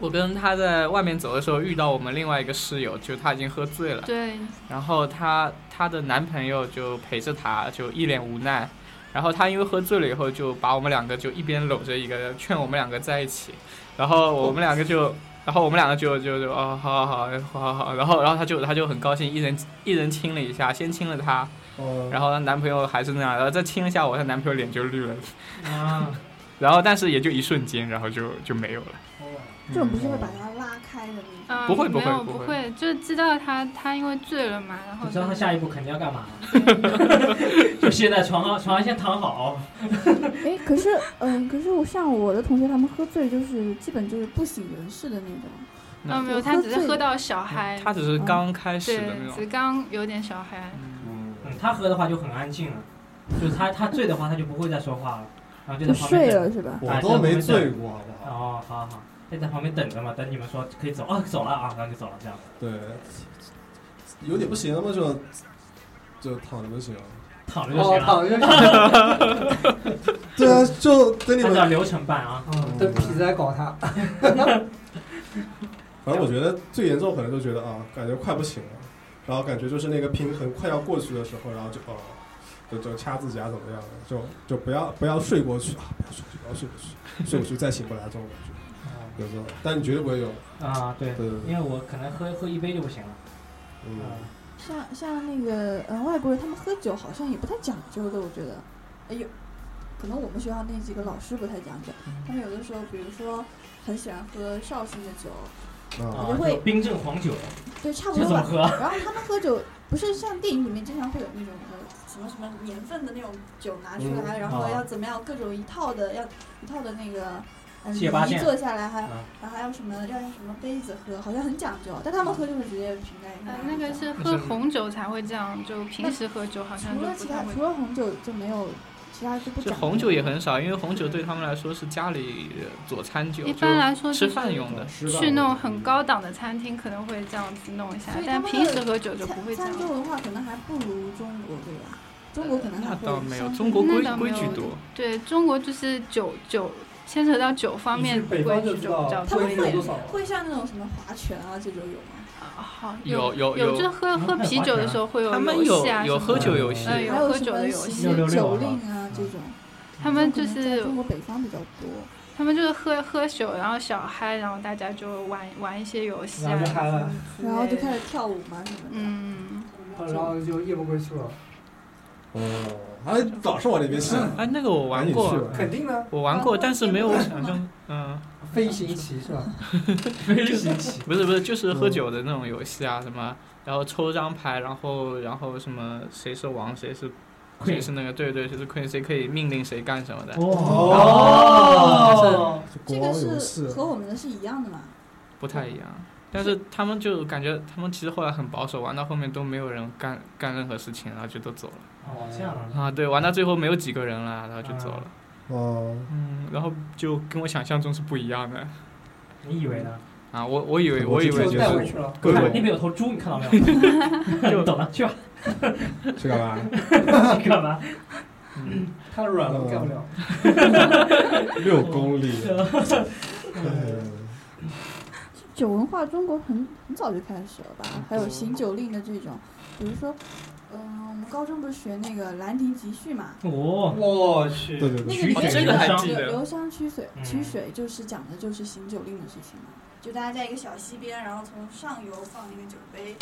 S3: 我跟他在外面走的时候遇到我们另外一个室友，就他已经喝醉了，
S5: 对，
S3: 然后她她的男朋友就陪着她，就一脸无奈。然后她因为喝醉了以后，就把我们两个就一边搂着一个，劝我们两个在一起。然后我们两个就，然后我们两个就就就哦，好好好，好好好。然后然后她就她就很高兴，一人一人亲了一下，先亲了她，
S2: 呃，
S3: 然后她男朋友还是那样，然后再亲一下我，她男朋友脸就绿了。
S1: 啊，
S3: 然后但是也就一瞬间，然后就就没有了。
S6: <laughs> 这种不是会把他拉开的那种。
S5: 嗯，
S3: 不会不
S5: 没
S3: 会
S5: 有
S3: 不
S5: 不
S3: 会
S5: 会，就知道他他因为醉了嘛，然后
S1: 你知道他
S5: 就
S1: 下一步肯定要干嘛？就现在床上床上先躺好，
S6: 哎，可是，嗯，可是我像我的同学，他们喝醉就是基本就是不省人事的那种。
S5: 嗯没有，
S6: 我
S5: 他
S6: 喝
S5: 只是
S6: 醉
S5: 喝到小嗨，
S3: 嗯她只是刚开始的那
S5: 对，只
S3: 种。
S5: 刚有点小嗨，
S3: 嗯
S2: 嗯，
S1: 嗯，他喝的话就很安静了，就是他他醉的话他就不会再说话了，然后就
S6: 就
S1: 在旁边
S6: 睡
S1: 等
S6: 了是吧？
S2: 我都没醉过，好不好？
S1: 哦，好好，就在旁边等着嘛，等你们说可以走，哦，走了啊，然后就走了，这样。
S2: 对，有点不行了嘛，就就躺着就行了。
S1: 躺着就
S4: 哦
S1: 行，了，
S4: 躺着就行。 <laughs>
S2: 对啊，就等你
S1: 按照
S2: 们。
S1: 流程办啊。
S4: 嗯，等痞子来搞他。
S2: 反正我觉得最严重可能就觉得啊，感觉快不行了，然后感觉就是那个平衡快要过去的时候，然后就哦。就就掐自己啊，怎么样的？就就不要不要睡过去啊！不要睡过去，不要睡过去，睡过去再醒过来这种感觉，有这种，但你绝对不会有。
S1: 啊，对，
S2: 对对对
S1: 因，为我可能喝喝一杯就不行了。啊
S2: 嗯，
S6: 像像那个呃外国人，他们喝酒好像也不太讲究的，我觉得，哎呦，可能我们学校那几个老师不太讲究，他们有的时候，比如说很喜欢喝绍兴的酒，
S2: 啊，
S1: 啊，
S6: 会
S1: 就冰镇黄酒
S6: 对，差不
S1: 这
S6: 多
S1: 怎么
S6: 吧。 <laughs>
S1: 喝？
S6: 然后他们喝酒不是像电影里面经常会有那种呃什么什么年份的那种酒拿出
S3: 嗯
S6: 来，然后
S1: 啊
S6: 要怎么样各种一套的要一套的那个。嗯，
S1: 戒疤线
S6: 做下来还，
S1: 啊
S6: 然后还有什么要用什么杯子喝，好像很讲究，但他
S3: 啊
S6: 们喝就是直接瓶盖。
S5: 呃，那个是喝红酒才会这样，就平时喝酒好像
S6: 除
S5: 就
S6: 了
S5: 不
S6: 其
S5: 太
S6: 他
S5: 会。
S6: 除了红酒就没有其他就不
S3: 就
S6: 讲。
S3: 红酒也很少，因为红酒对他们来说是家里呃佐餐酒，
S5: 一
S3: 就
S5: 般来说
S3: 吃
S5: 就是
S3: 饭用的。
S2: 吃吧
S5: 去那种很高档的餐厅可能会这样子弄一下
S6: 所以，他
S5: 但
S6: 们
S5: 平
S6: 的
S5: 时喝酒就
S6: 餐
S5: 不会这
S6: 餐
S5: 样。
S6: 桌文化可能还不如中国对吧？中国可能还
S3: 那
S6: 会
S3: 倒没有，
S6: 相
S3: 中国规
S5: 那倒没
S3: 规
S5: 有
S3: 矩多。
S5: 对中国就是酒酒牵扯到酒方面
S4: 你去北
S5: 规
S4: 方就
S5: 矩
S4: 知
S5: 就
S4: 道
S5: 比较
S6: 他
S5: 多
S6: 们
S5: 一
S4: 规
S5: 点
S4: 矩有多。少了。
S6: 会像那种什么划拳啊这种有吗？
S5: 啊好
S3: 有
S5: 有，
S3: 有有
S5: 就是喝
S1: 嗯
S5: 喝
S1: 还有
S5: 啤
S1: 划
S5: 酒的
S1: 拳
S5: 时候会有
S3: 他们
S5: 游
S3: 有
S5: 戏啊
S3: 有
S5: 什
S3: 喝
S5: 么
S3: 酒游戏，
S5: 呃有
S6: 还有
S5: 喝
S6: 什
S5: 酒
S6: 么
S5: 的游
S6: 喜
S5: 戏
S1: 六六六
S6: 酒
S1: 啊
S6: 令啊这种，
S5: 他们
S6: 可
S5: 就
S6: 能在
S5: 是
S6: 中国北方比较多，
S5: 他们就是喝喝酒，然后小嗨，然后大家就玩玩一些游戏啊，
S4: 然后就嗨了
S5: 什么之类的
S6: 然后就开始跳舞嘛什么的。
S5: 嗯，
S4: 然后就夜不归宿了，
S2: 哦，还早上往那边想，
S3: 哎，那个我玩
S2: 赶紧去
S1: 嗯
S3: 过，
S2: 玩
S4: 肯定呢，
S3: 我玩过，但是没有我想
S6: 玩过
S3: 象，嗯，
S4: 飞行棋是吧？
S1: 飞行棋，
S3: 不是不是，就是喝酒的那种游戏啊，什么，然后抽张牌，然后然后什么，谁是王，谁是谁
S1: Queen
S3: 是那个，对对，就是 queen，谁可以命令谁干什么的。
S1: 哦，
S4: 哦，
S6: 这
S2: 国
S6: 个
S2: 王游戏
S6: 是和我们的是一样的嘛？
S3: 不太一样。
S1: 嗯
S3: 但是他们就感觉他们其实后来很保守，玩到后面都没有人干干任何事情，然后就都走了
S1: 哦这样啊，
S3: 啊。对，玩到最后没有几个人了，然后就走了。
S2: 哦，
S3: 嗯，然后就跟我想象中是不一样的
S1: 你以为呢？
S3: 啊。我我以为
S1: 嗯
S2: 我
S3: 我以
S2: 就
S3: 为
S2: 说
S3: 就
S4: 带
S2: 带
S4: 回
S2: 回
S3: 是
S4: 去了。
S3: 各
S1: 看那
S3: 种
S1: 边有头猪，你看到没有？
S2: <laughs>
S1: 你懂了，去吧，
S2: 去干嘛？
S1: 去干嘛？
S3: 嗯
S4: 太软了，我干不了。
S2: 六公里，哎
S6: 酒文化中国很很早就开始了吧
S3: 嗯？
S6: 还有
S3: 对
S6: 行酒令的这种，比如说，嗯、我们高中不是学那个《兰亭集序》嘛？
S1: 哦，
S4: 我去
S2: 对，对
S6: 那
S2: 对，
S6: 个里
S3: 哦
S6: 面
S3: 这个还
S6: 流
S3: 记得
S6: 流觞曲水，
S1: 嗯
S6: 曲水就是讲的就是行酒令的事情嘛。
S7: 就大家在一个小溪边，然后从上游放一个酒杯，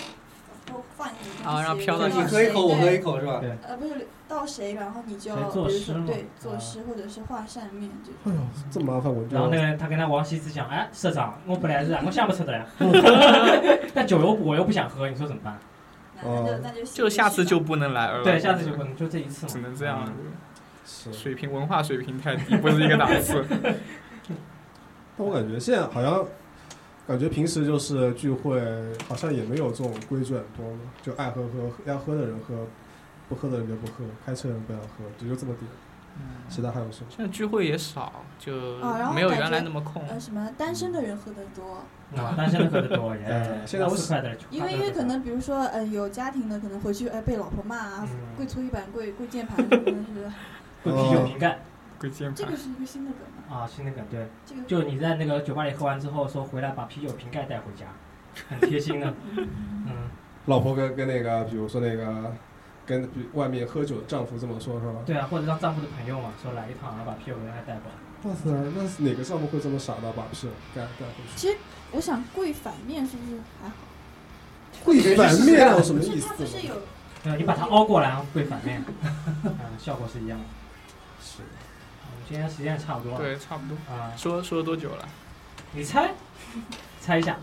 S7: 或放一个东西，
S3: 啊让飘到
S7: 到
S3: 你
S4: 你喝一口，我喝
S7: 对，
S4: 一口是吧？
S6: 呃，不是到谁，然后你就
S1: 谁
S6: 比
S1: 作
S6: 如
S1: 诗
S6: 说
S1: 嘛
S6: 对作
S1: 啊
S6: 诗嗯或者是画扇面这种。
S2: 哎呦，这么麻烦，我就
S1: 然后那个他跟他王羲之讲，哎，社长，我本来是我下不出的
S2: <laughs>
S1: 呀， <laughs> 但酒又我又不想喝，你说怎么办？
S7: 那那
S2: 哦
S7: 就那就
S3: 就下次就不能来
S2: 嗯
S3: 了。啊
S1: 对，下次就不能就这一次
S3: 只
S1: 嘛。
S3: 能这样。
S2: 是，
S3: 水平文化水平太低，不是一个档次。
S2: 但我感觉现在好像，感觉平时就是聚会，好像也没有这种规矩很多了，就爱喝喝，要喝的人喝，不喝的人就不喝，开车的人不要喝，也就这么点，
S1: 嗯
S2: 其他还有什么？
S3: 嗯现在聚会也少，就
S6: 啊然后
S3: 没有
S6: 感
S3: 原
S6: 觉
S3: 来那么空。
S6: 呃，什么单身的人喝得多，
S1: 啊，单身的喝的多
S2: <laughs>
S1: 耶，
S2: 嗯呃现在
S1: 不
S2: 不
S1: 是
S2: 是
S1: 快的，
S6: 因为因为可能比如说，呃，有家庭的可能回去，哎，被老婆骂啊，
S1: 嗯
S6: 跪搓衣板、跪跪键盘什么的，是不 <laughs> 是？
S1: 会
S2: 哦
S1: 啤酒瓶盖
S3: 贵键
S6: 这
S3: 盘
S6: 个，是一个新的梗嘛？
S1: 啊，是那个对，
S6: 这个
S1: 就你在那个酒吧里喝完之后，说回来把啤酒瓶盖带回家，很贴心
S6: <laughs>
S1: 的。嗯，
S2: 老婆跟跟那个，比如说那个，跟比外面喝酒的丈夫这么说是吧？
S1: 对啊，或者让丈夫的朋友嘛，说来一趟，然后把啤酒瓶盖带过来。
S2: 哇塞，那是哪个丈夫会这么傻到把屁盖盖回去？
S6: 我想跪反面是不是还好？
S2: 会反面有什么
S7: 不
S2: 意
S7: 是
S2: 思
S7: 它不是
S2: 吗？
S7: 有
S1: 对，你把它凹过来，然后跪反面，嗯，效果是一样的。啊
S2: 是，
S1: 我们今天时间也差不多了
S3: 对，差不多。
S1: 啊，
S3: 说说多久了？
S1: 你猜， <laughs> 猜一下，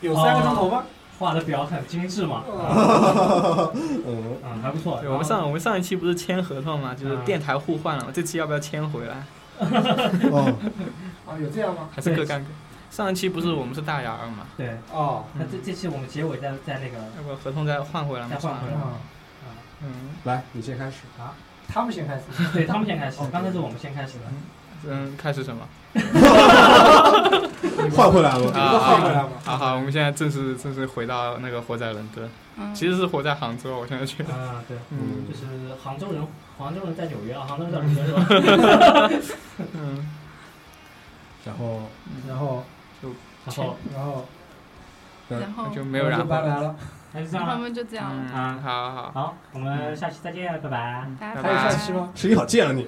S4: 有三个钟头吗？
S1: 画的表很精致嘛，
S2: 嗯，
S1: 嗯，还不错。
S3: 哦对，我们上我们上一期不是签合同嘛，就是
S1: 嗯
S3: 电台互换了嘛，这期要不要签回来？
S2: 哦，
S4: 啊，有这样吗？
S3: 还是各干各？上一期不是我们是大牙二嘛，
S1: 对，
S4: 哦，
S1: 那这这期我们结尾再再那个，
S3: 要不合同再换回来嘛？
S1: 再换回来
S4: 嗯，
S3: 嗯
S2: 来，你先开始。
S4: 他们先开始。
S1: 对他们先
S3: <laughs>
S1: 开始，
S3: 哦
S1: 刚才是我们先开始的。
S3: 嗯，开始什么？
S2: 换回来了
S3: 啊
S4: 你不是换回来吗？
S3: 好好，我们现在正式正式回到那个活在伦敦，
S5: 嗯，
S3: 其实是活在杭州，我现在 <laughs> 觉得，
S1: 啊，对，
S3: 嗯
S1: 就是杭州人，杭州人在纽约啊，杭州人在纽约是
S3: <laughs>
S1: 吧？
S3: 嗯，
S2: 然后
S4: 然后，
S1: 然后
S4: 然后
S5: 然后
S3: 那就没有然
S4: 就
S3: 后
S4: 拜
S3: 了。
S4: 拜了。
S1: 还是这样
S5: 他
S1: 啊。
S5: 们就这样了，
S3: 嗯，好好好，
S1: 好，我们下期再见，拜拜。
S3: 嗯
S5: 拜
S3: 拜
S4: 还有
S3: 拜
S4: 下。期吗？
S2: 声音好贱啊你！